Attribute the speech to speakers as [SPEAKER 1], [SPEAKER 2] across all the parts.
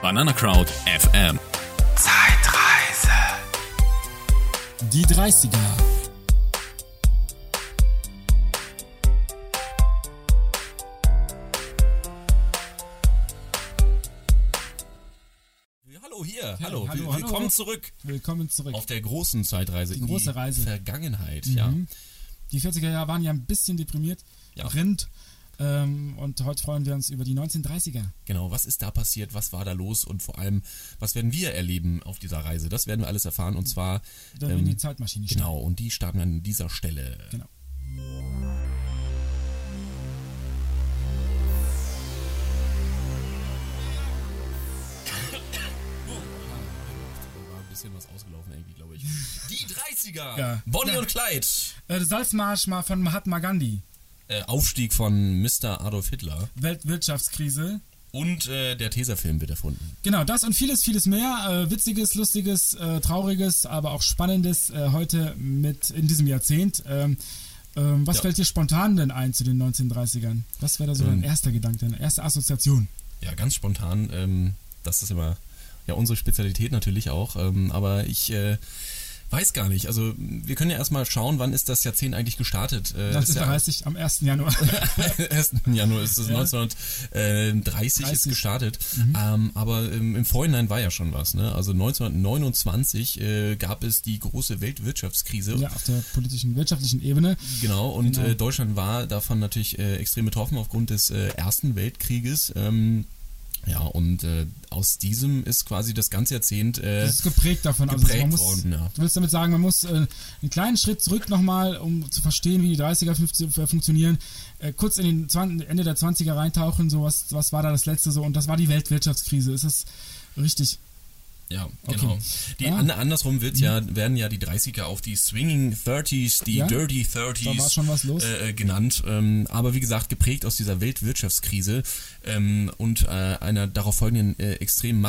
[SPEAKER 1] Banana Crowd FM.
[SPEAKER 2] Zeitreise.
[SPEAKER 3] Die 30er.
[SPEAKER 2] Hallo hier,
[SPEAKER 3] Ja,
[SPEAKER 2] hallo,
[SPEAKER 3] hallo,
[SPEAKER 2] Will-
[SPEAKER 3] hallo.
[SPEAKER 2] willkommen zurück
[SPEAKER 3] Willkommen zurück.
[SPEAKER 2] auf der großen Zeitreise. in
[SPEAKER 3] große
[SPEAKER 2] die
[SPEAKER 3] Reise.
[SPEAKER 2] Vergangenheit, ja.
[SPEAKER 3] Mhm. Die 40er Jahre waren ja ein bisschen deprimiert,
[SPEAKER 2] Ja.
[SPEAKER 3] rind. Ähm, und heute freuen wir uns über die 1930er.
[SPEAKER 2] Genau, was ist da passiert, was war da los und vor allem, was werden wir erleben auf dieser Reise? Das werden wir alles erfahren und zwar,
[SPEAKER 3] Dann
[SPEAKER 2] Ähm,
[SPEAKER 3] in die Zeitmaschine starten.
[SPEAKER 2] genau, und die starten an dieser Stelle.
[SPEAKER 3] Genau.
[SPEAKER 2] War ein bisschen was ausgelaufen irgendwie, glaube ich. Die 30er!
[SPEAKER 3] Ja.
[SPEAKER 2] Bonnie
[SPEAKER 3] Ja.
[SPEAKER 2] und Clyde!
[SPEAKER 3] Äh, der Salzmarsch mal von Mahatma Gandhi.
[SPEAKER 2] Äh, Aufstieg von Mr. Adolf Hitler
[SPEAKER 3] Weltwirtschaftskrise.
[SPEAKER 2] und äh, der Tesafilm wird erfunden.
[SPEAKER 3] Genau, das und vieles, vieles mehr. Äh, witziges, lustiges, äh, trauriges, aber auch spannendes äh, heute mit in diesem Jahrzehnt. Ähm, ähm, was
[SPEAKER 2] Ja. Ähm.
[SPEAKER 3] fällt dir spontan denn ein zu den 1930ern? Was wäre da so dein erster Gedanke, deine erste Assoziation?
[SPEAKER 2] Ja, ganz spontan. Ähm, das ist immer ja unsere Spezialität natürlich auch. Ähm, aber ich äh, weiß gar nicht. Also wir können ja erstmal schauen, wann ist das Jahrzehnt eigentlich gestartet. Äh,
[SPEAKER 3] Das ist
[SPEAKER 2] ja
[SPEAKER 3] 30 am 1. Januar.
[SPEAKER 2] 1. Januar ist es 1930 ist
[SPEAKER 3] 30.
[SPEAKER 2] gestartet.
[SPEAKER 3] Mhm.
[SPEAKER 2] Ähm, aber ähm, im Vorhinein war ja schon was. Ne? Also 1929 äh, gab es die große Weltwirtschaftskrise.
[SPEAKER 3] ja, auf der politischen, wirtschaftlichen Ebene.
[SPEAKER 2] Genau, und
[SPEAKER 3] Genau.
[SPEAKER 2] Äh, Deutschland war davon natürlich äh, extrem betroffen aufgrund des äh, Ersten Weltkrieges. Ähm, ja, und äh, aus diesem ist quasi das ganze Jahrzehnt äh,
[SPEAKER 3] Das ist geprägt davon. also
[SPEAKER 2] geprägt
[SPEAKER 3] man muss,
[SPEAKER 2] worden. Ja.
[SPEAKER 3] Du willst damit sagen, man muss äh, einen kleinen Schritt zurück nochmal, um zu verstehen, wie die 30er 50, äh, funktionieren, äh, kurz in den 20, Ende der 20er reintauchen, so was, was war da das letzte so und das war die Weltwirtschaftskrise. Ist das richtig?
[SPEAKER 2] Ja,
[SPEAKER 3] Okay.
[SPEAKER 2] genau. Die,
[SPEAKER 3] Ah. Mhm.
[SPEAKER 2] an, andersrum wird ja, werden ja die 30er auf die Swinging 30s, die
[SPEAKER 3] Ja.
[SPEAKER 2] Dirty
[SPEAKER 3] Da
[SPEAKER 2] 30s
[SPEAKER 3] war schon was los.
[SPEAKER 2] Äh, äh, genannt. Ähm, aber wie gesagt, geprägt aus dieser Weltwirtschaftskrise ähm, und äh, einer darauf folgenden äh, extremen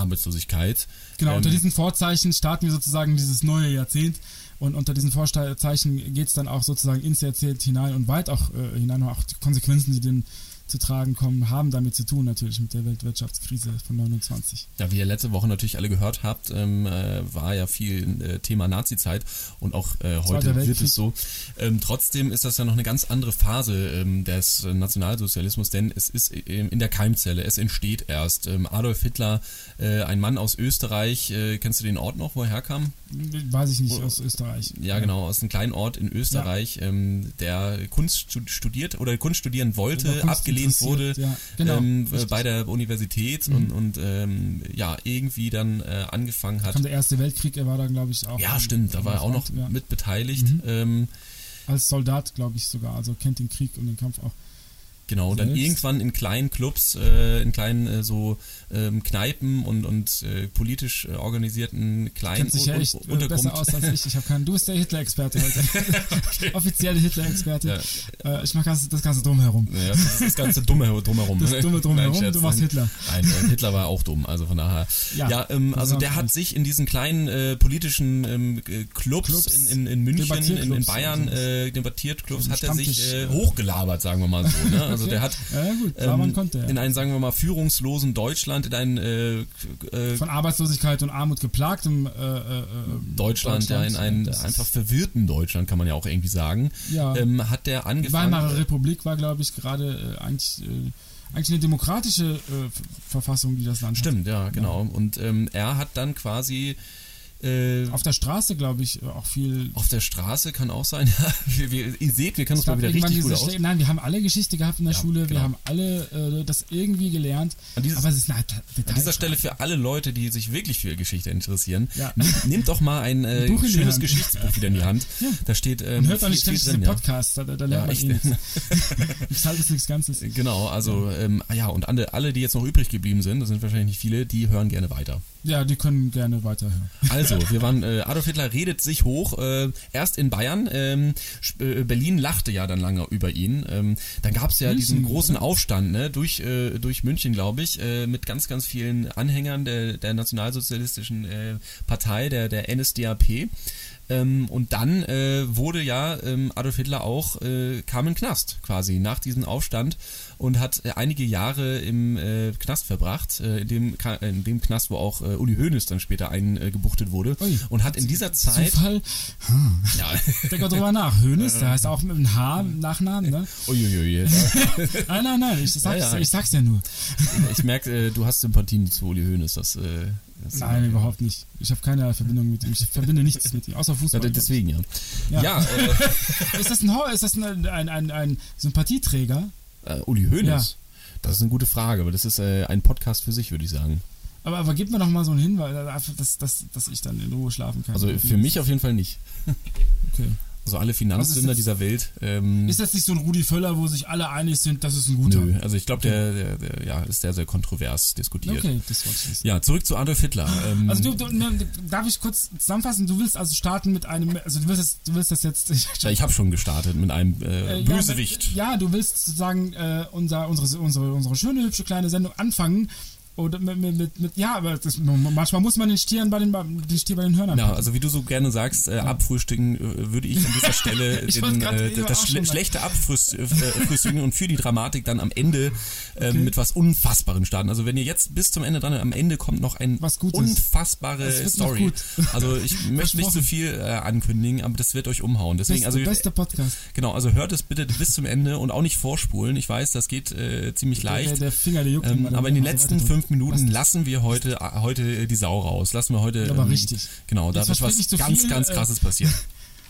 [SPEAKER 2] Massenarbeitslosigkeit.
[SPEAKER 3] Genau,
[SPEAKER 2] ähm,
[SPEAKER 3] unter diesen Vorzeichen starten wir sozusagen dieses neue Jahrzehnt und unter diesen Vorzeichen geht es dann auch sozusagen ins Jahrzehnt hinein und weit auch äh, hinein, auch die Konsequenzen, die dem zu tragen kommen, haben damit zu tun natürlich mit der Weltwirtschaftskrise von 29.
[SPEAKER 2] Ja, wie ihr letzte Woche natürlich alle gehört habt, ähm, äh, war ja viel äh, Thema Nazizeit und auch äh, heute
[SPEAKER 3] Zweiter
[SPEAKER 2] wird
[SPEAKER 3] Weltkrieg.
[SPEAKER 2] es so. Ähm, trotzdem ist das ja noch eine ganz andere Phase ähm, des äh, Nationalsozialismus, denn es ist ähm, in der Keimzelle, es entsteht erst. Ähm, Adolf Hitler, äh, ein Mann aus Österreich, äh, kennst du den Ort noch, wo er herkam?
[SPEAKER 3] Weiß ich nicht, aus Österreich.
[SPEAKER 2] Ja, genau, aus einem kleinen Ort in Österreich, ähm, der Kunst stu- studiert oder Kunst studieren wollte,
[SPEAKER 3] Über Genau, Kunst
[SPEAKER 2] Äh, abgelehnt
[SPEAKER 3] interessiert,
[SPEAKER 2] wurde
[SPEAKER 3] ja, genau,
[SPEAKER 2] ähm, äh,
[SPEAKER 3] richtig. Mhm.
[SPEAKER 2] bei der Universität und, und ähm, ja, irgendwie dann äh, angefangen hat.
[SPEAKER 3] Kam der Erste Weltkrieg, er war da, glaube ich, auch.
[SPEAKER 2] Ja, stimmt, da war er auch noch
[SPEAKER 3] ja, Mhm.
[SPEAKER 2] mit beteiligt. Ähm,
[SPEAKER 3] Als Soldat, glaube ich, sogar. Also kennt den Krieg und den Kampf auch.
[SPEAKER 2] genau, und dann
[SPEAKER 3] Selbst.
[SPEAKER 2] irgendwann in kleinen Clubs, äh, in kleinen äh, so ähm, Kneipen und, und äh, politisch äh, organisierten kleinen
[SPEAKER 3] Kennt sich ja
[SPEAKER 2] Un-
[SPEAKER 3] echt
[SPEAKER 2] Un-
[SPEAKER 3] äh, besser aus als ich. Ich habe keinen. Du bist der Hitler-Experte heute. Offizielle Hitler-Experte. Äh, ich mache das, das Ganze drumherum.
[SPEAKER 2] Ja, das ist das ganze Dumme drumherum.
[SPEAKER 3] Das Dumme drumherum,
[SPEAKER 2] Scherz,
[SPEAKER 3] du machst
[SPEAKER 2] nein.
[SPEAKER 3] Hitler.
[SPEAKER 2] Nein, äh, Hitler war auch dumm, also von daher. Ja,
[SPEAKER 3] Ja,
[SPEAKER 2] ähm,
[SPEAKER 3] das
[SPEAKER 2] also
[SPEAKER 3] war
[SPEAKER 2] der hat
[SPEAKER 3] alles.
[SPEAKER 2] sich in diesen kleinen äh, politischen ähm, äh, Clubs,
[SPEAKER 3] Clubs,
[SPEAKER 2] in, in, in München, in, in
[SPEAKER 3] Debattierclubs
[SPEAKER 2] Bayern,
[SPEAKER 3] und sowas.
[SPEAKER 2] äh, Debattierclubs,
[SPEAKER 3] So ein
[SPEAKER 2] hat er sich äh,
[SPEAKER 3] Stammtisch,
[SPEAKER 2] hochgelabert, sagen wir mal so. Ne? Also
[SPEAKER 3] Okay.
[SPEAKER 2] der hat
[SPEAKER 3] Ja, gut, labern
[SPEAKER 2] ähm,
[SPEAKER 3] konnte er.
[SPEAKER 2] in ein, sagen wir mal, führungslosen Deutschland, in ein äh, k- äh,
[SPEAKER 3] Von Arbeitslosigkeit und Armut geplagt im äh, äh, äh,
[SPEAKER 2] Deutschland, ja, in ein
[SPEAKER 3] Das ist-
[SPEAKER 2] einfach verwirrten Deutschland, kann man ja auch irgendwie sagen,
[SPEAKER 3] Ja.
[SPEAKER 2] ähm, hat der
[SPEAKER 3] Die
[SPEAKER 2] angefangen.
[SPEAKER 3] Weimarer Republik war, glaube ich, gerade äh, eigentlich, äh, eigentlich eine demokratische äh, F- Verfassung, die das Land hat.
[SPEAKER 2] Stimmt, ja, genau. Und ähm, er hat dann quasi äh,
[SPEAKER 3] Auf der Straße, glaube ich, äh, auch viel
[SPEAKER 2] Auf der Straße kann auch sein. Ja, wir, wir, ihr seht, wir können uns
[SPEAKER 3] Es
[SPEAKER 2] mal
[SPEAKER 3] gab
[SPEAKER 2] wieder
[SPEAKER 3] irgendwann
[SPEAKER 2] richtig gut
[SPEAKER 3] diese
[SPEAKER 2] aus.
[SPEAKER 3] Schle- Nein, wir haben alle Geschichte gehabt in der
[SPEAKER 2] Ja,
[SPEAKER 3] Schule,
[SPEAKER 2] genau.
[SPEAKER 3] wir haben alle äh, das irgendwie gelernt.
[SPEAKER 2] An dieses-
[SPEAKER 3] aber es ist eine Art Detail.
[SPEAKER 2] An dieser Stelle für alle Leute, die sich wirklich für Geschichte interessieren,
[SPEAKER 3] Ja.
[SPEAKER 2] nehmt, nehmt doch mal ein äh,
[SPEAKER 3] Ein Buch in die
[SPEAKER 2] schönes
[SPEAKER 3] Hand.
[SPEAKER 2] Geschichtsbuch wieder in die Hand.
[SPEAKER 3] Ja.
[SPEAKER 2] Da steht ähm,
[SPEAKER 3] Man hört doch
[SPEAKER 2] viel-
[SPEAKER 3] nicht
[SPEAKER 2] viel
[SPEAKER 3] ständig diesen
[SPEAKER 2] ja.
[SPEAKER 3] Podcast, da, da, da
[SPEAKER 2] Ja,
[SPEAKER 3] lernt man
[SPEAKER 2] echt.
[SPEAKER 3] eh nichts. Das halt ist nichts Ganzes.
[SPEAKER 2] Genau, also ähm, ah ja, und alle, alle, die jetzt noch übrig geblieben sind, das sind wahrscheinlich nicht viele, die hören gerne weiter.
[SPEAKER 3] Ja, die können gerne weiterhören.
[SPEAKER 2] Also, wir waren, äh, Adolf Hitler redet sich hoch, äh, erst in Bayern, ähm, Sp- äh, Berlin lachte ja dann lange über ihn. Ähm, dann gab es ja
[SPEAKER 3] München,
[SPEAKER 2] diesen großen Aufstand ne, durch, äh, durch München, glaube ich, äh, mit ganz, ganz vielen Anhängern der, der nationalsozialistischen äh, Partei, der, der NSDAP. Ähm, und dann äh, wurde ja ähm, Adolf Hitler auch, äh, kam in den Knast quasi nach diesem Aufstand und hat äh, einige Jahre im äh, Knast verbracht, äh, in, dem, Ka- äh, in dem Knast, wo auch äh, Uli Hoeneß dann später eingebuchtet wurde
[SPEAKER 3] Ui.
[SPEAKER 2] und hat in dieser Zeit... Äh.
[SPEAKER 3] Zufall.
[SPEAKER 2] Ja,
[SPEAKER 3] Denk mal drüber nach. Hönes, der heißt auch mit einem H im Nachnamen, ne?
[SPEAKER 2] uiuiui, ja.
[SPEAKER 3] Nein, nein, nein, ich sag's,
[SPEAKER 2] Ja, ja.
[SPEAKER 3] Ich sag's ja nur.
[SPEAKER 2] ich merke, äh, du hast Sympathien zu Uli Hoeneß, das... Äh, das
[SPEAKER 3] Nein, überhaupt nicht. Ich habe keine Verbindung mit ihm. Ich verbinde nichts mit ihm, außer
[SPEAKER 2] Ja,
[SPEAKER 3] Fußball.
[SPEAKER 2] de- deswegen, ja. Ja,
[SPEAKER 3] Ja.
[SPEAKER 2] äh,
[SPEAKER 3] Ist das ein, Hor- ist das ein, ein, ein, ein Sympathieträger?
[SPEAKER 2] Äh, Uli Hoeneß? Das ist eine gute Frage, aber das ist äh, ein Podcast für sich, würde ich sagen.
[SPEAKER 3] Aber, aber gib mir doch mal so einen Hinweis, äh, einfach, dass, dass, dass ich dann in Ruhe schlafen kann.
[SPEAKER 2] Also für mich auf jeden Fall nicht.
[SPEAKER 3] Okay.
[SPEAKER 2] Also alle
[SPEAKER 3] Was ist
[SPEAKER 2] Finanzsünder
[SPEAKER 3] das?
[SPEAKER 2] dieser Welt. Ähm,
[SPEAKER 3] Ist das nicht so ein Rudi Völler, wo sich alle einig sind, das ist ein guter?
[SPEAKER 2] nö. Also ich glaube, der, der, der ja, ist sehr, sehr kontrovers diskutiert.
[SPEAKER 3] Okay, das wollte ich wissen.
[SPEAKER 2] Ja, zurück zu Adolf Hitler. Ähm,
[SPEAKER 3] Also du, du, ne, darf ich kurz zusammenfassen? Du willst also starten mit einem, also du willst das, du willst das jetzt.
[SPEAKER 2] ja, ich habe schon gestartet mit einem äh,
[SPEAKER 3] Äh,
[SPEAKER 2] Bösewicht.
[SPEAKER 3] Ja, ja, du willst sozusagen äh, unser, unsere, unsere, unsere schöne, hübsche kleine Sendung anfangen. Oder mit, mit, mit, mit ja, aber das, manchmal muss man den Stieren bei den, den Stier bei den Hörnern.
[SPEAKER 2] Ja, also wie du so gerne sagst, äh, abfrühstücken äh, würde ich an dieser Stelle
[SPEAKER 3] Ich
[SPEAKER 2] den,
[SPEAKER 3] wollte gerade
[SPEAKER 2] äh,
[SPEAKER 3] eben
[SPEAKER 2] das
[SPEAKER 3] auch
[SPEAKER 2] schle
[SPEAKER 3] schon sagen.
[SPEAKER 2] schlechte äh, abfrühstücken und für die Dramatik dann am Ende ähm,
[SPEAKER 3] Okay.
[SPEAKER 2] mit was Unfassbarem starten. Also wenn ihr jetzt bis zum Ende dran, am Ende kommt noch ein
[SPEAKER 3] Was Gutes.
[SPEAKER 2] unfassbare
[SPEAKER 3] Es wird noch
[SPEAKER 2] Story.
[SPEAKER 3] gut.
[SPEAKER 2] Also ich möchte nicht zu
[SPEAKER 3] Versprochen.
[SPEAKER 2] viel äh, ankündigen, aber das wird euch umhauen.
[SPEAKER 3] das
[SPEAKER 2] Deswegen,
[SPEAKER 3] ist
[SPEAKER 2] also
[SPEAKER 3] der beste Podcast.
[SPEAKER 2] genau, also hört es bitte bis zum Ende und auch nicht vorspulen. Ich weiß, das geht äh, ziemlich leicht.
[SPEAKER 3] Der, der Finger, der juckt
[SPEAKER 2] Ähm,
[SPEAKER 3] immer,
[SPEAKER 2] aber in
[SPEAKER 3] wenn
[SPEAKER 2] den
[SPEAKER 3] man so
[SPEAKER 2] letzten
[SPEAKER 3] weiterdrückt.
[SPEAKER 2] fünf Minuten lassen wir heute, äh, heute die Sau raus. Lassen wir heute.
[SPEAKER 3] Aber
[SPEAKER 2] ähm,
[SPEAKER 3] richtig.
[SPEAKER 2] Genau, da
[SPEAKER 3] Jetzt
[SPEAKER 2] wird was
[SPEAKER 3] versprich nicht zu
[SPEAKER 2] ganz,
[SPEAKER 3] viel,
[SPEAKER 2] ganz
[SPEAKER 3] äh,
[SPEAKER 2] krasses passieren.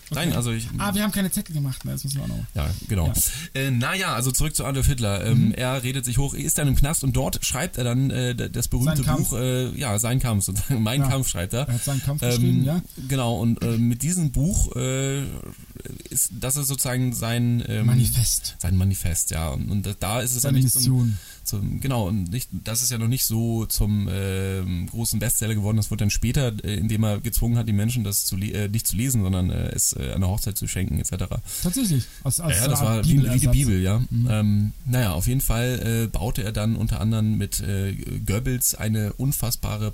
[SPEAKER 2] Nein, also ich.
[SPEAKER 3] Ah, wir haben keine Zettel gemacht, ne? das müssen wir auch noch. machen.
[SPEAKER 2] Ja, genau.
[SPEAKER 3] Ja. Mhm.
[SPEAKER 2] Äh, naja, also zurück zu Adolf Hitler. Ähm, Er redet sich hoch, ist dann im Knast und dort schreibt er dann äh, d- das berühmte
[SPEAKER 3] Sein Kampf.
[SPEAKER 2] Buch, äh, ja, Sein Kampf sozusagen. Mein
[SPEAKER 3] Ja.
[SPEAKER 2] Kampf schreibt er.
[SPEAKER 3] Er hat seinen Kampf
[SPEAKER 2] Ähm,
[SPEAKER 3] geschrieben, ja.
[SPEAKER 2] Genau, und äh, mit diesem Buch äh, ist das ist sozusagen sein ähm,
[SPEAKER 3] Manifest.
[SPEAKER 2] Sein Manifest, ja. Und, und da ist es
[SPEAKER 3] Seine
[SPEAKER 2] eigentlich zum-
[SPEAKER 3] Mission.
[SPEAKER 2] zum, genau, und nicht, das ist ja noch nicht so zum ähm, großen Bestseller geworden. Das wurde dann später, äh, indem er gezwungen hat, die Menschen das zu le- äh, nicht zu lesen, sondern äh, es äh, an der Hochzeit zu schenken, etc.
[SPEAKER 3] Tatsächlich. Als, als
[SPEAKER 2] ja,
[SPEAKER 3] so
[SPEAKER 2] ja, das
[SPEAKER 3] eine
[SPEAKER 2] war
[SPEAKER 3] Art
[SPEAKER 2] wie, wie die
[SPEAKER 3] Bibelersatz.
[SPEAKER 2] Bibel, ja. Ähm, naja, auf jeden Fall äh, baute er dann unter anderem mit äh, Goebbels eine unfassbare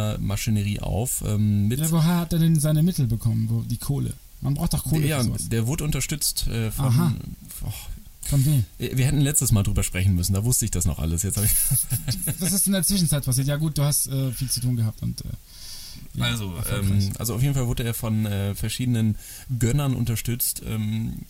[SPEAKER 2] Propagandamaschinerie auf. Ähm, mit,
[SPEAKER 3] Ja, woher hat er denn seine Mittel bekommen? Wo, die Kohle. Man braucht doch Kohle
[SPEAKER 2] ja,
[SPEAKER 3] für sowas.
[SPEAKER 2] der wurde unterstützt äh, von.
[SPEAKER 3] Aha.
[SPEAKER 2] Oh,
[SPEAKER 3] Von wem?
[SPEAKER 2] wir hätten letztes Mal drüber sprechen müssen, da wusste ich das noch alles. Jetzt habe ich
[SPEAKER 3] Was ist in der Zwischenzeit passiert? Ja gut, du hast äh, viel zu tun gehabt und äh, ja,
[SPEAKER 2] Also,
[SPEAKER 3] erfolgreich.
[SPEAKER 2] ähm, also auf jeden Fall wurde er von äh, verschiedenen Gönnern unterstützt ähm,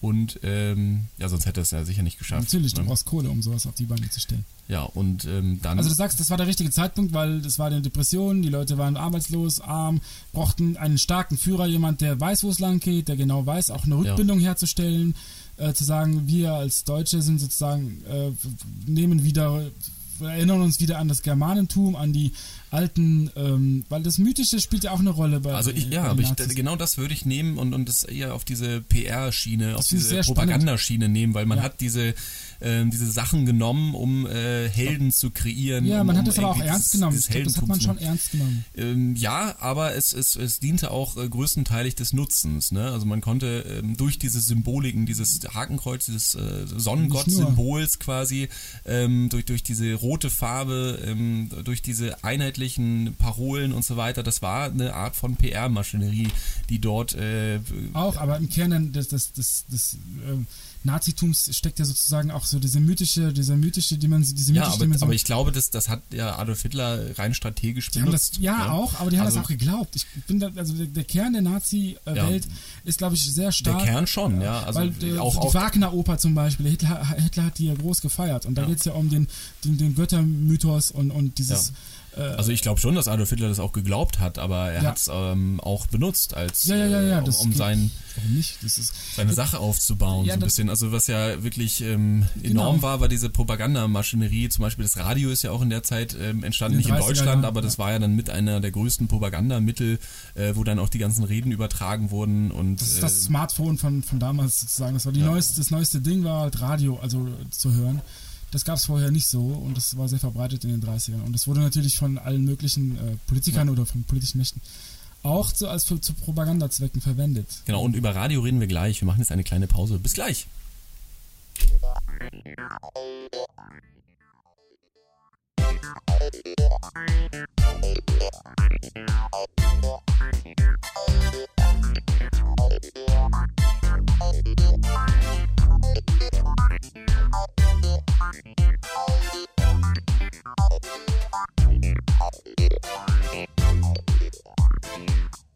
[SPEAKER 2] und ähm, ja, sonst hätte er es ja sicher nicht geschafft.
[SPEAKER 3] Natürlich, du
[SPEAKER 2] ne?
[SPEAKER 3] brauchst Kohle, um sowas auf die Beine zu stellen.
[SPEAKER 2] Ja, und ähm, dann
[SPEAKER 3] Also du sagst, das war der richtige Zeitpunkt, weil das war eine Depression, die Leute waren arbeitslos, arm, brauchten einen starken Führer, jemand, der weiß, wo es lang geht, der genau weiß, auch eine Rückbindung herzustellen, äh, zu sagen, wir als Deutsche sind sozusagen, äh, nehmen wieder, erinnern uns wieder an das Germanentum, an die alten, ähm, weil das Mythische spielt ja auch eine Rolle bei
[SPEAKER 2] also ich, ja,
[SPEAKER 3] bei den
[SPEAKER 2] aber ich,
[SPEAKER 3] Nazis.
[SPEAKER 2] genau das würde ich nehmen und, und das eher auf diese PR-Schiene, auf
[SPEAKER 3] finde ich
[SPEAKER 2] diese
[SPEAKER 3] sehr spannend.
[SPEAKER 2] Propagandaschiene nehmen, weil man
[SPEAKER 3] Ja.
[SPEAKER 2] hat diese, ähm, diese Sachen genommen, um äh, Helden zu kreieren.
[SPEAKER 3] Ja,
[SPEAKER 2] um,
[SPEAKER 3] man hat
[SPEAKER 2] um
[SPEAKER 3] das aber auch
[SPEAKER 2] irgendwie
[SPEAKER 3] ernst
[SPEAKER 2] dieses-
[SPEAKER 3] genommen.
[SPEAKER 2] dieses
[SPEAKER 3] Ich glaub, das hat
[SPEAKER 2] Heldentum
[SPEAKER 3] man
[SPEAKER 2] zu
[SPEAKER 3] schon ernst genommen.
[SPEAKER 2] Ähm, ja, aber es, es, es diente auch äh, größtenteilig des Nutzens. Ne? Also man konnte ähm, durch diese Symboliken, dieses Hakenkreuz, dieses äh, Sonnengott-Symbols quasi, ähm, durch, durch diese rote Farbe, ähm, durch diese einheitlichen Parolen und so weiter, das war eine Art von PR-Maschinerie, die dort äh,
[SPEAKER 3] Auch, aber im Kern dann des, des, des, des ähm, Nazitums steckt ja sozusagen auch so diese mythische, diese mythische Dimension, diese
[SPEAKER 2] ja,
[SPEAKER 3] mythische
[SPEAKER 2] aber,
[SPEAKER 3] Dimension.
[SPEAKER 2] aber ich glaube, das, das hat ja Adolf Hitler rein strategisch
[SPEAKER 3] die haben das,
[SPEAKER 2] benutzt.
[SPEAKER 3] ja,
[SPEAKER 2] ne?
[SPEAKER 3] auch, aber die haben
[SPEAKER 2] Also-
[SPEAKER 3] das auch geglaubt. Ich bin da, also der, der Kern der
[SPEAKER 2] Ja.
[SPEAKER 3] Nazi-Welt ist, glaube ich, sehr
[SPEAKER 2] Der
[SPEAKER 3] stark.
[SPEAKER 2] Kern schon, ja. Also
[SPEAKER 3] weil äh,
[SPEAKER 2] auch,
[SPEAKER 3] die
[SPEAKER 2] auch
[SPEAKER 3] Wagner-Oper zum Beispiel, Hitler, Hitler hat die ja groß gefeiert. Und da
[SPEAKER 2] Ja.
[SPEAKER 3] geht's ja um den, den, den Göttermythos und, und dieses. äh,
[SPEAKER 2] Also ich glaube schon, dass Adolf Hitler das auch geglaubt hat, aber er
[SPEAKER 3] Ja.
[SPEAKER 2] hat es ähm, auch benutzt, als
[SPEAKER 3] Ja, ja, ja, ja,
[SPEAKER 2] äh, um,
[SPEAKER 3] das
[SPEAKER 2] um
[SPEAKER 3] geht-
[SPEAKER 2] sein,
[SPEAKER 3] warum nicht? Das ist,
[SPEAKER 2] seine Sache aufzubauen, so
[SPEAKER 3] Ja,
[SPEAKER 2] ein
[SPEAKER 3] das-
[SPEAKER 2] bisschen. Also was ja wirklich ähm, enorm
[SPEAKER 3] Genau.
[SPEAKER 2] war, war diese Propagandamaschinerie, zum Beispiel das Radio ist ja auch in der Zeit ähm, entstanden,
[SPEAKER 3] In
[SPEAKER 2] nicht
[SPEAKER 3] den
[SPEAKER 2] in
[SPEAKER 3] 30er
[SPEAKER 2] Deutschland,
[SPEAKER 3] Jahren,
[SPEAKER 2] aber das war ja dann mit einer der größten Propagandamittel, äh, wo dann auch die ganzen Reden übertragen wurden und
[SPEAKER 3] Das ist
[SPEAKER 2] äh,
[SPEAKER 3] das Smartphone von, von damals sozusagen. Das war die
[SPEAKER 2] Ja.
[SPEAKER 3] neueste, das neueste Ding war halt Radio, also äh, zu hören. Das gab es vorher nicht so und das war sehr verbreitet in den 30ern. Und das wurde natürlich von allen möglichen äh, Politikern oder von politischen Mächten auch zu, als für, zu Propagandazwecken verwendet.
[SPEAKER 2] genau, und über Radio reden wir gleich. Wir machen jetzt eine kleine Pause. Bis gleich.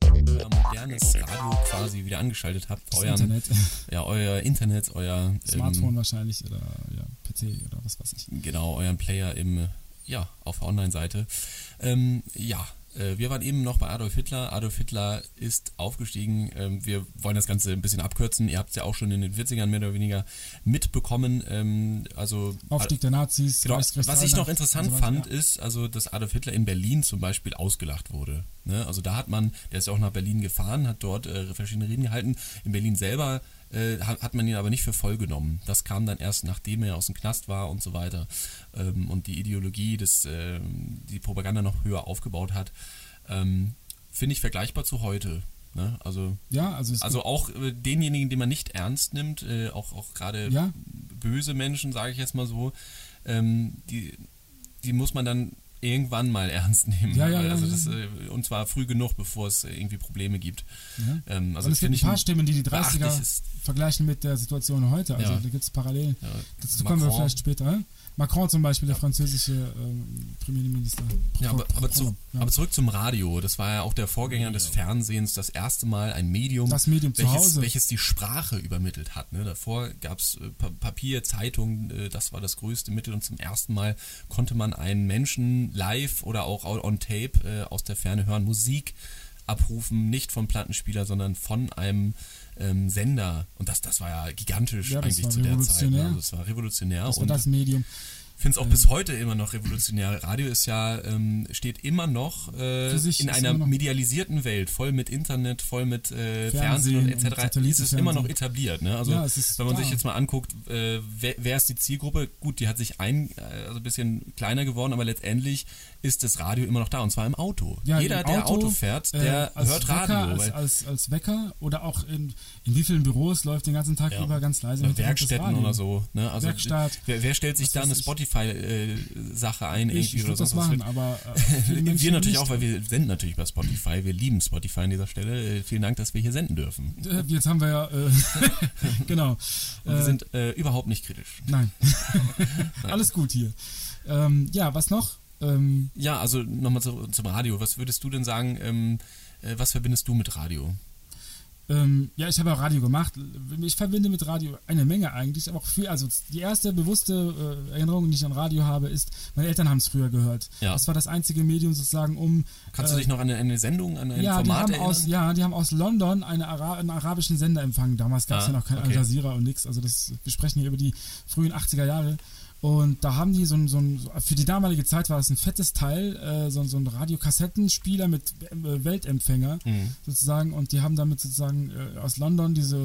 [SPEAKER 2] modernes Radio quasi wieder angeschaltet habt.
[SPEAKER 3] Das
[SPEAKER 2] Euren,
[SPEAKER 3] Internet,
[SPEAKER 2] Ja, euer Internet, euer
[SPEAKER 3] Smartphone wahrscheinlich oder ja, PC oder was weiß ich.
[SPEAKER 2] Ähm, genau, euren Player im, ja, auf der Online-Seite. Ähm, ja, äh, wir waren eben noch bei Adolf Hitler. Adolf Hitler ist aufgestiegen. Ähm, wir wollen das Ganze ein bisschen abkürzen. Ihr habt es ja auch schon in den 40ern mehr oder weniger mitbekommen. Ähm, also
[SPEAKER 3] Aufstieg der Nazis.
[SPEAKER 2] Genau.
[SPEAKER 3] Reichskristall-
[SPEAKER 2] Was ich noch interessant
[SPEAKER 3] und so weiter.
[SPEAKER 2] fand, ist, also, dass Adolf Hitler in Berlin zum Beispiel ausgelacht wurde. Ne? Also da hat man, der ist ja auch nach Berlin gefahren, hat dort äh, verschiedene Reden gehalten. In Berlin selber äh, hat, hat man ihn aber nicht für voll genommen. Das kam dann erst, nachdem er aus dem Knast war und so weiter ähm, und die Ideologie, des, ähm, die Propaganda noch höher aufgebaut hat. Ähm, Finde ich vergleichbar zu heute. Ne? Also,
[SPEAKER 3] Ja, also, es
[SPEAKER 2] also auch äh, denjenigen, den man nicht ernst nimmt, äh, auch, auch gerade
[SPEAKER 3] Ja.
[SPEAKER 2] böse Menschen, sage ich jetzt mal so, ähm, die, die muss man dann irgendwann mal ernst nehmen.
[SPEAKER 3] Ja, ja, ja,
[SPEAKER 2] also
[SPEAKER 3] ja.
[SPEAKER 2] das, äh, und zwar früh genug, bevor es äh, irgendwie Probleme gibt.
[SPEAKER 3] Ja.
[SPEAKER 2] Ähm, also
[SPEAKER 3] und es gibt
[SPEAKER 2] finde
[SPEAKER 3] ein
[SPEAKER 2] ich
[SPEAKER 3] paar Stimmen, die die 30er
[SPEAKER 2] beachtliches-
[SPEAKER 3] vergleichen mit der Situation heute. Also
[SPEAKER 2] Ja.
[SPEAKER 3] da gibt es Parallelen.
[SPEAKER 2] ja,
[SPEAKER 3] Dazu kommen wir
[SPEAKER 2] Macron.
[SPEAKER 3] vielleicht später. Macron zum Beispiel, der französische ähm, Premierminister.
[SPEAKER 2] Ja, aber, aber, zu,
[SPEAKER 3] Ja.
[SPEAKER 2] aber zurück zum Radio. Das war ja auch der Vorgänger des Fernsehens, das erste Mal ein Medium,
[SPEAKER 3] Das Medium zu
[SPEAKER 2] welches,
[SPEAKER 3] Hause.
[SPEAKER 2] welches die Sprache übermittelt hat. Ne? Davor gab es äh, Pa- Papier, Zeitung, äh, das war das größte Mittel und zum ersten Mal konnte man einen Menschen live oder auch au- on Tape äh, aus der Ferne hören, Musik abrufen, nicht vom Plattenspieler, sondern von einem ähm, Sender. Und das, das war ja gigantisch
[SPEAKER 3] Ja, das
[SPEAKER 2] eigentlich
[SPEAKER 3] war
[SPEAKER 2] zu der Zeit. Ne?
[SPEAKER 3] revolutionär.
[SPEAKER 2] Also das war revolutionär.
[SPEAKER 3] das war
[SPEAKER 2] und
[SPEAKER 3] das Medium.
[SPEAKER 2] finde es auch bis heute immer noch revolutionär. Radio ist ja, ähm, steht immer noch äh,
[SPEAKER 3] Für sich
[SPEAKER 2] in
[SPEAKER 3] ist
[SPEAKER 2] einer
[SPEAKER 3] immer noch-
[SPEAKER 2] medialisierten Welt, voll mit Internet, voll mit äh, Fernsehen,
[SPEAKER 3] Fernsehen und
[SPEAKER 2] und etc. ist es immer noch
[SPEAKER 3] Satellitenfernsehen.
[SPEAKER 2] etabliert. Ne? Also
[SPEAKER 3] Ja, es ist
[SPEAKER 2] wenn man
[SPEAKER 3] da.
[SPEAKER 2] sich jetzt mal anguckt, äh, wer, wer ist die Zielgruppe? Gut, die hat sich ein, äh, also ein bisschen kleiner geworden, aber letztendlich ist das Radio immer noch da und zwar im Auto.
[SPEAKER 3] Ja,
[SPEAKER 2] Jeder,
[SPEAKER 3] im äh,
[SPEAKER 2] der Auto fährt, der
[SPEAKER 3] als
[SPEAKER 2] hört
[SPEAKER 3] Wecker,
[SPEAKER 2] Radio.
[SPEAKER 3] Als,
[SPEAKER 2] weil-
[SPEAKER 3] als, als Wecker oder auch in, in wie vielen Büros läuft den ganzen Tag
[SPEAKER 2] Ja.
[SPEAKER 3] über ganz leise.
[SPEAKER 2] Oder
[SPEAKER 3] mit
[SPEAKER 2] Werkstätten oder so. Ne? Also
[SPEAKER 3] Werkstatt.
[SPEAKER 2] wer, wer stellt sich
[SPEAKER 3] Was
[SPEAKER 2] da eine
[SPEAKER 3] weiß ich.
[SPEAKER 2] Spotify-Sache ein?
[SPEAKER 3] Ich,
[SPEAKER 2] irgendwie
[SPEAKER 3] ich
[SPEAKER 2] oder
[SPEAKER 3] würde das
[SPEAKER 2] sonst was?
[SPEAKER 3] machen, aber äh, viele Menschen
[SPEAKER 2] wir natürlich
[SPEAKER 3] nicht.
[SPEAKER 2] auch, weil wir senden natürlich bei Spotify. Wir lieben Spotify an dieser Stelle. Äh, Vielen Dank, dass wir hier senden dürfen.
[SPEAKER 3] Äh, Jetzt haben wir ja, äh, genau.
[SPEAKER 2] Und wir sind äh, überhaupt nicht kritisch.
[SPEAKER 3] Nein. Alles gut hier. Ähm, ja, was noch? Ähm,
[SPEAKER 2] Ja, also nochmal zu, zum Radio. Was würdest du denn sagen, ähm, äh, was verbindest du mit Radio?
[SPEAKER 3] ähm, ja, ich habe auch Radio gemacht. Ich verbinde mit Radio eine Menge eigentlich, aber auch viel. Also die erste bewusste äh, Erinnerung, die ich an Radio habe, ist, meine Eltern haben es früher gehört.
[SPEAKER 2] Ja.
[SPEAKER 3] Das war das einzige Medium sozusagen, um.
[SPEAKER 2] Kannst
[SPEAKER 3] äh,
[SPEAKER 2] du dich noch an eine, eine Sendung, an ein
[SPEAKER 3] ja, die
[SPEAKER 2] Format
[SPEAKER 3] haben
[SPEAKER 2] erinnern?
[SPEAKER 3] aus, ja, die haben aus London eine Ara einen arabischen Sender empfangen. Damals gab es
[SPEAKER 2] Ah,
[SPEAKER 3] ja noch kein
[SPEAKER 2] okay.
[SPEAKER 3] Al Jazeera und nix. Also das, wir sprechen hier über die frühen 80er Jahre. Und da haben die so ein, so ein, so- für die damalige Zeit war das ein fettes Teil, äh, so, ein- so ein Radiokassettenspieler mit äh, Weltempfänger
[SPEAKER 2] Hm.
[SPEAKER 3] sozusagen. Und die haben damit sozusagen äh, aus London diese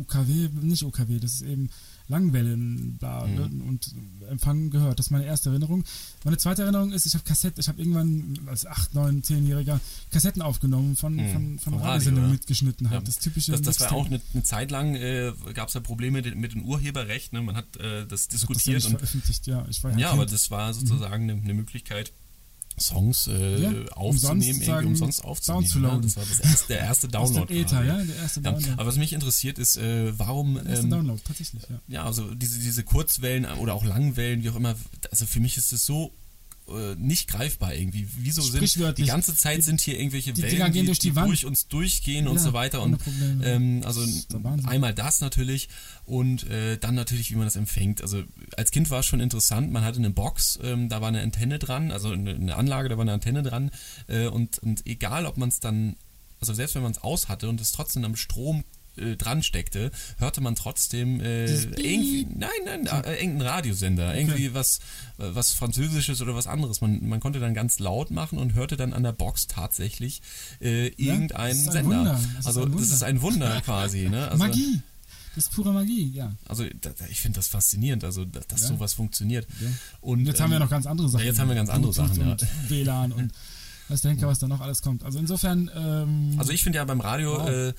[SPEAKER 3] UKW, nicht UKW, das ist eben Langwellen bla,
[SPEAKER 2] Mhm.
[SPEAKER 3] ne, und Empfang gehört. Das ist meine erste Erinnerung. Meine zweite Erinnerung ist, ich habe Kassette, ich habe irgendwann als 8, 9, 10-Jähriger Kassetten aufgenommen von, von, von
[SPEAKER 2] Mhm. Vom Radio,
[SPEAKER 3] Radiosendungen
[SPEAKER 2] ja.
[SPEAKER 3] mitgeschnitten
[SPEAKER 2] Ja.
[SPEAKER 3] habe. Das typische
[SPEAKER 2] Das, das war
[SPEAKER 3] Mixtape.
[SPEAKER 2] auch eine, eine Zeit lang, äh, gab es da Probleme de- mit dem Urheberrecht. Ne? Man hat äh, das
[SPEAKER 3] Ich hab das ja
[SPEAKER 2] diskutiert
[SPEAKER 3] nicht
[SPEAKER 2] und
[SPEAKER 3] veröffentlicht, ja. Ich war ja,
[SPEAKER 2] Ja, Mhm.
[SPEAKER 3] Kind.
[SPEAKER 2] aber das war sozusagen eine, eine Möglichkeit, Songs äh,
[SPEAKER 3] Ja, umsonst
[SPEAKER 2] aufzunehmen, irgendwie
[SPEAKER 3] sozusagen
[SPEAKER 2] umsonst aufzunehmen.
[SPEAKER 3] downzuladen.
[SPEAKER 2] ne? Das war das erste, der erste
[SPEAKER 3] aus
[SPEAKER 2] Download.
[SPEAKER 3] dem Ether,
[SPEAKER 2] quasi.
[SPEAKER 3] ja, der erste
[SPEAKER 2] Ja,
[SPEAKER 3] Download.
[SPEAKER 2] aber was mich interessiert ist, äh, warum
[SPEAKER 3] der erste
[SPEAKER 2] ähm,
[SPEAKER 3] Download, tatsächlich, ja.
[SPEAKER 2] ja, also diese, diese Kurzwellen oder auch Langwellen, wie auch immer, also für mich ist das so äh, nicht greifbar irgendwie. Wieso sind die
[SPEAKER 3] Sprichwörtlich.
[SPEAKER 2] ganze Zeit
[SPEAKER 3] Die-
[SPEAKER 2] sind hier irgendwelche
[SPEAKER 3] die
[SPEAKER 2] Wellen,
[SPEAKER 3] Dinger gehen durch die Wand.
[SPEAKER 2] durch uns durchgehen und
[SPEAKER 3] Ja,
[SPEAKER 2] so weiter.
[SPEAKER 3] ohne
[SPEAKER 2] Und
[SPEAKER 3] Probleme.
[SPEAKER 2] ähm, also
[SPEAKER 3] Das ist der Wahnsinn.
[SPEAKER 2] einmal das natürlich und äh, dann natürlich, wie man das empfängt. Also als Kind war es schon interessant, man hatte eine Box, ähm, da war eine Antenne dran, also eine, eine Anlage, da war eine Antenne dran äh, und, und egal, ob man es dann, also selbst wenn man es aus hatte und es trotzdem am Strom äh, dran steckte, hörte man trotzdem äh,
[SPEAKER 3] Dieses Piep.
[SPEAKER 2] irgendwie, nein, nein, äh, irgendein Radiosender, irgendwie was, äh, was Französisches oder was anderes. Man, man konnte dann ganz laut machen und hörte dann an der Box tatsächlich äh, irgendeinen
[SPEAKER 3] das ist ein
[SPEAKER 2] Sender.
[SPEAKER 3] Wunder. Das ist
[SPEAKER 2] also
[SPEAKER 3] ein
[SPEAKER 2] das
[SPEAKER 3] Wunder.
[SPEAKER 2] ist ein Wunder quasi. Ne? Also,
[SPEAKER 3] Magie! Das ist pure Magie, ja.
[SPEAKER 2] Also da, da- ich finde das faszinierend, also da, dass
[SPEAKER 3] Ja.
[SPEAKER 2] sowas funktioniert.
[SPEAKER 3] Ja.
[SPEAKER 2] Und
[SPEAKER 3] Jetzt haben wir
[SPEAKER 2] ähm,
[SPEAKER 3] noch ganz andere Sachen.
[SPEAKER 2] jetzt haben wir ganz andere
[SPEAKER 3] Bluetooth
[SPEAKER 2] Sachen, ja.
[SPEAKER 3] Und WLAN und weiß der Henker, was da noch alles kommt. Also insofern. Ähm,
[SPEAKER 2] Also ich finde ja beim Radio,
[SPEAKER 3] Wow.
[SPEAKER 2] äh,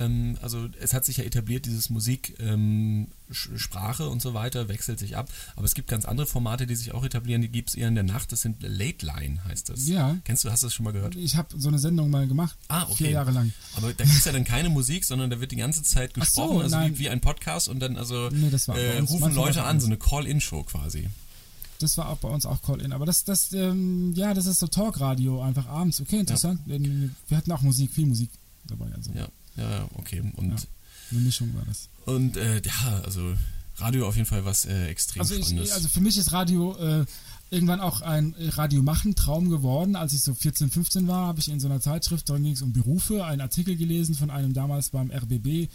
[SPEAKER 2] ähm, also es hat sich ja etabliert, dieses Musik, ähm, Sch- Sprache und so weiter wechselt sich ab. Aber es gibt ganz andere Formate, die sich auch etablieren, die gibt es eher in der Nacht. Das sind Late Line, heißt das.
[SPEAKER 3] ja,
[SPEAKER 2] Kennst du, hast du das schon mal gehört?
[SPEAKER 3] ich habe so eine Sendung mal gemacht.
[SPEAKER 2] Ah, okay.
[SPEAKER 3] Vier Jahre lang.
[SPEAKER 2] Aber da gibt es ja dann keine Musik, sondern da wird die ganze Zeit
[SPEAKER 3] Ach so,
[SPEAKER 2] gesprochen, also
[SPEAKER 3] nein.
[SPEAKER 2] wie, wie ein Podcast und dann also
[SPEAKER 3] Nee, das war
[SPEAKER 2] äh,
[SPEAKER 3] bei uns
[SPEAKER 2] rufen
[SPEAKER 3] manchmal
[SPEAKER 2] Leute
[SPEAKER 3] was
[SPEAKER 2] an, so eine Call-In-Show quasi.
[SPEAKER 3] Das war auch bei uns auch Call-In. Aber das, das, ähm, ja, das ist so Talkradio, einfach abends. Okay, interessant. Wir hatten auch Musik, viel Musik dabei. Also
[SPEAKER 2] Ja, ja, ja, okay. Und,
[SPEAKER 3] Ja. eine Mischung war das.
[SPEAKER 2] und äh, ja, also Radio auf jeden Fall was äh, extrem
[SPEAKER 3] Also,
[SPEAKER 2] Spannendes.
[SPEAKER 3] ich, also für mich ist Radio äh, irgendwann auch ein Radio-Machen-Traum geworden. Als ich so 14, 15 war, habe ich in so einer Zeitschrift, darin ging es um Berufe, einen Artikel gelesen von einem damals beim RBB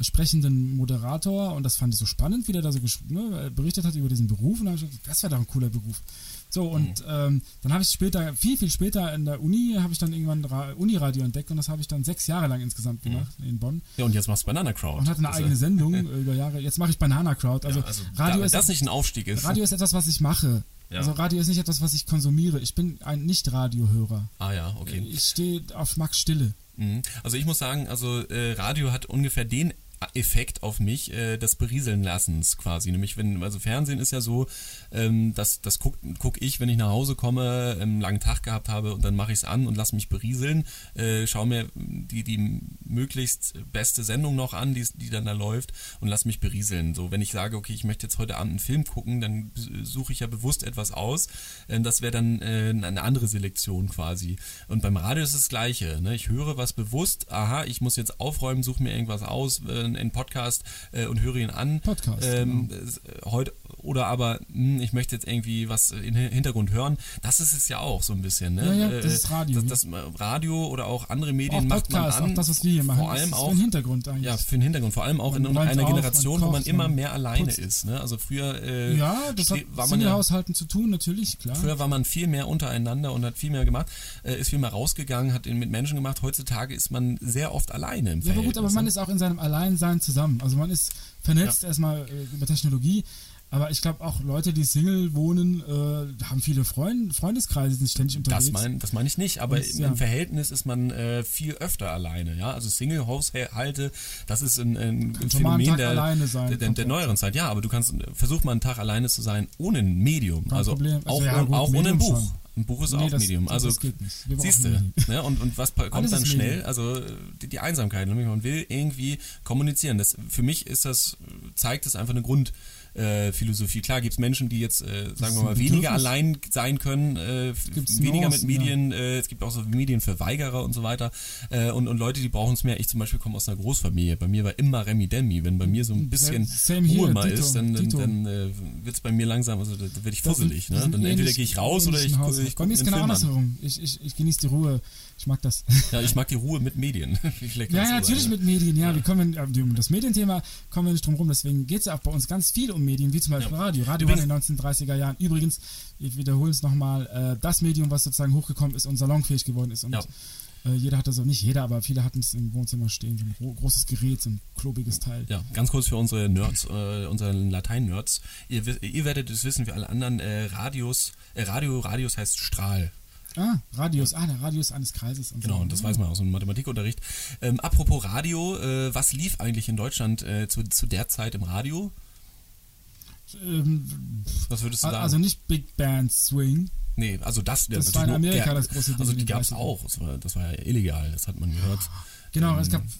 [SPEAKER 3] sprechenden Moderator und das fand ich so spannend, wie der da so gesch- ne, berichtet hat über diesen Beruf und da habe ich gedacht, das wäre doch ein cooler Beruf. So und
[SPEAKER 2] Mhm.
[SPEAKER 3] ähm, dann habe ich später, viel, viel später in der Uni, habe ich dann irgendwann Ra Uniradio entdeckt und das habe ich dann sechs Jahre lang insgesamt gemacht in Bonn
[SPEAKER 2] ja, und jetzt machst du Banana Crowd.
[SPEAKER 3] und hatte eine
[SPEAKER 2] Mhm. Das, äh,
[SPEAKER 3] eigene Sendung äh, über Jahre. Jetzt mache ich Banana Crowd, also,
[SPEAKER 2] Ja, also
[SPEAKER 3] Radio
[SPEAKER 2] da,
[SPEAKER 3] ist
[SPEAKER 2] wenn das nicht ein Aufstieg ist.
[SPEAKER 3] Radio ist etwas, was ich mache.
[SPEAKER 2] Ja.
[SPEAKER 3] Also Radio ist nicht etwas, was ich konsumiere. Ich bin ein Nicht-Radiohörer.
[SPEAKER 2] ah ja, okay.
[SPEAKER 3] Ich stehe auf Max Stille.
[SPEAKER 2] Mhm. Also ich muss sagen, also äh, Radio hat ungefähr den Effekt auf mich äh, des Berieseln lassens quasi. Nämlich wenn, also Fernsehen ist ja so, ähm, das, das gucke guck ich, wenn ich nach Hause komme, einen langen Tag gehabt habe und dann mache ich es an und lass mich berieseln, äh, schaue mir die, die möglichst beste Sendung noch an, die, die dann da läuft und lass mich berieseln. So, wenn ich sage, okay, ich möchte jetzt heute Abend einen Film gucken, dann bes- suche ich ja bewusst etwas aus. Ähm, das wäre dann äh, eine andere Selektion quasi. Und beim Radio ist es das Gleiche. Ne? Ich höre was bewusst, aha, ich muss jetzt aufräumen, suche mir irgendwas aus, äh, einen Podcast äh, und höre ihn an.
[SPEAKER 3] Podcast, genau.
[SPEAKER 2] Ähm, es- heute, oder aber, hm, ich möchte jetzt irgendwie was im Hin- Hintergrund hören. Das ist es ja auch so ein bisschen. Ne?
[SPEAKER 3] Ja, ja,
[SPEAKER 2] Äh,
[SPEAKER 3] das ist Radio.
[SPEAKER 2] Das, das äh, Radio oder auch andere Medien
[SPEAKER 3] Auch
[SPEAKER 2] macht
[SPEAKER 3] Podcasts,
[SPEAKER 2] man an.
[SPEAKER 3] auch das, was wir hier machen.
[SPEAKER 2] Vor
[SPEAKER 3] das
[SPEAKER 2] allem
[SPEAKER 3] ist
[SPEAKER 2] auch
[SPEAKER 3] Für den Hintergrund eigentlich.
[SPEAKER 2] ja, für den Hintergrund. Vor allem auch
[SPEAKER 3] Man
[SPEAKER 2] in
[SPEAKER 3] räumt
[SPEAKER 2] einer
[SPEAKER 3] auf, man
[SPEAKER 2] Generation, wo man
[SPEAKER 3] kocht,
[SPEAKER 2] immer
[SPEAKER 3] man
[SPEAKER 2] mehr alleine
[SPEAKER 3] putzt.
[SPEAKER 2] ist. Ne? Also früher, äh,
[SPEAKER 3] Ja, das hat
[SPEAKER 2] ste- war
[SPEAKER 3] mit
[SPEAKER 2] man ja,
[SPEAKER 3] Haushalten zu tun, natürlich, klar.
[SPEAKER 2] früher war man viel mehr untereinander und hat viel mehr gemacht, äh, ist viel mehr rausgegangen, hat ihn mit Menschen gemacht. Heutzutage ist man sehr oft alleine im ne?
[SPEAKER 3] ja, aber gut, aber man ist auch in seinem Alleinsein zusammen. Also man ist vernetzt erstmal äh, über Technologie. Aber ich glaube auch Leute, die Single wohnen, äh, haben viele Freund Freundeskreise, sind ständig unterwegs.
[SPEAKER 2] das meine das mein ich nicht, aber
[SPEAKER 3] Und,
[SPEAKER 2] im,
[SPEAKER 3] ja.
[SPEAKER 2] im Verhältnis ist man äh, viel öfter alleine. Ja? Also Single-Haushalte, das ist ein, ein
[SPEAKER 3] schon mal einen
[SPEAKER 2] Phänomen
[SPEAKER 3] Tag
[SPEAKER 2] der,
[SPEAKER 3] alleine sein,
[SPEAKER 2] der, der,
[SPEAKER 3] kommt
[SPEAKER 2] der
[SPEAKER 3] ja.
[SPEAKER 2] neueren Zeit. Ja, aber du kannst, versuch mal einen Tag alleine zu sein ohne ein Medium.
[SPEAKER 3] Kein
[SPEAKER 2] also
[SPEAKER 3] Problem. Also
[SPEAKER 2] auch,
[SPEAKER 3] ja, gut,
[SPEAKER 2] auch ohne ein
[SPEAKER 3] Medium
[SPEAKER 2] Buch.
[SPEAKER 3] schon.
[SPEAKER 2] Ein Buch ist
[SPEAKER 3] Nee,
[SPEAKER 2] auch
[SPEAKER 3] das-
[SPEAKER 2] Medium.
[SPEAKER 3] das
[SPEAKER 2] Also
[SPEAKER 3] geht nicht. Wir brauchen
[SPEAKER 2] siehst du.
[SPEAKER 3] Medien.
[SPEAKER 2] Ne? Und, und was pa- kommt
[SPEAKER 3] Alles
[SPEAKER 2] dann
[SPEAKER 3] ist
[SPEAKER 2] schnell?
[SPEAKER 3] Medien.
[SPEAKER 2] Also äh, die, die Einsamkeit. Nämlich man will irgendwie kommunizieren. Das, für mich ist das, zeigt es einfach eine Grundphilosophie. Äh, Philosophie. Klar gibt es Menschen, die jetzt, äh, sagen
[SPEAKER 3] ist
[SPEAKER 2] wir
[SPEAKER 3] ein
[SPEAKER 2] mal, weniger
[SPEAKER 3] Bedürfnis.
[SPEAKER 2] allein sein können, äh, f-
[SPEAKER 3] Gibt's
[SPEAKER 2] weniger mit
[SPEAKER 3] Nuancen, ja.
[SPEAKER 2] Medien, äh, es gibt auch so Medienverweigerer und so weiter äh, und, und Leute, die brauchen es mehr. Ich zum Beispiel komme aus einer Großfamilie, bei mir war immer Remi Demi, wenn bei mir so ein bisschen
[SPEAKER 3] Hm, Same
[SPEAKER 2] Ruhe
[SPEAKER 3] here,
[SPEAKER 2] mal
[SPEAKER 3] Dito,
[SPEAKER 2] ist, dann, dann,
[SPEAKER 3] Dito.
[SPEAKER 2] dann äh, wird es bei mir langsam, also da, da werde ich
[SPEAKER 3] Das sind-
[SPEAKER 2] fusselig,
[SPEAKER 3] wir
[SPEAKER 2] ne?
[SPEAKER 3] sind eh
[SPEAKER 2] dann entweder
[SPEAKER 3] ähnlich-
[SPEAKER 2] gehe ich raus oder ich,
[SPEAKER 3] ähnlichen Haushalt.
[SPEAKER 2] ich
[SPEAKER 3] Bei
[SPEAKER 2] gucke
[SPEAKER 3] mir ist
[SPEAKER 2] einen
[SPEAKER 3] genau
[SPEAKER 2] Film an.
[SPEAKER 3] andersherum. Ich, ich, ich genieße die Ruhe. Ich mag das.
[SPEAKER 2] Ja, ich mag die Ruhe mit Medien. Ich leck
[SPEAKER 3] Ja,
[SPEAKER 2] das
[SPEAKER 3] ja,
[SPEAKER 2] so
[SPEAKER 3] natürlich
[SPEAKER 2] ein.
[SPEAKER 3] mit Medien. Ja, wir kommen, äh, um das Medienthema kommen wir nicht drum rum. Deswegen geht es ja auch bei uns ganz viel um Medien, wie zum Beispiel Radio. Radio
[SPEAKER 2] Übrigens-
[SPEAKER 3] war in den 1930er Jahren. Übrigens, ich wiederhole es nochmal, äh, das Medium, was sozusagen hochgekommen ist und salonfähig geworden ist. Und
[SPEAKER 2] Ja.
[SPEAKER 3] äh, jeder hat das auch, nicht jeder, aber viele hatten es im Wohnzimmer stehen. So ein gro- großes Gerät, so ein klobiges Teil.
[SPEAKER 2] Ja, ganz kurz für unsere Nerds, äh, unsere Latein-Nerds. Ihr, wi- ihr werdet es wissen, wie alle anderen, äh, Radius, äh, Radio, Radius heißt Strahl.
[SPEAKER 3] Ah, Radius. Ah, der Radius eines Kreises. Und
[SPEAKER 2] Genau,
[SPEAKER 3] so.
[SPEAKER 2] und das weiß man aus dem Mathematikunterricht. Ähm, apropos Radio, äh, was lief eigentlich in Deutschland äh, zu, zu der Zeit im Radio?
[SPEAKER 3] Ähm,
[SPEAKER 2] Was würdest du sagen?
[SPEAKER 3] also nicht Big Band Swing.
[SPEAKER 2] nee, also das,
[SPEAKER 3] das
[SPEAKER 2] natürlich
[SPEAKER 3] war in
[SPEAKER 2] nur-
[SPEAKER 3] Amerika
[SPEAKER 2] ja,
[SPEAKER 3] das große Ding
[SPEAKER 2] Also
[SPEAKER 3] in
[SPEAKER 2] die
[SPEAKER 3] den
[SPEAKER 2] gab es
[SPEAKER 3] 30ern.
[SPEAKER 2] auch. Das war, das war ja illegal, das hat man gehört.
[SPEAKER 3] Genau,
[SPEAKER 2] Ähm,
[SPEAKER 3] es gab äh,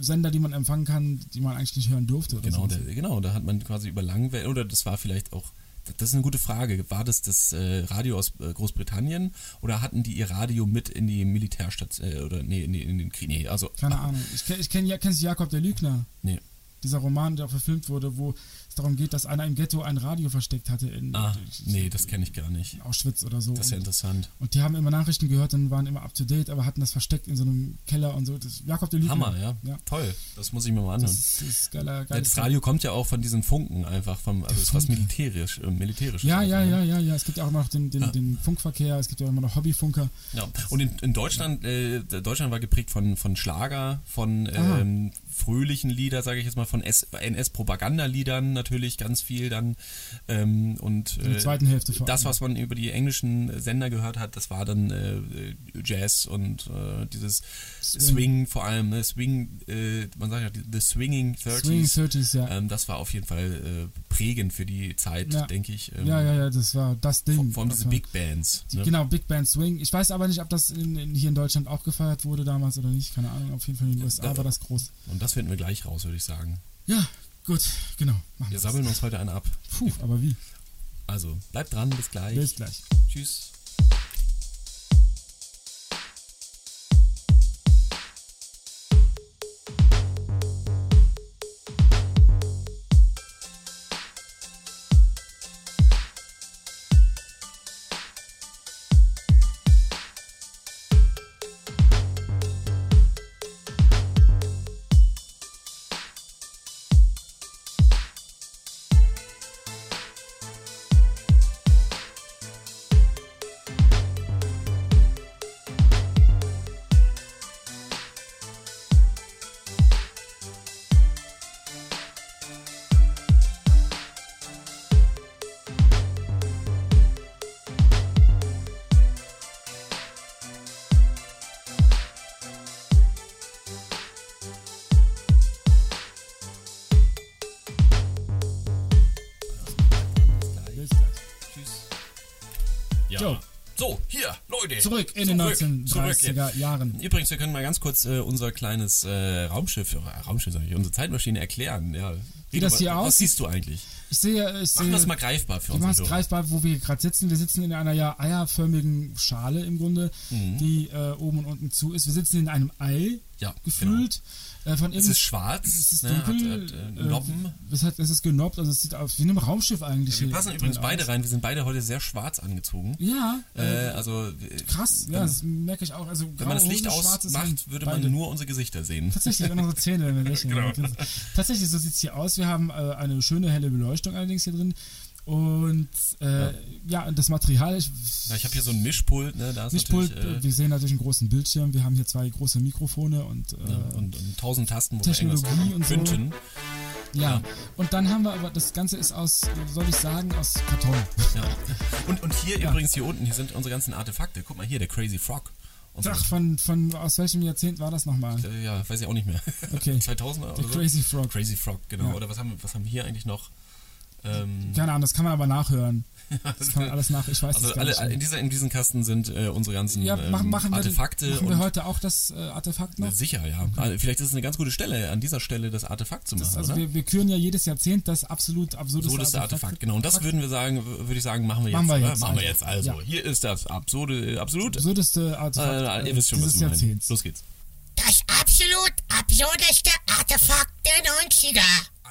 [SPEAKER 3] Sender, die man empfangen kann, die man eigentlich nicht hören durfte. Oder
[SPEAKER 2] Genau,
[SPEAKER 3] sowas.
[SPEAKER 2] da, genau, da hat man quasi über Langwelle, oder das war vielleicht auch, das ist eine gute Frage, war das das äh, Radio aus äh, Großbritannien oder hatten die ihr Radio mit in die Militärstation, äh, oder nee, in, die- in den Krieg, nee, also,
[SPEAKER 3] Keine Ahnung. Ich, kenn- ich kenne ja, kennst du Jakob der Lügner?
[SPEAKER 2] nee,
[SPEAKER 3] Dieser Roman, der auch verfilmt wurde, wo es darum geht, dass einer im Ghetto ein Radio versteckt hatte in,
[SPEAKER 2] ah, nee, das kenne ich gar nicht.
[SPEAKER 3] in Auschwitz oder so.
[SPEAKER 2] Das ist ja
[SPEAKER 3] und,
[SPEAKER 2] interessant.
[SPEAKER 3] und die haben immer Nachrichten gehört und waren immer up to date, aber hatten das versteckt in so einem Keller und so. Das, Jakob der Lügner.
[SPEAKER 2] Hammer, ja.
[SPEAKER 3] Ja.
[SPEAKER 2] Toll, das muss ich mir mal anhören.
[SPEAKER 3] Das ist, das ist geiler,
[SPEAKER 2] Ja,
[SPEAKER 3] geiles
[SPEAKER 2] das Radio kommt ja auch von diesen Funken einfach, vom, also es ist was militärisch, äh, militärisch.
[SPEAKER 3] ja, ja, ja, ja, ja. Es gibt ja auch immer noch den,
[SPEAKER 2] Ah.
[SPEAKER 3] den, den Funkverkehr, es gibt ja immer noch Hobbyfunker.
[SPEAKER 2] Ja. Und in, in Deutschland, äh, Deutschland war geprägt von, von Schlager, von
[SPEAKER 3] Ah.
[SPEAKER 2] ähm, fröhlichen Lieder, sage ich jetzt mal, von NS-Propagandaliedern natürlich ganz viel dann. Ähm, und
[SPEAKER 3] In der zweiten Hälfte
[SPEAKER 2] vor Das, was man über die englischen Sender gehört hat, das war dann äh, Jazz und äh, dieses Swing. Swing. vor allem, ne? Swing, äh, man sagt ja, The Swinging 30s.
[SPEAKER 3] Swinging 30s, ja.
[SPEAKER 2] Ähm, das war auf jeden Fall äh, prägend für die Zeit,
[SPEAKER 3] Ja.
[SPEAKER 2] denke ich. ähm,
[SPEAKER 3] Ja, ja, ja, das war das Ding.
[SPEAKER 2] Vor, vor allem diese
[SPEAKER 3] Also,
[SPEAKER 2] Big Bands.
[SPEAKER 3] die-
[SPEAKER 2] Ne?
[SPEAKER 3] Genau, Big Band Swing. Ich weiß aber nicht, ob das in, in, hier in Deutschland auch gefeiert wurde damals oder nicht. Keine Ahnung. Auf jeden Fall in den USA
[SPEAKER 2] da-
[SPEAKER 3] war das groß.
[SPEAKER 2] Und das finden wir gleich raus, würde ich sagen.
[SPEAKER 3] Ja, gut, genau. Machen
[SPEAKER 2] Wir
[SPEAKER 3] wir's.
[SPEAKER 2] sammeln uns heute einen ab.
[SPEAKER 3] Puh, aber wie?
[SPEAKER 2] Also, bleibt dran, bis gleich.
[SPEAKER 3] Bis gleich.
[SPEAKER 2] Tschüss.
[SPEAKER 3] Bis gleich.
[SPEAKER 2] Tschüss. Ja.
[SPEAKER 3] Jo.
[SPEAKER 2] So, hier, Leute.
[SPEAKER 3] Zurück in den
[SPEAKER 2] Zurück, zurück,
[SPEAKER 3] 1930er Jahren.
[SPEAKER 2] Übrigens, wir können mal ganz kurz äh, unser kleines äh, Raumschiff, äh, Raumschiff sag ich, unsere Zeitmaschine erklären. Ja. Wie
[SPEAKER 3] das hier
[SPEAKER 2] was, Was
[SPEAKER 3] aussieht?
[SPEAKER 2] siehst du eigentlich?
[SPEAKER 3] Ich sehe, ich
[SPEAKER 2] Machen
[SPEAKER 3] sehe.
[SPEAKER 2] wir es mal greifbar für
[SPEAKER 3] Wir machen
[SPEAKER 2] uns.
[SPEAKER 3] es greifbar, wo wir gerade sitzen. Wir sitzen in einer ja eierförmigen Schale im Grunde,
[SPEAKER 2] Mhm.
[SPEAKER 3] die äh, oben und unten zu ist. Wir sitzen in einem Ei,
[SPEAKER 2] Ja, genau.
[SPEAKER 3] gefühlt. Äh, von
[SPEAKER 2] Es
[SPEAKER 3] innen
[SPEAKER 2] ist schwarz,
[SPEAKER 3] es ist
[SPEAKER 2] ne,
[SPEAKER 3] dunkel.
[SPEAKER 2] hat, hat äh, einen
[SPEAKER 3] äh,
[SPEAKER 2] Noppen.
[SPEAKER 3] es, hat, es ist genoppt, also es sieht aus wie in einem Raumschiff eigentlich.
[SPEAKER 2] wir
[SPEAKER 3] hier
[SPEAKER 2] passen
[SPEAKER 3] drin
[SPEAKER 2] übrigens beide
[SPEAKER 3] halt aus.
[SPEAKER 2] rein. Wir sind beide heute sehr schwarz angezogen.
[SPEAKER 3] Ja,
[SPEAKER 2] Äh, also, äh,
[SPEAKER 3] krass. Ja,
[SPEAKER 2] wenn-
[SPEAKER 3] das merke ich auch. Also
[SPEAKER 2] wenn man das Licht ausmacht, würde man nur unsere Gesichter sehen.
[SPEAKER 3] Tatsächlich, wenn unsere Zähne, wenn wir lächeln. Tatsächlich, so sieht es hier aus. Wir haben äh, eine schöne helle Beleuchtung allerdings hier drin. Und äh, ja. und das Material, ich,
[SPEAKER 2] Ja, ich habe hier so ein Mischpult, ne? Da ist
[SPEAKER 3] Mischpult,
[SPEAKER 2] natürlich. Äh,
[SPEAKER 3] wir sehen natürlich einen großen Bildschirm, wir haben hier zwei große Mikrofone und äh,
[SPEAKER 2] ja,
[SPEAKER 3] ja,
[SPEAKER 2] und, und tausend Tasten, wo wir
[SPEAKER 3] Technologie
[SPEAKER 2] irgendwas
[SPEAKER 3] und so.
[SPEAKER 2] könnten. ja.
[SPEAKER 3] Und dann haben wir aber, das Ganze ist aus, soll ich sagen, aus Karton.
[SPEAKER 2] Ja. Und, und hier
[SPEAKER 3] Ja.
[SPEAKER 2] übrigens, hier unten, hier sind unsere ganzen Artefakte. Guck mal hier, der Crazy Frog. Und
[SPEAKER 3] Ach, von, von aus welchem Jahrzehnt war das nochmal?
[SPEAKER 2] äh, ja, weiß ich auch nicht mehr.
[SPEAKER 3] Okay.
[SPEAKER 2] 2000er oder
[SPEAKER 3] Der
[SPEAKER 2] so?
[SPEAKER 3] Crazy Frog.
[SPEAKER 2] Crazy Frog, genau.
[SPEAKER 3] Ja.
[SPEAKER 2] Oder was haben, wir- was haben wir hier eigentlich noch? Ähm,
[SPEAKER 3] Keine Ahnung, das kann man aber nachhören. Das kann man alles nach, ich weiß es
[SPEAKER 2] also
[SPEAKER 3] gar
[SPEAKER 2] alle,
[SPEAKER 3] nicht.
[SPEAKER 2] in,
[SPEAKER 3] mehr.
[SPEAKER 2] dieser, in diesem Kasten sind äh, unsere ganzen
[SPEAKER 3] Ja, machen,
[SPEAKER 2] ähm,
[SPEAKER 3] machen, wir,
[SPEAKER 2] Artefakte
[SPEAKER 3] machen
[SPEAKER 2] und
[SPEAKER 3] wir heute auch das äh, Artefakt noch?
[SPEAKER 2] Sicher, ja. Also Vielleicht ist es eine ganz gute Stelle, an dieser Stelle das Artefakt zu machen,
[SPEAKER 3] Das, also
[SPEAKER 2] oder?
[SPEAKER 3] wir, wir küren ja jedes Jahrzehnt das absolut absurdeste
[SPEAKER 2] Absurdes Artefakt, genau. Und das würden wir sagen, w- würde ich sagen, machen wir jetzt.
[SPEAKER 3] Machen wir
[SPEAKER 2] oder?
[SPEAKER 3] jetzt,
[SPEAKER 2] machen wir
[SPEAKER 3] also.
[SPEAKER 2] jetzt also.
[SPEAKER 3] Ja.
[SPEAKER 2] Hier ist das absurde, äh, absolut.
[SPEAKER 3] absurdeste Artefakt
[SPEAKER 2] äh,
[SPEAKER 3] äh,
[SPEAKER 2] ihr wisst schon, was
[SPEAKER 3] dieses
[SPEAKER 2] ich meine.
[SPEAKER 3] Jahrzehnts.
[SPEAKER 2] Los geht's.
[SPEAKER 1] Das absolut absurdeste Artefakt der 90er.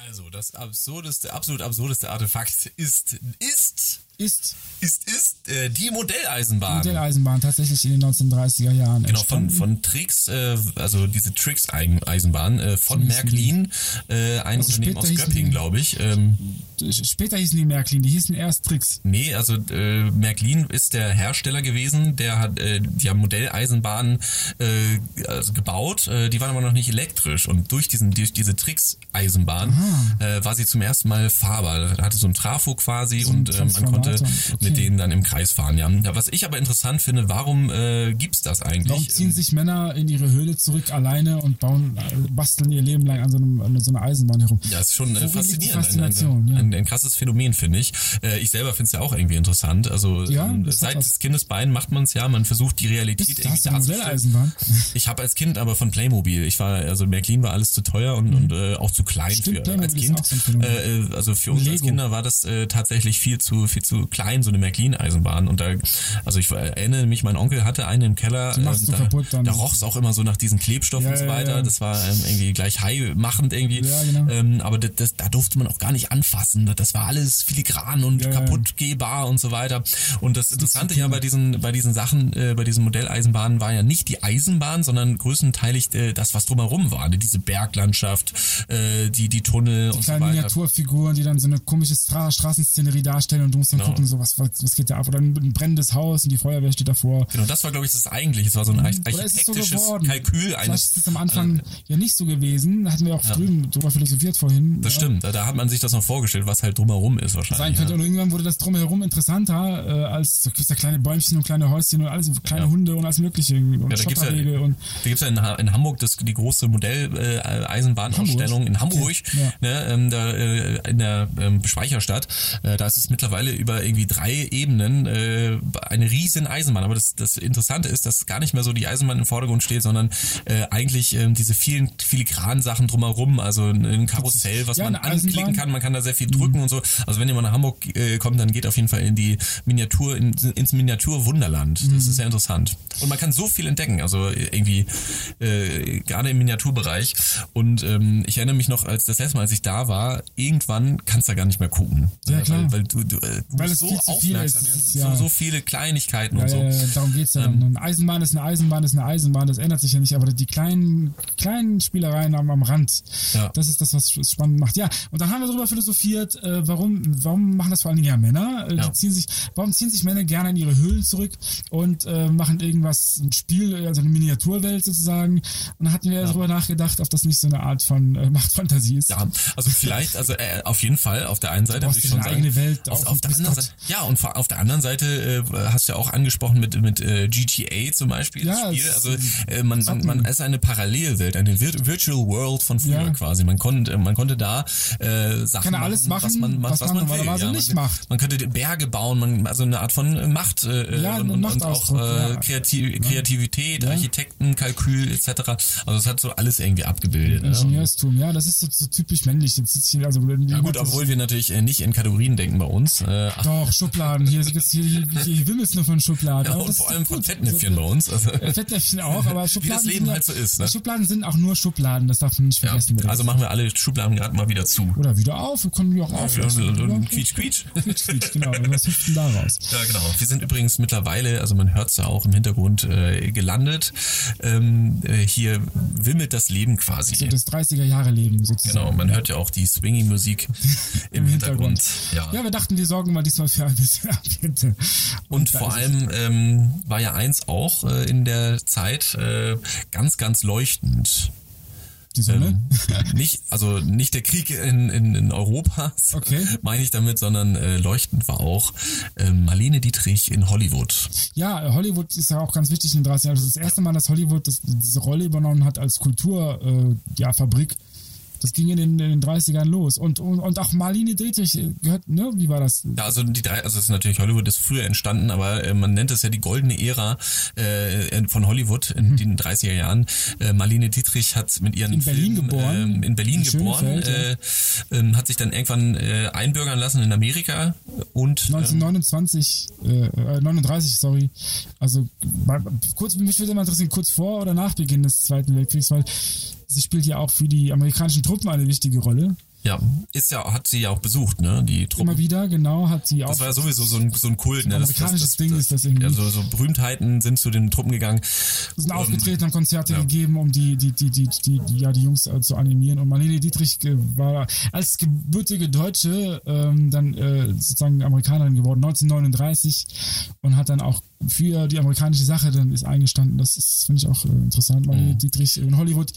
[SPEAKER 2] Also, das absurdeste, absolut absurdeste Artefakt ist, ist, Ah,
[SPEAKER 3] Ist
[SPEAKER 2] ist, ist äh, die Modelleisenbahn.
[SPEAKER 3] mit der Eisenbahn tatsächlich in den 1930er Jahren
[SPEAKER 2] Genau, von, von Tricks, äh, also diese Tricks-Eisenbahn äh, von Märklin, äh, ein Unternehmen
[SPEAKER 3] Also später
[SPEAKER 2] aus
[SPEAKER 3] hießen
[SPEAKER 2] Göppingen,
[SPEAKER 3] die-
[SPEAKER 2] glaube ich. Ähm,
[SPEAKER 3] Später hießen die Märklin, die hießen erst Tricks.
[SPEAKER 2] nee, also äh, Märklin ist der Hersteller gewesen, der hat, äh, die haben Modelleisenbahnen äh, also gebaut, äh, die waren aber noch nicht elektrisch und durch diesen durch diese Tricks-Eisenbahn äh, war sie zum ersten Mal fahrbar. Da hatte so ein Trafo quasi und äh, man konnte
[SPEAKER 3] Transformator, okay.
[SPEAKER 2] mit denen dann im Kreis fahren. Ja. Ja, was ich aber interessant finde, warum äh, gibt's das eigentlich?
[SPEAKER 3] Warum ziehen sich Männer in ihre Höhle zurück alleine und bauen, äh, basteln ihr Leben lang an so, einem, an so einer Eisenbahn herum?
[SPEAKER 2] Ja, ist schon äh,
[SPEAKER 3] Worin liegt
[SPEAKER 2] faszinierend.
[SPEAKER 3] die
[SPEAKER 2] Ein, ein,
[SPEAKER 3] Faszination, ja.
[SPEAKER 2] ein, ein krasses Phänomen, finde ich. Äh, ich selber finde es ja auch irgendwie interessant. Also
[SPEAKER 3] Ja,
[SPEAKER 2] ähm,
[SPEAKER 3] das hat
[SPEAKER 2] seit
[SPEAKER 3] was.
[SPEAKER 2] des Kindes Bein macht man es ja, man versucht die Realität
[SPEAKER 3] Bist,
[SPEAKER 2] irgendwie
[SPEAKER 3] hast du also eine
[SPEAKER 2] darzustellen.
[SPEAKER 3] Modelleisenbahn?
[SPEAKER 2] Ich habe als Kind aber von Playmobil. Ich war, also Märklin war alles zu teuer und, und äh, auch zu klein
[SPEAKER 3] Mhm. Stimmt,
[SPEAKER 2] für
[SPEAKER 3] Playmobil
[SPEAKER 2] als
[SPEAKER 3] ist
[SPEAKER 2] Kind.
[SPEAKER 3] auch so ein Phänomen.
[SPEAKER 2] äh, äh, also für uns als
[SPEAKER 3] Lego.
[SPEAKER 2] Kinder war das äh, tatsächlich viel zu viel zu klein, so eine Märklin-Eisenbahn. Und da, also ich erinnere mich, mein Onkel hatte eine im Keller.
[SPEAKER 3] machst
[SPEAKER 2] ähm,
[SPEAKER 3] du
[SPEAKER 2] da
[SPEAKER 3] kaputt dann.
[SPEAKER 2] da roch es auch immer so nach diesem Klebstoff
[SPEAKER 3] Ja,
[SPEAKER 2] und so
[SPEAKER 3] ja,
[SPEAKER 2] weiter.
[SPEAKER 3] ja.
[SPEAKER 2] Das war ähm, irgendwie gleich high machend irgendwie.
[SPEAKER 3] Ja, genau.
[SPEAKER 2] ähm, aber das, das, da durfte man auch gar nicht anfassen. Das war alles filigran und
[SPEAKER 3] Ja, ja.
[SPEAKER 2] kaputtgehbar und so weiter. Und das Interessante ja bei diesen, bei diesen Sachen, äh, bei diesen Modelleisenbahnen war ja nicht die Eisenbahn, sondern größtenteilig äh, das, was drumherum war. ne? Diese Berglandschaft, äh, die, die Tunnel und so
[SPEAKER 3] Kleine
[SPEAKER 2] weiter.
[SPEAKER 3] Miniaturfiguren, die dann so eine komische Stra Straßenszenerie darstellen und du musst dann
[SPEAKER 2] Genau.
[SPEAKER 3] gucken, so was, was, was geht da ab. Oder ein, ein brennendes Haus und die Feuerwehr steht davor.
[SPEAKER 2] Genau, das war, glaube ich, das eigentliche. Es war so ein arch-
[SPEAKER 3] Mhm. Oder ist es so
[SPEAKER 2] architektisches
[SPEAKER 3] geworden?
[SPEAKER 2] Kalkül
[SPEAKER 3] Vielleicht ist
[SPEAKER 2] eines. Äh,
[SPEAKER 3] es am Anfang ja nicht so gewesen. Da hatten wir auch drüben drüber philosophiert vorhin.
[SPEAKER 2] Das
[SPEAKER 3] ja.
[SPEAKER 2] stimmt, da, da hat man sich das noch vorgestellt, was halt drumherum ist wahrscheinlich.
[SPEAKER 3] sein könnte.
[SPEAKER 2] ja.
[SPEAKER 3] Und irgendwann wurde das drumherum interessanter, äh, als so gibt's da kleine Bäumchen und kleine Häuschen und alles, und kleine
[SPEAKER 2] Ja.
[SPEAKER 3] Hunde und alles mögliche. irgendwie. Und
[SPEAKER 2] Ja, da gibt's ja-
[SPEAKER 3] Schotterwege und
[SPEAKER 2] Da gibt es ja in, Ha- in Hamburg das, die große Modell-Eisenbahnausstellung in Hamburg,
[SPEAKER 3] Ja.
[SPEAKER 2] ne, ähm, da, äh, in der ähm, Speicherstadt. Äh, da ist es mittlerweile über irgendwie drei Ebenen äh, eine riesen Eisenbahn. Aber das, das Interessante ist, dass gar nicht mehr so die Eisenbahn im Vordergrund steht, sondern äh, eigentlich ähm, diese vielen filigranen Sachen drumherum, also ein- ein Karussell, was
[SPEAKER 3] Ja,
[SPEAKER 2] man
[SPEAKER 3] eine Eisenbahn.
[SPEAKER 2] anklicken kann, man kann da sehr viel drücken
[SPEAKER 3] Mhm.
[SPEAKER 2] und so. Also wenn ihr mal nach Hamburg äh, kommt, dann geht auf jeden Fall in die Miniatur, in, ins Miniaturwunderland.
[SPEAKER 3] Mhm.
[SPEAKER 2] Das ist sehr interessant. Und man kann so viel entdecken, also irgendwie äh, gerade im Miniaturbereich. Und ähm, ich erinnere mich noch, als das letzte Mal, als ich da war, irgendwann kannst du da gar nicht mehr gucken.
[SPEAKER 3] Ja,
[SPEAKER 2] Äh,
[SPEAKER 3] klar.
[SPEAKER 2] Weil, weil du, du, äh, du
[SPEAKER 3] Weil
[SPEAKER 2] bist
[SPEAKER 3] es
[SPEAKER 2] so
[SPEAKER 3] viel zu viel
[SPEAKER 2] aufmerksam,
[SPEAKER 3] ist,
[SPEAKER 2] so,
[SPEAKER 3] ja.
[SPEAKER 2] so viele Kleinigkeiten
[SPEAKER 3] ja,
[SPEAKER 2] und so. Ähm,
[SPEAKER 3] ja, ja, darum geht's ja dann. Eine Eisenbahn ist eine Eisenbahn ist eine Eisenbahn, das ändert sich ja nicht, aber die kleinen, kleinen Spielereien am, am Rand,
[SPEAKER 2] Ja.
[SPEAKER 3] das ist das, was es spannend macht. Ja, und dann haben wir darüber philosophiert, äh, warum, warum machen das vor allen Dingen ja Männer? Äh,
[SPEAKER 2] Ja.
[SPEAKER 3] Die ziehen sich, warum ziehen sich Männer gerne in ihre Höhlen zurück und äh, machen irgendwas, ein Spiel, also eine Miniaturwelt sozusagen. Und dann hatten wir darüber nachgedacht, ob das nicht so eine Art von äh, Machtfantasie ist.
[SPEAKER 2] Ja, also vielleicht, also äh, auf jeden Fall, auf der einen Seite
[SPEAKER 3] brauchst
[SPEAKER 2] würde ich
[SPEAKER 3] deine
[SPEAKER 2] schon sagen.
[SPEAKER 3] eigene Welt
[SPEAKER 2] auf,
[SPEAKER 3] auch
[SPEAKER 2] auf
[SPEAKER 3] und
[SPEAKER 2] der
[SPEAKER 3] bist
[SPEAKER 2] anderen
[SPEAKER 3] Gott.
[SPEAKER 2] Seite, ja, und vor- auf der anderen Seite äh, hast du ja auch angesprochen mit, mit äh, GTA zum Beispiel.
[SPEAKER 3] Ja,
[SPEAKER 2] das Spiel.
[SPEAKER 3] es-
[SPEAKER 2] Also äh, man, man, man ist eine Parallelwelt, eine vir Virtual World von früher
[SPEAKER 3] Ja.
[SPEAKER 2] quasi. Man konnte, man konnte da äh, Sachen
[SPEAKER 3] Kann er alles
[SPEAKER 2] machen, was
[SPEAKER 3] machen,
[SPEAKER 2] man,
[SPEAKER 3] was man
[SPEAKER 2] man will.
[SPEAKER 3] normalerweise nicht
[SPEAKER 2] man,
[SPEAKER 3] macht.
[SPEAKER 2] Man könnte Berge bauen, man, also eine Art von äh, Macht äh,
[SPEAKER 3] Ja,
[SPEAKER 2] und,
[SPEAKER 3] ein
[SPEAKER 2] und, und auch
[SPEAKER 3] Machtausdruck,
[SPEAKER 2] äh,
[SPEAKER 3] ja.
[SPEAKER 2] Kreativ Kreativität, Architektenkalkül etc. Also es hat so alles irgendwie abgebildet. ne?
[SPEAKER 3] Mhm.
[SPEAKER 2] Und-
[SPEAKER 3] Ingenieurstum, ja, das ist so, so typisch männlich. Das zieht sich also
[SPEAKER 2] ja gut, obwohl wir natürlich äh, nicht in Kategorien denken bei uns. Äh, ach,
[SPEAKER 3] Doch, Schubladen. Hier, hier, hier, hier wimmelt's nur von Schubladen.
[SPEAKER 2] ja,
[SPEAKER 3] Aber
[SPEAKER 2] und
[SPEAKER 3] das
[SPEAKER 2] vor
[SPEAKER 3] ist
[SPEAKER 2] allem von
[SPEAKER 3] gut.
[SPEAKER 2] Fettnäpfchen bei uns. Also,
[SPEAKER 3] Äh, Fettnäpfchen auch, aber Schubladen.
[SPEAKER 2] das Leben
[SPEAKER 3] sind ja-
[SPEAKER 2] halt so ist, ne?
[SPEAKER 3] Schubladen sind auch nur Schubladen, das darf man nicht
[SPEAKER 2] ja.
[SPEAKER 3] vergessen. bitte.
[SPEAKER 2] also machen wir alle Schubladen gerade mal wieder zu.
[SPEAKER 3] Oder wieder auf, wir können die auch auf.
[SPEAKER 2] Und, und, und
[SPEAKER 3] quietsch,
[SPEAKER 2] quietsch, quietsch.
[SPEAKER 3] quietsch, genau. Was hüpft denn da raus?
[SPEAKER 2] Ja, genau. Wir sind übrigens mittlerweile, also man hört es ja auch im Hintergrund, äh, gelandet. Ähm, äh, hier wimmelt das Leben
[SPEAKER 3] So
[SPEAKER 2] quasi.
[SPEAKER 3] Also das 30er-Jahre-Leben sozusagen.
[SPEAKER 2] Genau, man hört ja auch die Swingy-Musik im Hintergrund.
[SPEAKER 3] Ja. wir dachten, wir sorgen mal diesmal für ein bisschen Ambiente.
[SPEAKER 2] Und
[SPEAKER 3] da
[SPEAKER 2] vor
[SPEAKER 3] ist es.
[SPEAKER 2] allem ähm, war ja eins auch äh, in der Zeit äh, ganz, ganz leuchtend.
[SPEAKER 3] Die Sonne.
[SPEAKER 2] Ähm, nicht, also nicht der Krieg in, in, in Europa,
[SPEAKER 3] Okay.
[SPEAKER 2] meine ich damit, sondern äh, leuchtend war auch ähm, Marlene Dietrich in Hollywood.
[SPEAKER 3] Ja, Hollywood ist ja auch ganz wichtig in den 30 Jahren. Das ist das erste Mal, dass Hollywood das, diese Rolle übernommen hat als Kulturfabrik. Äh, ja, Fabrik. das ging in den, in den 30ern los. Und, und, und auch Marlene Dietrich äh, gehört, ne? Wie war das?
[SPEAKER 2] Ja, also die drei, also es ist natürlich Hollywood ist früher entstanden, aber äh, man nennt es ja die goldene Ära äh, von Hollywood in den 30er Jahren. Äh, Marlene Dietrich hat mit ihren
[SPEAKER 3] Mhm. In Berlin
[SPEAKER 2] Filmen,
[SPEAKER 3] geboren.
[SPEAKER 2] ähm, in Berlin
[SPEAKER 3] In
[SPEAKER 2] geboren,
[SPEAKER 3] Schönefeld,
[SPEAKER 2] äh, ähm, hat sich dann irgendwann äh, einbürgern lassen in Amerika und ähm,
[SPEAKER 3] 1929, äh, äh, 39, sorry. Also, mal- kurz, mich würde mal interessieren, kurz vor oder nach Beginn des Zweiten Weltkriegs, weil sie spielt ja auch für die amerikanischen Truppen eine wichtige Rolle.
[SPEAKER 2] ja, ist ja, hat sie ja auch besucht, ne? Die Truppe.
[SPEAKER 3] Immer wieder, genau, hat sie
[SPEAKER 2] Das
[SPEAKER 3] auch.
[SPEAKER 2] war ja sowieso so ein, so ein Kult, ne?
[SPEAKER 3] Amerikanisches Ding ist das irgendwie.
[SPEAKER 2] Ja, so, so Berühmtheiten sind zu den Truppen gegangen.
[SPEAKER 3] sind
[SPEAKER 2] Ähm,
[SPEAKER 3] aufgetreten, haben Konzerte
[SPEAKER 2] ja.
[SPEAKER 3] gegeben, um die, die, die, die, die, die, ja, die Jungs äh, zu animieren. Und Marlene Dietrich äh, war als gebürtige Deutsche ähm, dann äh, sozusagen Amerikanerin geworden, 1939, und hat dann auch für die amerikanische Sache dann ist eingestanden. Das ist, finde ich, auch äh, interessant. Marlene
[SPEAKER 2] Mhm.
[SPEAKER 3] Dietrich in Hollywood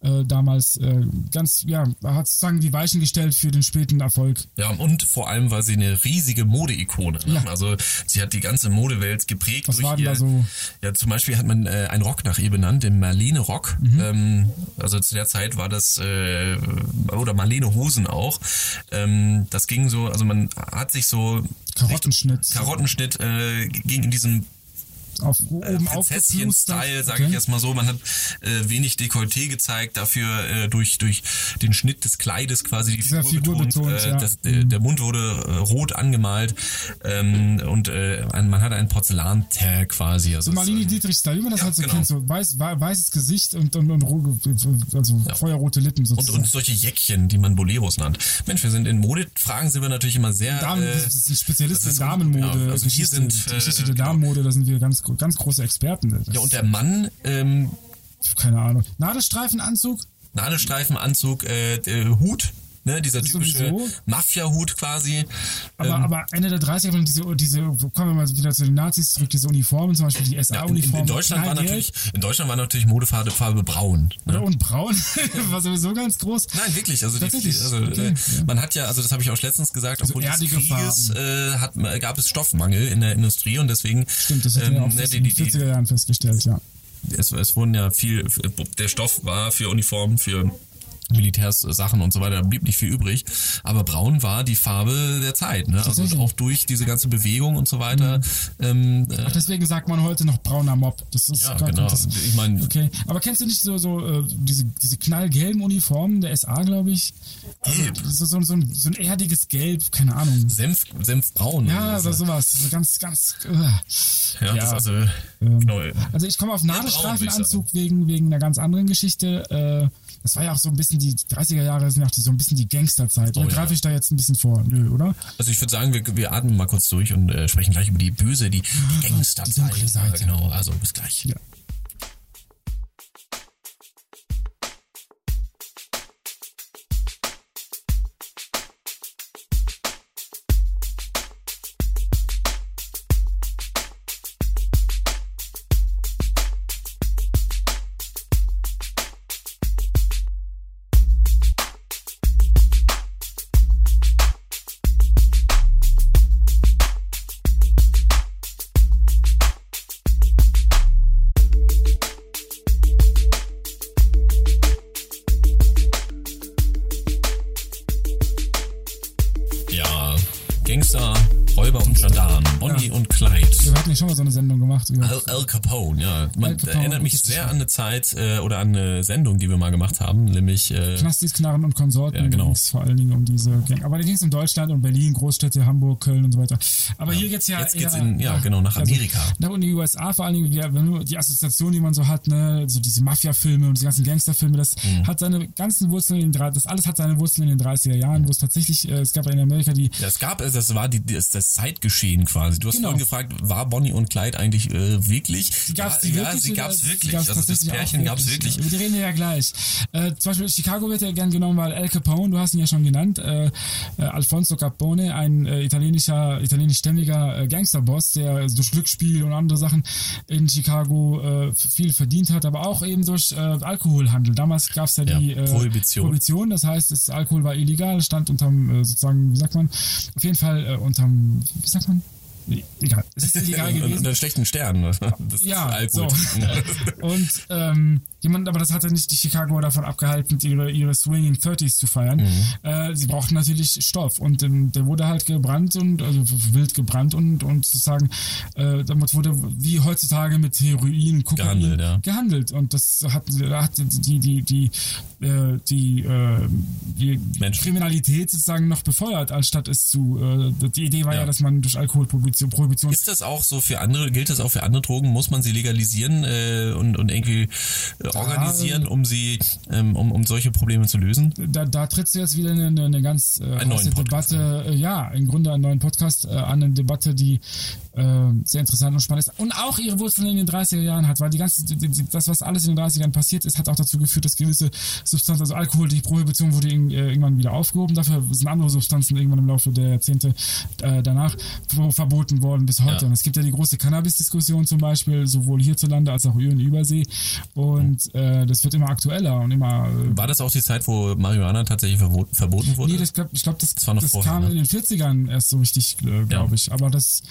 [SPEAKER 3] äh, damals äh, ganz, ja, hat sozusagen die Weichen gestellt für den späten Erfolg.
[SPEAKER 2] Ja, und vor allem war sie eine riesige Modeikone. Ne?
[SPEAKER 3] Ja.
[SPEAKER 2] Also sie hat die ganze Modewelt geprägt.
[SPEAKER 3] Was
[SPEAKER 2] durch
[SPEAKER 3] war denn
[SPEAKER 2] ihr,
[SPEAKER 3] da so?
[SPEAKER 2] Ja, zum Beispiel hat man äh, einen Rock nach ihr benannt, den Marlene Rock.
[SPEAKER 3] Mhm.
[SPEAKER 2] Ähm, also zu der Zeit war das, äh, oder Marlene Hosen auch. Ähm, das ging so, also man hat sich so...
[SPEAKER 3] Karottenschnitt.
[SPEAKER 2] Karottenschnitt äh, ging in diesem
[SPEAKER 3] Auf,
[SPEAKER 2] Äh,
[SPEAKER 3] oben
[SPEAKER 2] Prinzesschen-Style,
[SPEAKER 3] aufgeplustert.
[SPEAKER 2] sage ähm, ich erstmal so. Man hat äh, wenig Dekolleté gezeigt, dafür äh, durch, durch den Schnitt des Kleides quasi die
[SPEAKER 3] Sehr
[SPEAKER 2] Figur,
[SPEAKER 3] Figur
[SPEAKER 2] betont.
[SPEAKER 3] betont,
[SPEAKER 2] äh,
[SPEAKER 3] ja.
[SPEAKER 2] das, äh, der Mund wurde äh, rot angemalt ähm, und äh, ein, man hatte ein Porzellanteer quasi. Also
[SPEAKER 3] So
[SPEAKER 2] es,
[SPEAKER 3] Marlene
[SPEAKER 2] ähm,
[SPEAKER 3] Dietrich Style, wie man das
[SPEAKER 2] ja,
[SPEAKER 3] halt so
[SPEAKER 2] genau.
[SPEAKER 3] kennt, so weiß, wei- weißes Gesicht und, und, und ro- also feuerrote Lippen
[SPEAKER 2] und,
[SPEAKER 3] sozusagen.
[SPEAKER 2] und solche Jäckchen, die man Boleros nannt. Mensch, wir sind in Modefragen sind wir natürlich immer sehr.
[SPEAKER 3] Damen,
[SPEAKER 2] äh,
[SPEAKER 3] das ist ein Spezialist
[SPEAKER 2] das ist
[SPEAKER 3] in
[SPEAKER 2] gut,
[SPEAKER 3] Damenmode.
[SPEAKER 2] ja, also hier
[SPEAKER 3] Geschichte,
[SPEAKER 2] sind,
[SPEAKER 3] die Geschichte
[SPEAKER 2] äh,
[SPEAKER 3] der
[SPEAKER 2] genau.
[SPEAKER 3] Damenmode, da sind wir ganz, gro- ganz große Experten. Das,
[SPEAKER 2] ja, und der Mann ähm,
[SPEAKER 3] Keine Ahnung. Nadelstreifenanzug?
[SPEAKER 2] Nadelstreifen, Anzug, äh, äh, Hut. ne? dieser
[SPEAKER 3] Das
[SPEAKER 2] typische
[SPEAKER 3] sowieso.
[SPEAKER 2] Mafia-Hut quasi.
[SPEAKER 3] Aber,
[SPEAKER 2] Ähm.
[SPEAKER 3] aber Ende der 30er, wenn diese, diese, kommen wir mal wieder zu den Nazis zurück, diese Uniformen, zum Beispiel die
[SPEAKER 2] Ja, in, in,
[SPEAKER 3] SA-Uniformen.
[SPEAKER 2] in, Deutschland war natürlich, in Deutschland war natürlich Modefarbe Farbe braun. Ne?
[SPEAKER 3] Und braun, war sowieso ganz groß.
[SPEAKER 2] Nein, wirklich. Also, die,
[SPEAKER 3] Tatsächlich,
[SPEAKER 2] also
[SPEAKER 3] okay,
[SPEAKER 2] äh, man hat ja, also das habe ich auch letztens gesagt, aufgrund des
[SPEAKER 3] erdige
[SPEAKER 2] Krieges äh, hat, gab es Stoffmangel in der Industrie und deswegen
[SPEAKER 3] Stimmt, das hat ähm,
[SPEAKER 2] ähm,
[SPEAKER 3] ja auch
[SPEAKER 2] ne, die,
[SPEAKER 3] in den
[SPEAKER 2] die, die,
[SPEAKER 3] 40er Jahren festgestellt, ja.
[SPEAKER 2] es, es wurden ja viel, der Stoff war für Uniformen, für Militärssachen und so weiter, da blieb nicht viel übrig. Aber braun war die Farbe der Zeit, ne? Also
[SPEAKER 3] Tatsächlich. Mhm.
[SPEAKER 2] auch durch diese ganze Bewegung und so weiter. Ähm, äh,
[SPEAKER 3] Deswegen sagt man heute noch brauner Mob. Das ist
[SPEAKER 2] ja,
[SPEAKER 3] gar-
[SPEAKER 2] genau.
[SPEAKER 3] das-
[SPEAKER 2] Ich meine,
[SPEAKER 3] Okay, aber kennst du nicht so, so äh, diese, diese knallgelben Uniformen der SA, glaube ich? Also,
[SPEAKER 2] Gelb.
[SPEAKER 3] so, so, so, ein, so ein erdiges Gelb, keine Ahnung.
[SPEAKER 2] Senf, Senfbraun.
[SPEAKER 3] Ja,
[SPEAKER 2] also,
[SPEAKER 3] oder sowas. So ganz, ganz. Äh.
[SPEAKER 2] ja, das
[SPEAKER 3] ja.
[SPEAKER 2] also,
[SPEAKER 3] Ähm,
[SPEAKER 2] genau.
[SPEAKER 3] Also ich komme auf
[SPEAKER 2] Braun,
[SPEAKER 3] Nadelstrafenanzug wegen, wegen einer ganz anderen Geschichte. Äh, das war ja auch so ein bisschen die 30er Jahre sind ja auch die, so ein bisschen die Gangsterzeit. Oder
[SPEAKER 2] Oh ja.
[SPEAKER 3] greife ich da jetzt ein bisschen vor? Nö, oder?
[SPEAKER 2] Also ich würde sagen, wir, wir atmen mal kurz durch und äh, sprechen gleich über die böse, die, die Gangsterzeit.
[SPEAKER 3] dunkle
[SPEAKER 2] Ja,
[SPEAKER 3] Seite.
[SPEAKER 2] genau, also bis gleich.
[SPEAKER 3] Ja.
[SPEAKER 2] Ja, Gangster, Räuber und Gendarmen, Bonnie und Clyde.
[SPEAKER 3] Wir hatten ja schon mal so eine Sendung gemacht. Über,
[SPEAKER 2] Al, Al Capone, ja. Man
[SPEAKER 3] Al Capone,
[SPEAKER 2] erinnert mich
[SPEAKER 3] richtig.
[SPEAKER 2] sehr an eine Zeit äh, oder an eine Sendung, die wir mal gemacht haben, nämlich äh,
[SPEAKER 3] Knastis, Knarren und Konsorten.
[SPEAKER 2] Ja, genau.
[SPEAKER 3] Da ging's vor allen Dingen um diese Gang. Aber da ging es um Deutschland und Berlin, Großstädte, Hamburg, Köln und so weiter. Aber hier geht's ja
[SPEAKER 2] jetzt
[SPEAKER 3] eher
[SPEAKER 2] geht's in, ja genau, nach Amerika.
[SPEAKER 3] Da und die USA vor allen Dingen, ja, wenn du die Assoziation, die man so hat, ne, so diese Mafia-Filme und diese ganzen Gangsterfilme, das
[SPEAKER 2] Mhm.
[SPEAKER 3] hat seine ganzen Wurzeln in den 30 das alles hat seine Wurzeln in den 30er Jahren, wo es tatsächlich, äh, es gab ja in Amerika die,
[SPEAKER 2] Das gab es, das war die, das, das Zeitgeschehen quasi. Du hast
[SPEAKER 3] Genau.
[SPEAKER 2] vorhin gefragt, war Bonnie und Clyde eigentlich äh, wirklich?
[SPEAKER 3] gab's
[SPEAKER 2] ja,
[SPEAKER 3] die
[SPEAKER 2] ja,
[SPEAKER 3] wirklich
[SPEAKER 2] sie
[SPEAKER 3] oder-
[SPEAKER 2] gab's wirklich.
[SPEAKER 3] gab's
[SPEAKER 2] also das
[SPEAKER 3] tatsächlich auch
[SPEAKER 2] Pärchen gab's wirklich.
[SPEAKER 3] Über die reden wir ja gleich. Äh, zum Beispiel Chicago wird ja gern genommen, weil Al Capone, du hast ihn ja schon genannt, äh, äh, Alfonso Capone, ein äh, italienischer, italienischstämmiger äh, Gangsterboss, der durch Glücksspiel und andere Sachen in Chicago äh, viel verdient hat, aber auch eben durch äh, Alkoholhandel. Damals gab es ja,
[SPEAKER 2] Ja,
[SPEAKER 3] die äh,
[SPEAKER 2] Prohibition.
[SPEAKER 3] Prohibition, das heißt, das Alkohol war illegal, stand unterm, äh, sozusagen, wie sagt man, auf jeden Fall äh, unterm, wie sagt man? Nee, Egal, es ist illegal
[SPEAKER 2] Und- und
[SPEAKER 3] gewesen.
[SPEAKER 2] Unter schlechten Sternen. ne? Das
[SPEAKER 3] Ja,
[SPEAKER 2] ist Alkohol.
[SPEAKER 3] so. Und ähm, jemand, aber das hatte nicht die Chicagoer davon abgehalten, ihre, ihre Swinging 30s zu feiern.
[SPEAKER 2] Mhm.
[SPEAKER 3] Äh, sie brauchten natürlich Stoff und ähm, der wurde halt gebrannt und also wild gebrannt und, und sozusagen äh, damit wurde wie heutzutage mit Heroin, Kokain
[SPEAKER 2] Gehandelt, ja.
[SPEAKER 3] gehandelt. Und das hat, da hat die, die, die, äh, die, äh, die
[SPEAKER 2] Menschen.
[SPEAKER 3] Kriminalität sozusagen noch befeuert, anstatt es zu. Äh, die Idee war ja,
[SPEAKER 2] Ja.
[SPEAKER 3] dass man durch Alkoholprohibition Prohibition
[SPEAKER 2] Ist das auch so für andere, gilt das auch für andere Drogen? Muss man sie legalisieren äh, und, und irgendwie äh, organisieren, um sie, ähm, um, um solche Probleme zu lösen?
[SPEAKER 3] da, da trittst du jetzt wieder eine, eine, eine ganz äh,
[SPEAKER 2] Einen
[SPEAKER 3] heiße
[SPEAKER 2] neuen Podcast,
[SPEAKER 3] Debatte, äh, ja, im Grunde einen neuen Podcast, äh, an eine Debatte, die äh, sehr interessant und spannend ist und auch ihre Wurzeln in den 30er Jahren hat, weil die ganze, die, die, das, was alles in den 30ern passiert ist, hat auch dazu geführt, dass gewisse Substanzen, also Alkohol, die Prohibition wurde in, äh, irgendwann wieder aufgehoben, dafür sind andere Substanzen irgendwann im Laufe der Jahrzehnte äh, danach ver- verboten worden bis heute.
[SPEAKER 2] Ja.
[SPEAKER 3] Und es gibt ja die große Cannabis-Diskussion zum Beispiel, sowohl hierzulande als auch in Übersee und äh, das wird immer aktueller und immer äh,
[SPEAKER 2] War das auch die Zeit, wo Marihuana tatsächlich verboten, verboten wurde?
[SPEAKER 3] Nee, das glaub, ich glaube, das, das,
[SPEAKER 2] war noch vorher,
[SPEAKER 3] kam
[SPEAKER 2] ne?
[SPEAKER 3] in den 40ern erst so richtig, glaube
[SPEAKER 2] Ja.
[SPEAKER 3] ich. Aber das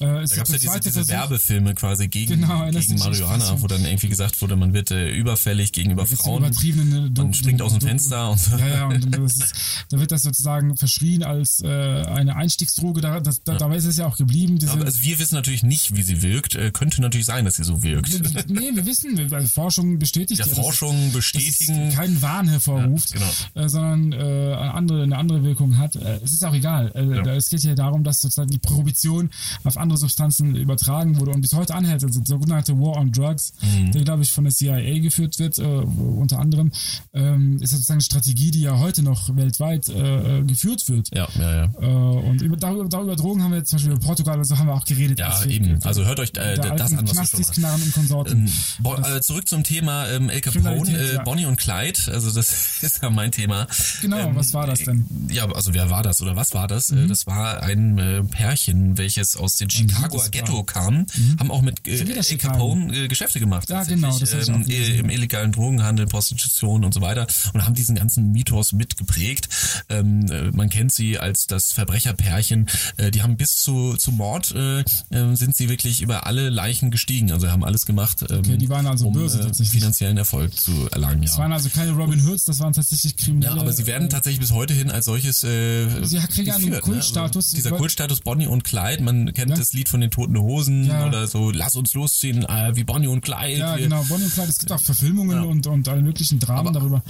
[SPEAKER 3] äh, ist
[SPEAKER 2] da gab es ja
[SPEAKER 3] der
[SPEAKER 2] diese,
[SPEAKER 3] zweite
[SPEAKER 2] diese
[SPEAKER 3] Versuch.
[SPEAKER 2] Werbefilme quasi gegen,
[SPEAKER 3] Genau, das
[SPEAKER 2] gegen
[SPEAKER 3] ist-
[SPEAKER 2] Marihuana, wo dann irgendwie gesagt wurde, man wird äh, überfällig gegenüber
[SPEAKER 3] Das ist
[SPEAKER 2] Frauen.
[SPEAKER 3] übertriebene
[SPEAKER 2] Man
[SPEAKER 3] äh, Doku-
[SPEAKER 2] springt aus dem
[SPEAKER 3] Doku-
[SPEAKER 2] Fenster und so.
[SPEAKER 3] Ja, ja, und dann- das ist, da wird das sozusagen verschrien als äh, eine Einstiegsdroge. Da, das, da, Dabei ist es ja auch geblieben. Diese,
[SPEAKER 2] Aber also wir wissen natürlich nicht, wie sie wirkt. Äh, könnte natürlich sein, dass sie so wirkt.
[SPEAKER 3] nee, wir wissen, wir- also Forschung bestätigt
[SPEAKER 2] Ja,
[SPEAKER 3] das.
[SPEAKER 2] Forschung
[SPEAKER 3] dass
[SPEAKER 2] bestätigen.
[SPEAKER 3] es keinen Wahn hervorruft,
[SPEAKER 2] Ja, genau.
[SPEAKER 3] äh, sondern äh, eine, andere, eine andere Wirkung hat. Äh, es ist auch egal. Äh, da- Es geht hier darum, dass sozusagen die Prohibition auf andere Substanzen übertragen wurde und bis heute anhält. Also der sogenannte War on Drugs,
[SPEAKER 2] Mhm.
[SPEAKER 3] der, glaube ich, von der CIA geführt wird, äh, wo- unter anderem, ähm, ist sozusagen eine Strategie, die ja heute noch weltweit äh, äh, geführt wird.
[SPEAKER 2] Ja, ja, ja.
[SPEAKER 3] Äh, und über, darüber, darüber Drogen haben wir jetzt zum Beispiel über Portugal, also haben wir auch geredet.
[SPEAKER 2] Ja,
[SPEAKER 3] deswegen-
[SPEAKER 2] eben. Also hört euch äh,
[SPEAKER 3] der
[SPEAKER 2] das an,
[SPEAKER 3] alten
[SPEAKER 2] was du schon
[SPEAKER 3] Knastis,
[SPEAKER 2] hast.
[SPEAKER 3] Knarren und Konsorten.
[SPEAKER 2] Bo äh, zurück zum Thema war ähm, El Capone,
[SPEAKER 3] Kriminalität,
[SPEAKER 2] äh,
[SPEAKER 3] ja.
[SPEAKER 2] Bonnie und Clyde. Also das ist ja mein Thema. ähm,
[SPEAKER 3] Genau, was war das denn?
[SPEAKER 2] Ja, also wer war das oder was war das?
[SPEAKER 3] Mhm.
[SPEAKER 2] Äh, Das war ein äh, Pärchen, welches aus dem Chicagoer
[SPEAKER 3] war- Mhm.
[SPEAKER 2] Ghetto kam, haben auch mit äh,
[SPEAKER 3] Schon wieder
[SPEAKER 2] El
[SPEAKER 3] Chicago.
[SPEAKER 2] Capone äh, Geschäfte gemacht.
[SPEAKER 3] Ja, genau,
[SPEAKER 2] tatsächlich,
[SPEAKER 3] das hab ich auch
[SPEAKER 2] ähm,
[SPEAKER 3] gelesen,
[SPEAKER 2] äh,
[SPEAKER 3] ja.
[SPEAKER 2] Im illegalen Drogenhandel, Prostitution und so weiter und haben diesen ganzen Mythos mitgeprägt. Ähm, äh, man kennt sie als das Verbrecherpärchen. Äh, die haben bis zu, zu Mord äh, äh, sind sie wirklich über alle Leichen gestiegen. Also haben alles gemacht, ähm,
[SPEAKER 3] Okay, die waren also
[SPEAKER 2] um
[SPEAKER 3] böse
[SPEAKER 2] äh,
[SPEAKER 3] tatsächlich.
[SPEAKER 2] finanziellen Erfolg zu erlangen.
[SPEAKER 3] Das
[SPEAKER 2] Ja.
[SPEAKER 3] waren also keine Robin Hoods, das waren tatsächlich
[SPEAKER 2] Ja,
[SPEAKER 3] Kriminelle.
[SPEAKER 2] aber sie werden
[SPEAKER 3] äh,
[SPEAKER 2] tatsächlich bis heute hin als solches äh,
[SPEAKER 3] Sie kriegen einen
[SPEAKER 2] geführt,
[SPEAKER 3] Kultstatus.
[SPEAKER 2] Ne? Also dieser
[SPEAKER 3] Weil-
[SPEAKER 2] Kultstatus Bonnie und Clyde, man kennt
[SPEAKER 3] Ja.
[SPEAKER 2] das Lied von den Toten Hosen
[SPEAKER 3] Ja.
[SPEAKER 2] oder so, lass uns losziehen, äh, wie Bonnie und Clyde.
[SPEAKER 3] Ja,
[SPEAKER 2] wir-
[SPEAKER 3] genau, Bonnie und Clyde, es gibt auch Verfilmungen
[SPEAKER 2] Ja.
[SPEAKER 3] und, und alle möglichen Dramen
[SPEAKER 2] Aber-
[SPEAKER 3] darüber.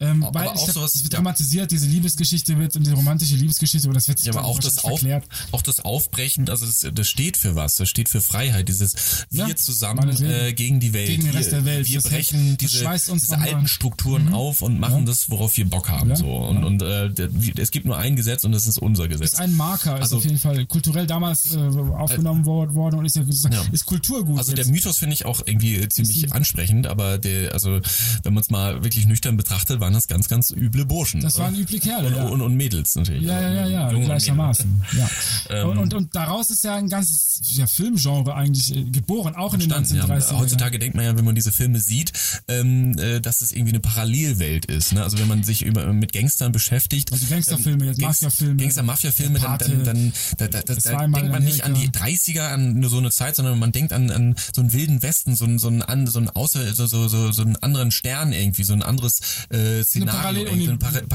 [SPEAKER 3] Ähm,
[SPEAKER 2] aber
[SPEAKER 3] weil
[SPEAKER 2] auch
[SPEAKER 3] ich hab,
[SPEAKER 2] sowas-
[SPEAKER 3] es wird
[SPEAKER 2] ja.
[SPEAKER 3] dramatisiert, diese Liebesgeschichte wird und diese romantische Liebesgeschichte, aber das wird sich
[SPEAKER 2] Ja, aber
[SPEAKER 3] dann
[SPEAKER 2] auch das,
[SPEAKER 3] wahrscheinlich
[SPEAKER 2] Auf,
[SPEAKER 3] verklärt.
[SPEAKER 2] auch das Aufbrechen, also das, das steht für was, das steht für Freiheit, dieses Wir
[SPEAKER 3] Ja,
[SPEAKER 2] zusammen
[SPEAKER 3] meinetwegen.
[SPEAKER 2] äh, gegen die Welt.
[SPEAKER 3] Gegen den
[SPEAKER 2] Wir-
[SPEAKER 3] Rest der Welt.
[SPEAKER 2] Wir
[SPEAKER 3] Das
[SPEAKER 2] brechen
[SPEAKER 3] hält- das
[SPEAKER 2] diese,
[SPEAKER 3] schweißt uns
[SPEAKER 2] diese
[SPEAKER 3] noch mal. Mhm.
[SPEAKER 2] alten Strukturen auf und machen
[SPEAKER 3] Ja.
[SPEAKER 2] das, worauf wir Bock haben.
[SPEAKER 3] Ja.
[SPEAKER 2] So. Und, und äh, der- wir- es gibt nur ein Gesetz und das ist unser Gesetz.
[SPEAKER 3] Ist ein Marker, ist
[SPEAKER 2] Also- Äh,
[SPEAKER 3] auf jeden Fall kulturell damals äh, aufgenommen wor- worden und ist ja, sozusagen-
[SPEAKER 2] Ja.
[SPEAKER 3] ist Kulturgut.
[SPEAKER 2] Also der
[SPEAKER 3] jetzt.
[SPEAKER 2] Mythos finde ich auch irgendwie äh, ziemlich ansprechend, aber der, also wenn man es mal wirklich nüchtern betrachtet, waren das ganz, ganz üble Burschen.
[SPEAKER 3] Das waren üble Kerle,
[SPEAKER 2] Und,
[SPEAKER 3] ja.
[SPEAKER 2] und, und Mädels natürlich.
[SPEAKER 3] Ja,
[SPEAKER 2] Also,
[SPEAKER 3] ja, ja,
[SPEAKER 2] Jungen
[SPEAKER 3] ja,
[SPEAKER 2] und
[SPEAKER 3] gleichermaßen. Ja.
[SPEAKER 2] Ähm,
[SPEAKER 3] und, und, und daraus ist ja ein ganzes ja, Filmgenre eigentlich äh, geboren, auch in den
[SPEAKER 2] Mädels. Dann,
[SPEAKER 3] 1930
[SPEAKER 2] ja, heutzutage denkt man ja, wenn man diese Filme sieht, ähm, äh, dass es irgendwie eine Parallelwelt ist. Ne? Also wenn man sich über, mit Gangstern beschäftigt. ähm,
[SPEAKER 3] Also Gangsterfilme, jetzt Mafia-Filme.
[SPEAKER 2] Gangster-Mafia-Filme, dann,
[SPEAKER 3] Pate.
[SPEAKER 2] dann, dann da, da, da,
[SPEAKER 3] Das
[SPEAKER 2] da
[SPEAKER 3] war einmal
[SPEAKER 2] denkt man
[SPEAKER 3] in
[SPEAKER 2] nicht an die
[SPEAKER 3] Amerika.
[SPEAKER 2] 30er, an nur so eine Zeit, sondern man denkt an, an so einen wilden Westen, so einen, so einen, an- so einen, außer, so, so, so, so einen anderen Stern irgendwie, so ein anderes äh, Szenario,
[SPEAKER 3] Paralleluni-
[SPEAKER 2] irgendwie, ein Para Paralleluniversum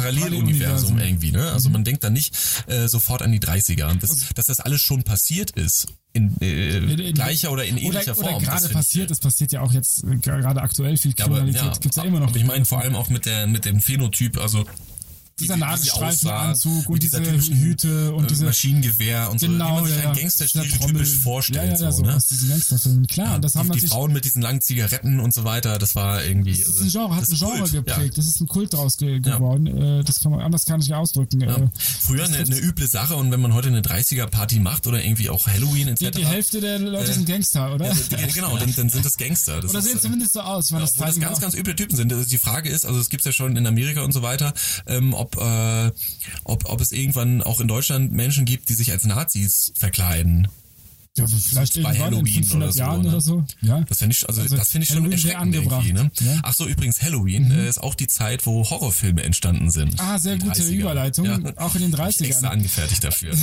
[SPEAKER 3] Paralleluniversum.
[SPEAKER 2] irgendwie. Ne? Also man denkt dann nicht äh, sofort an die 30er. Und das,
[SPEAKER 3] Also
[SPEAKER 2] dass das alles schon passiert ist, in, äh,
[SPEAKER 3] In- in-
[SPEAKER 2] gleicher oder in ähnlicher
[SPEAKER 3] oder,
[SPEAKER 2] Form.
[SPEAKER 3] oder
[SPEAKER 2] das
[SPEAKER 3] gerade
[SPEAKER 2] finde ich,
[SPEAKER 3] passiert, es passiert ja auch jetzt äh, gerade aktuell viel
[SPEAKER 2] ja, aber,
[SPEAKER 3] Kriminalität,
[SPEAKER 2] ja,
[SPEAKER 3] gibt's ja immer noch.
[SPEAKER 2] Aber ich meine vor allem auch mit der mit dem Phänotyp, also
[SPEAKER 3] dieser
[SPEAKER 2] wie- wie sie aussah,
[SPEAKER 3] Nadelstreifenanzug
[SPEAKER 2] mit
[SPEAKER 3] und
[SPEAKER 2] dieser
[SPEAKER 3] diese
[SPEAKER 2] typischen,
[SPEAKER 3] Hüte und
[SPEAKER 2] äh,
[SPEAKER 3] diese Genau,
[SPEAKER 2] Maschinengewehr und so, wie man sich einen Gangster
[SPEAKER 3] Dieser Trommel.
[SPEAKER 2] typisch vorstellt.
[SPEAKER 3] Ja, ja, ja,
[SPEAKER 2] so, ne?
[SPEAKER 3] aus diesen Gangsterfilmen. Klar, und das haben
[SPEAKER 2] die, die
[SPEAKER 3] natürlich.
[SPEAKER 2] Frauen mit diesen langen Zigaretten und so weiter, das war irgendwie.
[SPEAKER 3] das ist ein Genre, hat ein Genre geprägt. Das ist ein Kult daraus ge
[SPEAKER 2] Ja.
[SPEAKER 3] geworden. Äh, Das kann man anders kann ich nicht ausdrücken.
[SPEAKER 2] Ja.
[SPEAKER 3] Äh,
[SPEAKER 2] Früher eine, eine üble Sache und wenn man heute eine 30er-Party macht oder irgendwie auch Halloween
[SPEAKER 3] Die,
[SPEAKER 2] etc.
[SPEAKER 3] die Hälfte der Leute
[SPEAKER 2] Äh,
[SPEAKER 3] sind Gangster, oder?
[SPEAKER 2] also, die- genau, dann, dann sind das Gangster. Das
[SPEAKER 3] Oder
[SPEAKER 2] ist,
[SPEAKER 3] sehen
[SPEAKER 2] äh,
[SPEAKER 3] zumindest so aus. Ich meine,
[SPEAKER 2] Ja,
[SPEAKER 3] das
[SPEAKER 2] obwohl das
[SPEAKER 3] zeigen
[SPEAKER 2] ganz,
[SPEAKER 3] auch-
[SPEAKER 2] ganz üble Typen sind. Also die Frage ist, also es gibt's ja schon in Amerika und so weiter, ähm, ob, äh, ob, ob es irgendwann auch in Deutschland Menschen gibt, die sich als Nazis verkleiden.
[SPEAKER 3] ja, vielleicht
[SPEAKER 2] bei
[SPEAKER 3] irgendwann in
[SPEAKER 2] Halloween
[SPEAKER 3] 500
[SPEAKER 2] oder so,
[SPEAKER 3] Jahren
[SPEAKER 2] ne?
[SPEAKER 3] oder so. Ja.
[SPEAKER 2] Das finde ich, also,
[SPEAKER 3] Also
[SPEAKER 2] das finde ich schon
[SPEAKER 3] Halloween wäre
[SPEAKER 2] erschreckend
[SPEAKER 3] angebracht,
[SPEAKER 2] irgendwie. Ne?
[SPEAKER 3] ja. Mhm.
[SPEAKER 2] Ach so, übrigens Halloween äh, ist auch die Zeit, wo Horrorfilme entstanden sind.
[SPEAKER 3] Ah, sehr
[SPEAKER 2] In den
[SPEAKER 3] gute
[SPEAKER 2] 30ern.
[SPEAKER 3] Überleitung.
[SPEAKER 2] Ja.
[SPEAKER 3] Auch in den
[SPEAKER 2] Ich extra
[SPEAKER 3] 30ern.
[SPEAKER 2] angefertigt dafür.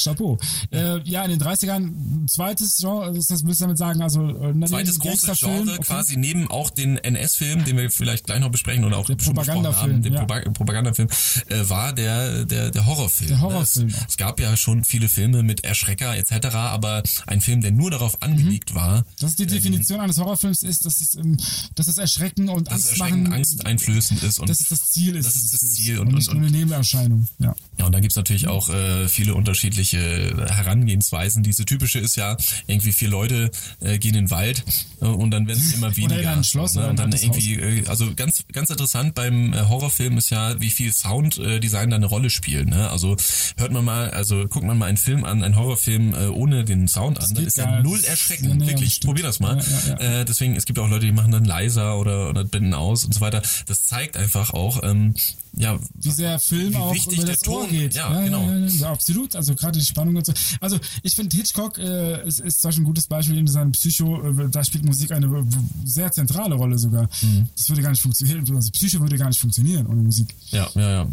[SPEAKER 3] Chapeau. Äh, ja, in den 30ern, zweites Genre, das das willst du damit sagen, also äh, natürlich
[SPEAKER 2] Zweites
[SPEAKER 3] ein
[SPEAKER 2] großes
[SPEAKER 3] Gangsterfilm,
[SPEAKER 2] Genre,
[SPEAKER 3] okay.
[SPEAKER 2] quasi neben auch den NS-Film, den wir vielleicht gleich noch besprechen oder auch
[SPEAKER 3] Der
[SPEAKER 2] schon besprochen
[SPEAKER 3] Propagandafilm,
[SPEAKER 2] haben, den
[SPEAKER 3] ja.
[SPEAKER 2] Propa- Propagandafilm, äh, war der, der, der Horrorfilm.
[SPEAKER 3] Der
[SPEAKER 2] ne?
[SPEAKER 3] Horrorfilm.
[SPEAKER 2] Es, es gab ja schon viele Filme mit Erschrecker etc., aber ein Film, der nur darauf angelegt war,
[SPEAKER 3] Mhm. Das ist die Definition eines Horrorfilms ist, dass es, ähm, dass es Erschrecken und
[SPEAKER 2] dass
[SPEAKER 3] Angst
[SPEAKER 2] Erschrecken
[SPEAKER 3] machen,
[SPEAKER 2] angsteinflößend ist und
[SPEAKER 3] das ist das Ziel ist.
[SPEAKER 2] Das ist das
[SPEAKER 3] dieses
[SPEAKER 2] Ziel
[SPEAKER 3] Films
[SPEAKER 2] und-
[SPEAKER 3] nicht
[SPEAKER 2] und-
[SPEAKER 3] nur eine Nebenerscheinung. Ja.
[SPEAKER 2] Ja, und dann gibt's natürlich auch äh, viele unterschiedliche Herangehensweisen. Diese typische ist ja, irgendwie vier Leute äh, gehen in den Wald äh, und dann werden es immer weniger. ne?
[SPEAKER 3] in ein Schloss oder
[SPEAKER 2] und
[SPEAKER 3] ein
[SPEAKER 2] dann
[SPEAKER 3] altes
[SPEAKER 2] irgendwie, äh, also ganz, ganz interessant beim äh, Horrorfilm ist ja, wie viel Sounddesign äh, Design da eine Rolle spielt. Ne? Also hört man mal, also guckt man mal einen Film an, einen Horrorfilm äh, ohne den Sound an, dann
[SPEAKER 3] geht
[SPEAKER 2] ist
[SPEAKER 3] gar
[SPEAKER 2] ja
[SPEAKER 3] nicht.
[SPEAKER 2] null erschreckend.
[SPEAKER 3] Ja, nee, das
[SPEAKER 2] Wirklich,
[SPEAKER 3] stimmt.
[SPEAKER 2] probier das mal.
[SPEAKER 3] Ja, ja, ja.
[SPEAKER 2] Äh, deswegen, es gibt auch Leute, die machen dann leiser oder, oder blenden aus und so weiter. Das zeigt einfach auch, ähm, ja,
[SPEAKER 3] Wie sehr Film
[SPEAKER 2] Wie
[SPEAKER 3] auch
[SPEAKER 2] wichtig
[SPEAKER 3] über
[SPEAKER 2] der
[SPEAKER 3] das Ohr
[SPEAKER 2] Ton-
[SPEAKER 3] geht.
[SPEAKER 2] ja, genau.
[SPEAKER 3] Ja, ja, absolut. Also gerade die Spannung und so. Also ich finde Hitchcock äh, ist, ist zum Beispiel ein gutes Beispiel in seinem Psycho. Äh, da spielt Musik eine w- w- sehr zentrale Rolle sogar.
[SPEAKER 2] Mhm.
[SPEAKER 3] Das würde gar nicht funktionieren. Also Psycho würde gar nicht funktionieren ohne Musik.
[SPEAKER 2] ja, ja, ja.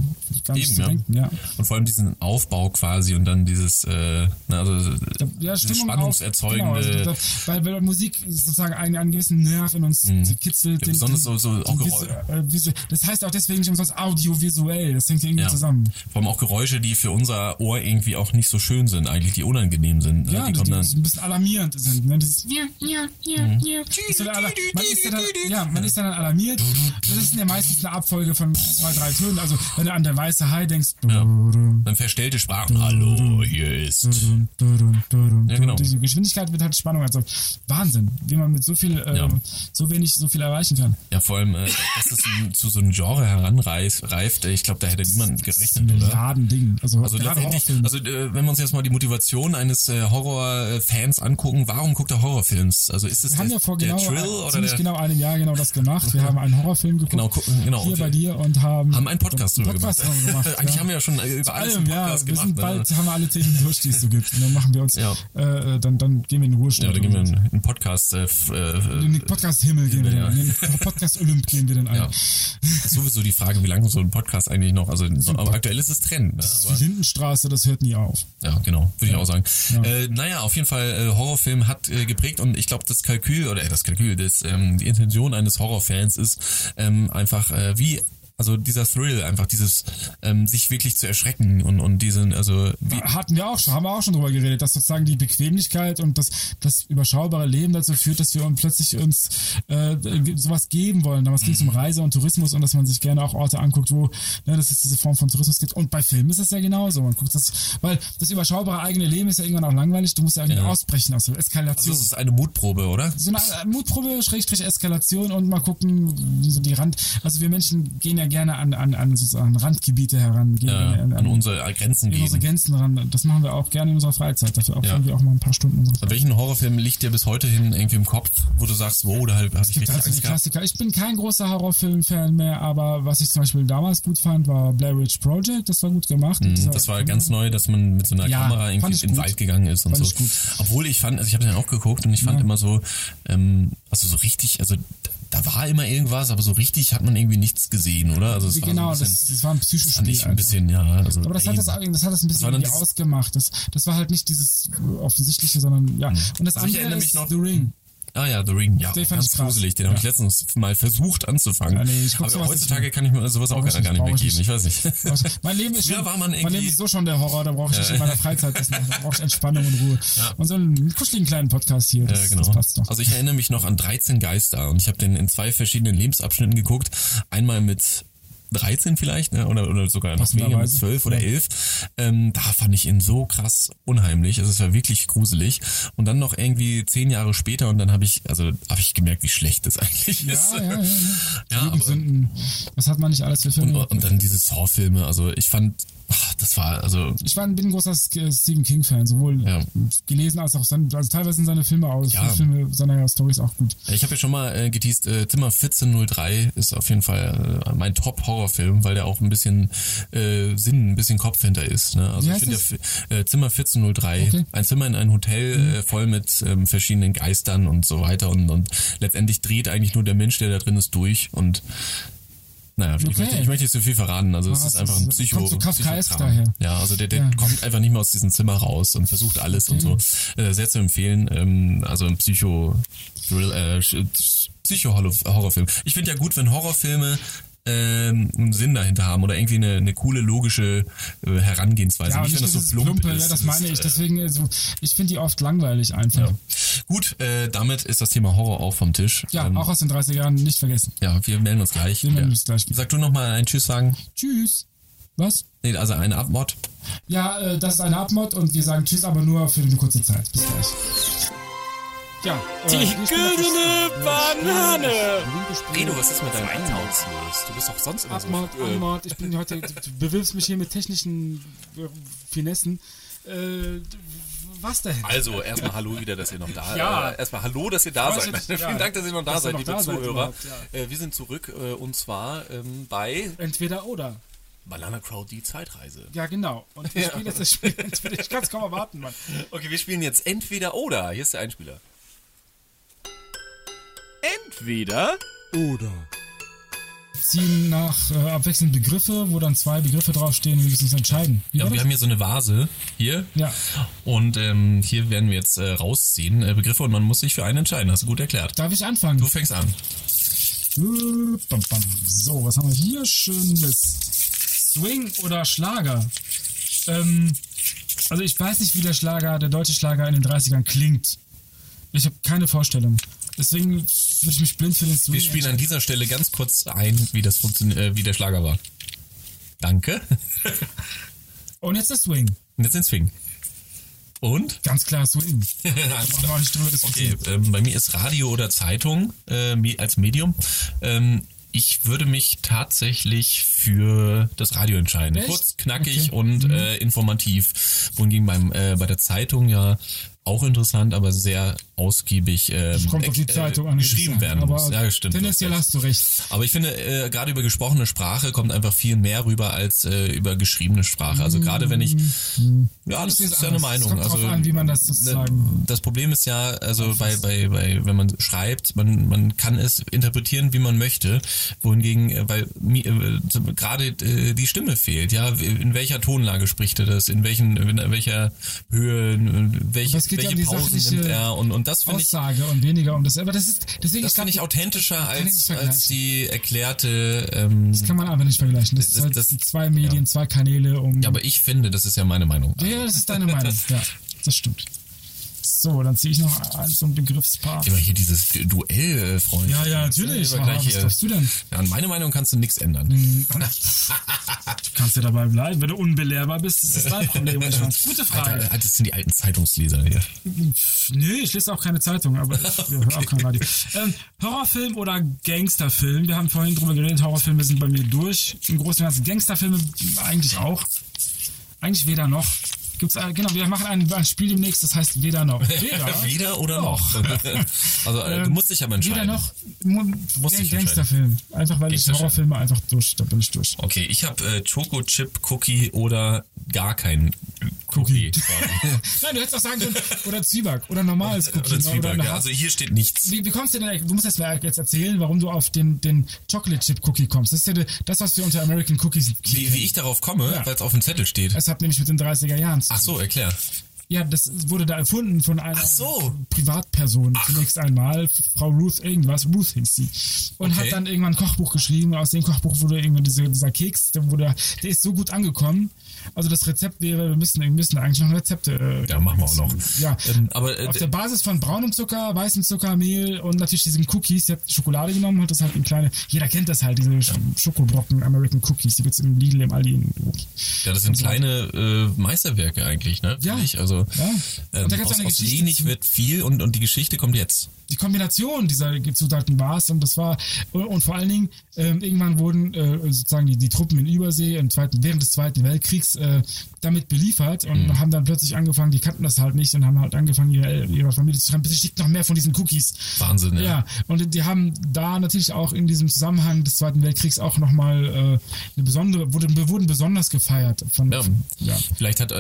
[SPEAKER 3] Gar nicht
[SPEAKER 2] Eben,
[SPEAKER 3] zu
[SPEAKER 2] ja.
[SPEAKER 3] denken. Ja.
[SPEAKER 2] Und vor allem diesen Aufbau quasi und dann dieses, äh, na, also
[SPEAKER 3] ja,
[SPEAKER 2] diese
[SPEAKER 3] Stimmung
[SPEAKER 2] spannungserzeugende,
[SPEAKER 3] Auf, genau, also, das- weil, weil Musik sozusagen einen, einen gewissen Nerv in uns kitzelt.
[SPEAKER 2] Mhm. Ja, besonders so- so auch
[SPEAKER 3] visu-
[SPEAKER 2] Geräusche.
[SPEAKER 3] äh, visu- Das heißt auch deswegen nicht umsonst audiovisuell. Das hängt ja irgendwie
[SPEAKER 2] ja.
[SPEAKER 3] zusammen.
[SPEAKER 2] vor allem auch Geräusche, die für unser Ohr irgendwie auch nicht so schön sind, eigentlich die unangenehm sind. ne?
[SPEAKER 3] Ja,
[SPEAKER 2] die
[SPEAKER 3] die,
[SPEAKER 2] kommen
[SPEAKER 3] die
[SPEAKER 2] dann,
[SPEAKER 3] ein bisschen alarmierend sind. Ne? Dieses, ja, ja, ja, ja. Ist so der Alar- man ist ja dann, ja, man ist ja dann alarmiert. Das ist ja meistens eine Abfolge von zwei, drei Tönen. Also wenn du an der weiße Hai denkst, dudum,
[SPEAKER 2] dann verstellte Sprachen. Hallo, hier ist.
[SPEAKER 3] dudum, dudum, dudum,
[SPEAKER 2] Ja, genau.
[SPEAKER 3] diese Geschwindigkeit wird halt Spannung erzeugt. Wahnsinn, wie man mit so viel, äh,
[SPEAKER 2] Ja.
[SPEAKER 3] so wenig, so viel erreichen kann.
[SPEAKER 2] Ja, vor allem, äh, dass es ein- zu so einem Genre heranreißt, greift, ich glaube, da hätte niemand gerechnet, oder?
[SPEAKER 3] Milliarden-Ding. Also,
[SPEAKER 2] Also
[SPEAKER 3] gerade
[SPEAKER 2] letztendlich,
[SPEAKER 3] Horrorfilme.
[SPEAKER 2] also äh, wenn wir uns jetzt mal die Motivation eines äh, Horrorfans angucken, warum guckt er Horrorfilms? Also ist es
[SPEAKER 3] wir haben
[SPEAKER 2] der,
[SPEAKER 3] ja vor
[SPEAKER 2] der
[SPEAKER 3] genau,
[SPEAKER 2] Thrill
[SPEAKER 3] äh,
[SPEAKER 2] oder
[SPEAKER 3] ziemlich
[SPEAKER 2] der,
[SPEAKER 3] genau einem Jahr genau das gemacht. Wir haben einen Horrorfilm geguckt.
[SPEAKER 2] Genau, gucken, genau.
[SPEAKER 3] Hier
[SPEAKER 2] Und
[SPEAKER 3] bei
[SPEAKER 2] wir
[SPEAKER 3] dir und haben.
[SPEAKER 2] haben einen Podcast drüber gemacht.
[SPEAKER 3] Podcast drüber gemacht,
[SPEAKER 2] Eigentlich
[SPEAKER 3] ja.
[SPEAKER 2] haben wir ja schon äh, über alles einen
[SPEAKER 3] Allem, ja, wir
[SPEAKER 2] Podcast gemacht.
[SPEAKER 3] sind
[SPEAKER 2] ne?
[SPEAKER 3] bald haben wir alle Themen durch, die es so gibt. Und dann machen wir uns,
[SPEAKER 2] Ja.
[SPEAKER 3] äh, äh, dann, dann gehen wir in den Ruhestand.
[SPEAKER 2] ja, da gehen wir in einen Podcast. Äh, f-
[SPEAKER 3] in
[SPEAKER 2] äh,
[SPEAKER 3] den Podcast-Himmel gehen wir
[SPEAKER 2] Ja.
[SPEAKER 3] dann, in den Podcast-Olymp gehen wir dann ein.
[SPEAKER 2] Ja. ist sowieso die Frage, wie lange so ein Podcast eigentlich noch. Also aber aktuell ist es Trend. Ne?
[SPEAKER 3] Die
[SPEAKER 2] Aber,
[SPEAKER 3] Lindenstraße, das hört nie auf.
[SPEAKER 2] ja, genau, würde ich auch sagen.
[SPEAKER 3] Ja.
[SPEAKER 2] Äh, naja, auf jeden Fall äh, Horrorfilm hat äh, geprägt und ich glaube, das Kalkül oder äh, das Kalkül, das, ähm, die Intention eines Horrorfans ist ähm, einfach äh, wie also dieser Thrill, einfach dieses ähm, sich wirklich zu erschrecken und und diesen also wie,
[SPEAKER 3] Hatten wir auch schon, haben wir auch schon drüber geredet, dass sozusagen die Bequemlichkeit und das, das überschaubare Leben dazu führt, dass wir uns plötzlich uns äh, ge- sowas geben wollen. Damals ging es um Reise und Tourismus und dass man sich gerne auch Orte anguckt, wo ne, dass es diese Form von Tourismus gibt. Und bei Filmen ist es ja genauso. Man guckt das, weil das überschaubare eigene Leben ist ja irgendwann auch langweilig. Du musst ja irgendwie
[SPEAKER 2] Ja.
[SPEAKER 3] ausbrechen aus der
[SPEAKER 2] also
[SPEAKER 3] Eskalation.
[SPEAKER 2] das ist eine Mutprobe, oder?
[SPEAKER 3] so eine Mutprobe, Schrägstrich Eskalation und mal gucken, wie so die Rand. Also wir Menschen gehen ja gerne an, an, an sozusagen Randgebiete heran, gehen
[SPEAKER 2] Äh,
[SPEAKER 3] gerne an,
[SPEAKER 2] an unsere Grenzen
[SPEAKER 3] an unsere
[SPEAKER 2] gehen.
[SPEAKER 3] Grenzen ran. Das machen wir auch gerne in unserer Freizeit. Dafür opfern
[SPEAKER 2] Ja.
[SPEAKER 3] wir auch mal ein paar Stunden unserer Freizeit.
[SPEAKER 2] Welchen Horrorfilm liegt dir bis heute hin irgendwie im Kopf, wo du sagst, wow, da habe ich richtig
[SPEAKER 3] Also die
[SPEAKER 2] Angst gehabt?
[SPEAKER 3] Klassiker. Ich bin kein großer Horrorfilm-Fan mehr, aber was ich zum Beispiel damals gut fand, war Blair Witch Project. Das war gut gemacht. Und dieser-
[SPEAKER 2] Mhm, Hm, Das war ganz neu, dass man mit so einer
[SPEAKER 3] mhm. Ja,
[SPEAKER 2] Kamera
[SPEAKER 3] fand
[SPEAKER 2] irgendwie in
[SPEAKER 3] ich
[SPEAKER 2] den
[SPEAKER 3] gut.
[SPEAKER 2] Wald gegangen ist und
[SPEAKER 3] Fand
[SPEAKER 2] so.
[SPEAKER 3] ich gut.
[SPEAKER 2] Obwohl ich fand, also ich habe den auch geguckt und ich fand
[SPEAKER 3] Ja.
[SPEAKER 2] immer so, ähm, also so richtig, also da- da war immer irgendwas, aber so richtig hat man irgendwie nichts gesehen, oder? Also es war
[SPEAKER 3] Genau,
[SPEAKER 2] so ein bisschen,
[SPEAKER 3] das, das war ein psychisches
[SPEAKER 2] fand
[SPEAKER 3] Spiel.
[SPEAKER 2] ich ein
[SPEAKER 3] einfach.
[SPEAKER 2] bisschen, ja. Also
[SPEAKER 3] Aber das hat das,
[SPEAKER 2] lame.
[SPEAKER 3] das hat das ein bisschen
[SPEAKER 2] war dann
[SPEAKER 3] irgendwie
[SPEAKER 2] dieses-
[SPEAKER 3] ausgemacht. Das, das war halt nicht dieses äh, Offensichtliche, sondern ja. Und das
[SPEAKER 2] Also ich
[SPEAKER 3] andere
[SPEAKER 2] erinnere mich
[SPEAKER 3] ist
[SPEAKER 2] noch-
[SPEAKER 3] The Ring.
[SPEAKER 2] Ah ja, The Ring, ja,
[SPEAKER 3] Den fand
[SPEAKER 2] ganz
[SPEAKER 3] ich krass.
[SPEAKER 2] gruselig. Den habe ich
[SPEAKER 3] Ja.
[SPEAKER 2] letztens mal versucht anzufangen.
[SPEAKER 3] Ja, nee, ich guck
[SPEAKER 2] aber
[SPEAKER 3] sowas nicht
[SPEAKER 2] heutzutage
[SPEAKER 3] mehr.
[SPEAKER 2] kann ich mir sowas auch
[SPEAKER 3] Brauch
[SPEAKER 2] gar,
[SPEAKER 3] ich
[SPEAKER 2] gar nicht
[SPEAKER 3] nicht,
[SPEAKER 2] mehr
[SPEAKER 3] brauch ich
[SPEAKER 2] geben. Ich weiß nicht.
[SPEAKER 3] Also, mein Leben ist
[SPEAKER 2] Früher
[SPEAKER 3] schon,
[SPEAKER 2] war man
[SPEAKER 3] mein
[SPEAKER 2] irgendwie-
[SPEAKER 3] Leben ist so schon der Horror, da brauche ich nicht in meiner Freizeit das machen. Da brauche ich Entspannung und Ruhe. Und so einen kuscheligen kleinen Podcast hier, das,
[SPEAKER 2] Ja, genau.
[SPEAKER 3] das passt doch.
[SPEAKER 2] Also ich erinnere mich noch an 13 Geister und ich habe den in zwei verschiedenen Lebensabschnitten geguckt. Einmal mit 13 vielleicht, ne? oder, oder sogar noch weniger, mit
[SPEAKER 3] Passenderweise.
[SPEAKER 2] 12 oder 11. Ähm, da fand ich ihn so krass unheimlich. Also es war wirklich gruselig. Und dann noch irgendwie zehn Jahre später und dann habe ich, also habe ich gemerkt, wie schlecht das eigentlich
[SPEAKER 3] ja,
[SPEAKER 2] ist.
[SPEAKER 3] ja, ja,
[SPEAKER 2] Ja,
[SPEAKER 3] ja.
[SPEAKER 2] aber-
[SPEAKER 3] Jugendsünden. Was hat man nicht alles für Filme?
[SPEAKER 2] Und, und dann diese Saw-Filme. Also ich fand, ach, das war, also
[SPEAKER 3] ich war ein, bin ein großer Sk- äh, Stephen King-Fan, sowohl
[SPEAKER 2] Ja.
[SPEAKER 3] gelesen als auch sein, also teilweise sind seine Filme aus,
[SPEAKER 2] Ja.
[SPEAKER 3] Filme seiner Storys auch gut.
[SPEAKER 2] Ich habe ja schon mal äh, geteased, äh, Zimmer 1403 ist auf jeden Fall äh, mein Top-Horrorfilm, weil der auch ein bisschen äh, Sinn, ein bisschen Kopf hinter ist. Ne? Also
[SPEAKER 3] Wie
[SPEAKER 2] ich
[SPEAKER 3] heißt
[SPEAKER 2] finde
[SPEAKER 3] es?
[SPEAKER 2] der Fi- äh, Zimmer 1403,
[SPEAKER 3] Okay. Mhm.
[SPEAKER 2] ein Zimmer in einem Hotel äh, voll mit ähm, verschiedenen Geistern und so weiter und, und letztendlich dreht eigentlich nur der Mensch, der da drin ist, durch und naja, ich,
[SPEAKER 3] Okay.
[SPEAKER 2] möchte, ich möchte nicht so viel verraten. Also es
[SPEAKER 3] Ah,
[SPEAKER 2] ist
[SPEAKER 3] es
[SPEAKER 2] einfach
[SPEAKER 3] ist-
[SPEAKER 2] ein Psycho.
[SPEAKER 3] kommt so Kafkaesk
[SPEAKER 2] Psychokram.
[SPEAKER 3] daher.
[SPEAKER 2] Ja, also der, der
[SPEAKER 3] Ja.
[SPEAKER 2] kommt einfach nicht mehr aus diesem Zimmer raus und versucht alles und so.
[SPEAKER 3] Mhm.
[SPEAKER 2] Äh, sehr zu empfehlen. Ähm, also ein Psycho, Thrill, äh, Sch- Psycho-Horrorfilm. Ich finde ja gut, wenn Horrorfilme ähm, einen Sinn dahinter haben oder irgendwie eine, eine coole logische äh, Herangehensweise.
[SPEAKER 3] und
[SPEAKER 2] nicht, wenn das so
[SPEAKER 3] dieses
[SPEAKER 2] plump
[SPEAKER 3] Plumpe,
[SPEAKER 2] ist. äh,
[SPEAKER 3] ja, das meine ich. Deswegen, also, ich finde die oft langweilig einfach.
[SPEAKER 2] Ja. Gut, äh, damit ist das Thema Horror auch vom Tisch.
[SPEAKER 3] Ja,
[SPEAKER 2] Ähm,
[SPEAKER 3] auch aus den 30 Jahren nicht vergessen.
[SPEAKER 2] ja wir melden uns gleich.
[SPEAKER 3] Wir melden
[SPEAKER 2] ja.
[SPEAKER 3] uns gleich.
[SPEAKER 2] Sag du nochmal ein Tschüss sagen.
[SPEAKER 3] Tschüss. Was?
[SPEAKER 2] Nee, also ein Abmord.
[SPEAKER 3] Ja, äh, das ist eine Abmod und wir sagen Tschüss, aber nur für eine kurze Zeit. Bis gleich. Ja,
[SPEAKER 2] äh,
[SPEAKER 3] die goldene Banane.
[SPEAKER 2] Redo, was ist mit deinem Eintauz los? Du bist doch sonst immer
[SPEAKER 3] Abmod, Abmod, ich bin heute, du bewirfst mich hier mit technischen äh, Finessen. Äh, was denn?
[SPEAKER 4] Also, erstmal hallo wieder, dass ihr noch da seid.
[SPEAKER 3] Ja.
[SPEAKER 4] Äh, erstmal hallo, dass ihr da
[SPEAKER 3] Freut
[SPEAKER 4] seid.
[SPEAKER 3] mich,
[SPEAKER 4] Vielen
[SPEAKER 3] ja.
[SPEAKER 4] Dank, dass ihr noch da
[SPEAKER 3] Dass ihr
[SPEAKER 4] seid,
[SPEAKER 3] noch
[SPEAKER 4] liebe
[SPEAKER 3] da seid
[SPEAKER 4] Zuhörer.
[SPEAKER 3] überhaupt,
[SPEAKER 4] äh, wir sind zurück äh, und zwar ähm, bei
[SPEAKER 3] Entweder oder.
[SPEAKER 4] Banana Crowd, die Zeitreise.
[SPEAKER 3] Ja, genau. Und wir spielen jetzt das Spiel. Entweder- Ich kann es kaum erwarten, Mann.
[SPEAKER 4] Okay, wir spielen jetzt entweder oder. Hier ist der Einspieler. Entweder
[SPEAKER 3] Ziehen nach äh, abwechselnd Begriffe, wo dann zwei Begriffe draufstehen und wir müssen uns entscheiden. Wie
[SPEAKER 2] Ja,
[SPEAKER 3] war
[SPEAKER 2] wir
[SPEAKER 3] das?
[SPEAKER 2] haben hier so eine Vase hier.
[SPEAKER 3] Ja.
[SPEAKER 2] Und ähm, hier werden wir jetzt äh, rausziehen äh, Begriffe und man muss sich für einen entscheiden. Hast du gut erklärt.
[SPEAKER 3] Darf ich anfangen?
[SPEAKER 2] Du fängst an.
[SPEAKER 3] Bam, bam. So, was haben wir hier Schönes? Swing oder Schlager? Ähm, also ich weiß nicht, wie der Schlager, der deutsche Schlager in den 30ern klingt. Ich habe keine Vorstellung. Deswegen würde ich mich blind für den Swing
[SPEAKER 2] Wir spielen an dieser Stelle ganz kurz ein, wie das funktioniert, äh, wie der Schlager war. Danke.
[SPEAKER 3] entscheiden. Und jetzt der Swing.
[SPEAKER 2] Und jetzt den Swing. Und?
[SPEAKER 3] Ganz klar Swing.
[SPEAKER 2] Alles
[SPEAKER 3] Brauchen wir
[SPEAKER 2] klar.
[SPEAKER 3] auch nicht drüber diskutieren.
[SPEAKER 2] Okay, ähm, bei mir ist Radio oder Zeitung äh, me- als Medium. Ähm, Ich würde mich tatsächlich für das Radio entscheiden.
[SPEAKER 3] Echt?
[SPEAKER 2] Kurz, knackig
[SPEAKER 3] Okay. Mhm.
[SPEAKER 2] und äh, informativ. Wohingegen beim, äh, bei der Zeitung ja auch interessant, aber sehr ausgiebig ähm,
[SPEAKER 3] Kommt auf die
[SPEAKER 2] ex- äh,
[SPEAKER 3] Zeitung an.
[SPEAKER 2] geschrieben werden
[SPEAKER 3] aber
[SPEAKER 2] muss. Ja, stimmt.
[SPEAKER 3] Tendenziell
[SPEAKER 2] das
[SPEAKER 3] hast du recht.
[SPEAKER 2] aber ich finde, äh, gerade über gesprochene Sprache kommt einfach viel mehr rüber als äh, über geschriebene Sprache.
[SPEAKER 3] Mm.
[SPEAKER 2] Also gerade wenn ich, ja, das
[SPEAKER 3] sehe es
[SPEAKER 2] ist ja eine
[SPEAKER 3] anders. Es
[SPEAKER 2] Meinung.
[SPEAKER 3] kommt drauf
[SPEAKER 2] also
[SPEAKER 3] an, wie man das sozusagen-
[SPEAKER 2] Das Problem ist ja, also bei, bei, bei, wenn man schreibt, man, man kann es interpretieren, wie man möchte. Wohingegen, äh, weil mi- äh, zum- gerade äh, die Stimme fehlt. Ja, in welcher Tonlage spricht er das? In welchen, in welcher Höhe? in Welche,
[SPEAKER 3] Das geht ja
[SPEAKER 2] welche
[SPEAKER 3] um die
[SPEAKER 2] Pausen nimmt
[SPEAKER 3] sachliche
[SPEAKER 2] er? Und, und das finde ich
[SPEAKER 3] Aussage und weniger um das. Aber das ist, deswegen
[SPEAKER 2] das
[SPEAKER 3] ich glaub,
[SPEAKER 2] finde ich authentischer
[SPEAKER 3] ich nicht
[SPEAKER 2] als,
[SPEAKER 3] vergleichen.
[SPEAKER 2] als die erklärte. Ähm,
[SPEAKER 3] Das kann man einfach nicht vergleichen. Das,
[SPEAKER 2] Das-
[SPEAKER 3] ist halt
[SPEAKER 2] das-
[SPEAKER 3] zwei Medien, zwei Kanäle, um.
[SPEAKER 2] ja, aber ich finde, das ist ja meine Meinung.
[SPEAKER 3] ja, das ist deine Meinung. ja, das stimmt. So, dann ziehe ich noch ein, so ein Begriffspaar.
[SPEAKER 2] Immer hier dieses Duell, äh, Freund.
[SPEAKER 3] Ja, ja, natürlich.
[SPEAKER 2] Immer
[SPEAKER 3] Aha,
[SPEAKER 2] gleich
[SPEAKER 3] was
[SPEAKER 2] hier.
[SPEAKER 3] glaubst du denn?
[SPEAKER 2] Ja, an meiner Meinung kannst du nichts ändern.
[SPEAKER 3] Du kannst ja dabei bleiben. Wenn du unbelehrbar bist, ist das dein Problem. Manchmal. Gute Frage.
[SPEAKER 2] Alter, Alter, das sind die alten Zeitungsleser hier.
[SPEAKER 3] Pff, Nö, ich lese auch keine Zeitung, aber ich höre auch kein Radio. Ähm, Horrorfilm oder Gangsterfilm? Wir haben vorhin drüber geredet, Horrorfilme sind bei mir durch. Im Großen und Ganzen Gangsterfilme eigentlich auch. Eigentlich weder noch. Gibt's, äh, genau, wir machen ein, ein Spiel demnächst, das heißt weder noch. Weder,
[SPEAKER 2] Weder oder noch. also äh, du musst dich aber entscheiden.
[SPEAKER 3] weder Ähm, noch mu-
[SPEAKER 2] musst dich
[SPEAKER 3] Gangsterfilm. Einfach weil ich
[SPEAKER 2] Gangsterfilm.
[SPEAKER 3] Horrorfilme einfach durch, da bin ich durch.
[SPEAKER 2] Okay, ich habe äh, Choco Chip Cookie oder gar keinen Cookie. quasi.
[SPEAKER 3] Nein, du hättest auch sagen können, oder Zwieback, oder normales Cookie,
[SPEAKER 2] oder
[SPEAKER 3] ne, Genau, oder,
[SPEAKER 2] Zwieback.
[SPEAKER 3] eine
[SPEAKER 2] ja. Also hier steht nichts.
[SPEAKER 3] Wie, wie kommst du denn, du musst jetzt, mal jetzt erzählen, warum du auf den, den Chocolate Chip Cookie kommst. Das ist ja de- das, was wir unter American Cookies
[SPEAKER 2] Wie, wie ich darauf komme,
[SPEAKER 3] Ja.
[SPEAKER 2] weil es auf dem Zettel steht.
[SPEAKER 3] Es hat nämlich mit den 30er Jahren zu
[SPEAKER 2] Ach so, erklär.
[SPEAKER 3] Ja, das wurde da erfunden von einer
[SPEAKER 2] Ach so.
[SPEAKER 3] Privatperson zunächst einmal, Frau Ruth irgendwas, Ruth hieß sie. Und
[SPEAKER 2] Okay.
[SPEAKER 3] hat dann irgendwann ein Kochbuch geschrieben, aus dem Kochbuch wurde irgendwann diese, dieser Keks, der, wurde, der ist so gut angekommen. Also das Rezept wäre, wir müssen, wir müssen eigentlich noch Rezepte... Äh,
[SPEAKER 2] Ja, machen wir auch noch.
[SPEAKER 3] Ja,
[SPEAKER 2] Ähm, aber äh,
[SPEAKER 3] auf der Basis von braunem Zucker, weißem Zucker, Mehl und natürlich diesen Cookies. Sie hat Schokolade genommen, hat das halt in kleine, jeder kennt das halt, diese Sch Schokobrocken, American Cookies, die gibt's im Lidl, im Aldi. in-
[SPEAKER 2] Ja, das sind kleine äh, Meisterwerke eigentlich, ne?
[SPEAKER 3] Ja.
[SPEAKER 2] Finde ich. Also
[SPEAKER 3] Ja.
[SPEAKER 2] ähm,
[SPEAKER 3] Und da gibt's auch
[SPEAKER 2] aus,
[SPEAKER 3] eine
[SPEAKER 2] aus
[SPEAKER 3] Geschichte
[SPEAKER 2] wenig
[SPEAKER 3] zu.
[SPEAKER 2] wird viel und, und die Geschichte kommt jetzt.
[SPEAKER 3] Die Kombination dieser Zutaten war's und das war, und vor allen Dingen, ähm, irgendwann wurden äh, sozusagen die, die Truppen in Übersee im zweiten, während des Zweiten Weltkriegs äh, damit beliefert und
[SPEAKER 2] Mhm.
[SPEAKER 3] haben dann plötzlich angefangen, die kannten das halt nicht und haben halt angefangen, ihre, ihre Familie zu schreiben, bitte schickt noch mehr von diesen Cookies.
[SPEAKER 2] Wahnsinn, ja.
[SPEAKER 3] Ja, und die haben da natürlich auch in diesem Zusammenhang des Zweiten Weltkriegs auch nochmal äh, eine besondere, wurde, wurden besonders gefeiert von
[SPEAKER 2] Ja.
[SPEAKER 3] ja.
[SPEAKER 2] Vielleicht hat, äh,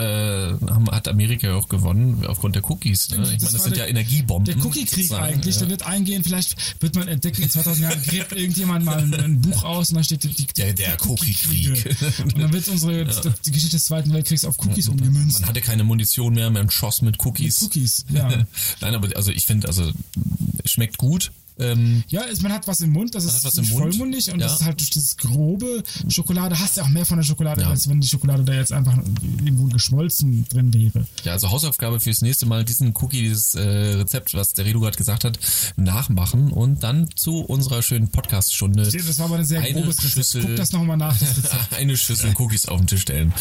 [SPEAKER 2] haben- hat Amerika ja auch gewonnen aufgrund der Cookies. Ne? Ich
[SPEAKER 3] Das
[SPEAKER 2] meine, das
[SPEAKER 3] war
[SPEAKER 2] sind
[SPEAKER 3] der-
[SPEAKER 2] ja Energiebomben.
[SPEAKER 3] Der Cookie-Krieg
[SPEAKER 2] sozusagen,
[SPEAKER 3] eigentlich,
[SPEAKER 2] Ja.
[SPEAKER 3] der wird eingehen, vielleicht wird man entdecken, in 2000 Jahren gräbt irgendjemand mal ein, ein Buch aus und da steht die, die,
[SPEAKER 2] Der- der
[SPEAKER 3] die
[SPEAKER 2] Cookie-Krieg.
[SPEAKER 3] Cookie-Kriege. Und dann wird unsere, die Geschichte des Zweiten Weltkriegs auf Cookies umgemünzt.
[SPEAKER 2] Man hatte keine Munition mehr, man schoss mit Cookies.
[SPEAKER 3] Cookies, ja.
[SPEAKER 2] Nein, aber also ich finde, also schmeckt gut. Ähm,
[SPEAKER 3] Ja, ist, man hat was im Mund, das ist
[SPEAKER 2] hat was im
[SPEAKER 3] nicht
[SPEAKER 2] Mund.
[SPEAKER 3] vollmundig und
[SPEAKER 2] Ja.
[SPEAKER 3] das ist halt durch das grobe Schokolade, hast ja auch mehr von der Schokolade,
[SPEAKER 2] Ja.
[SPEAKER 3] als wenn die Schokolade da jetzt einfach irgendwo geschmolzen drin wäre.
[SPEAKER 2] ja, also Hausaufgabe fürs nächste Mal diesen Cookie, dieses äh, Rezept, was der Redu gerade gesagt hat, nachmachen und dann zu unserer schönen Podcast-Stunde
[SPEAKER 3] Das war aber ein sehr
[SPEAKER 2] Eine
[SPEAKER 3] grobes Rezept.
[SPEAKER 2] Schüssel.
[SPEAKER 3] Guck das nochmal nach. Das Rezept.
[SPEAKER 2] eine Schüssel Cookies auf den Tisch stellen.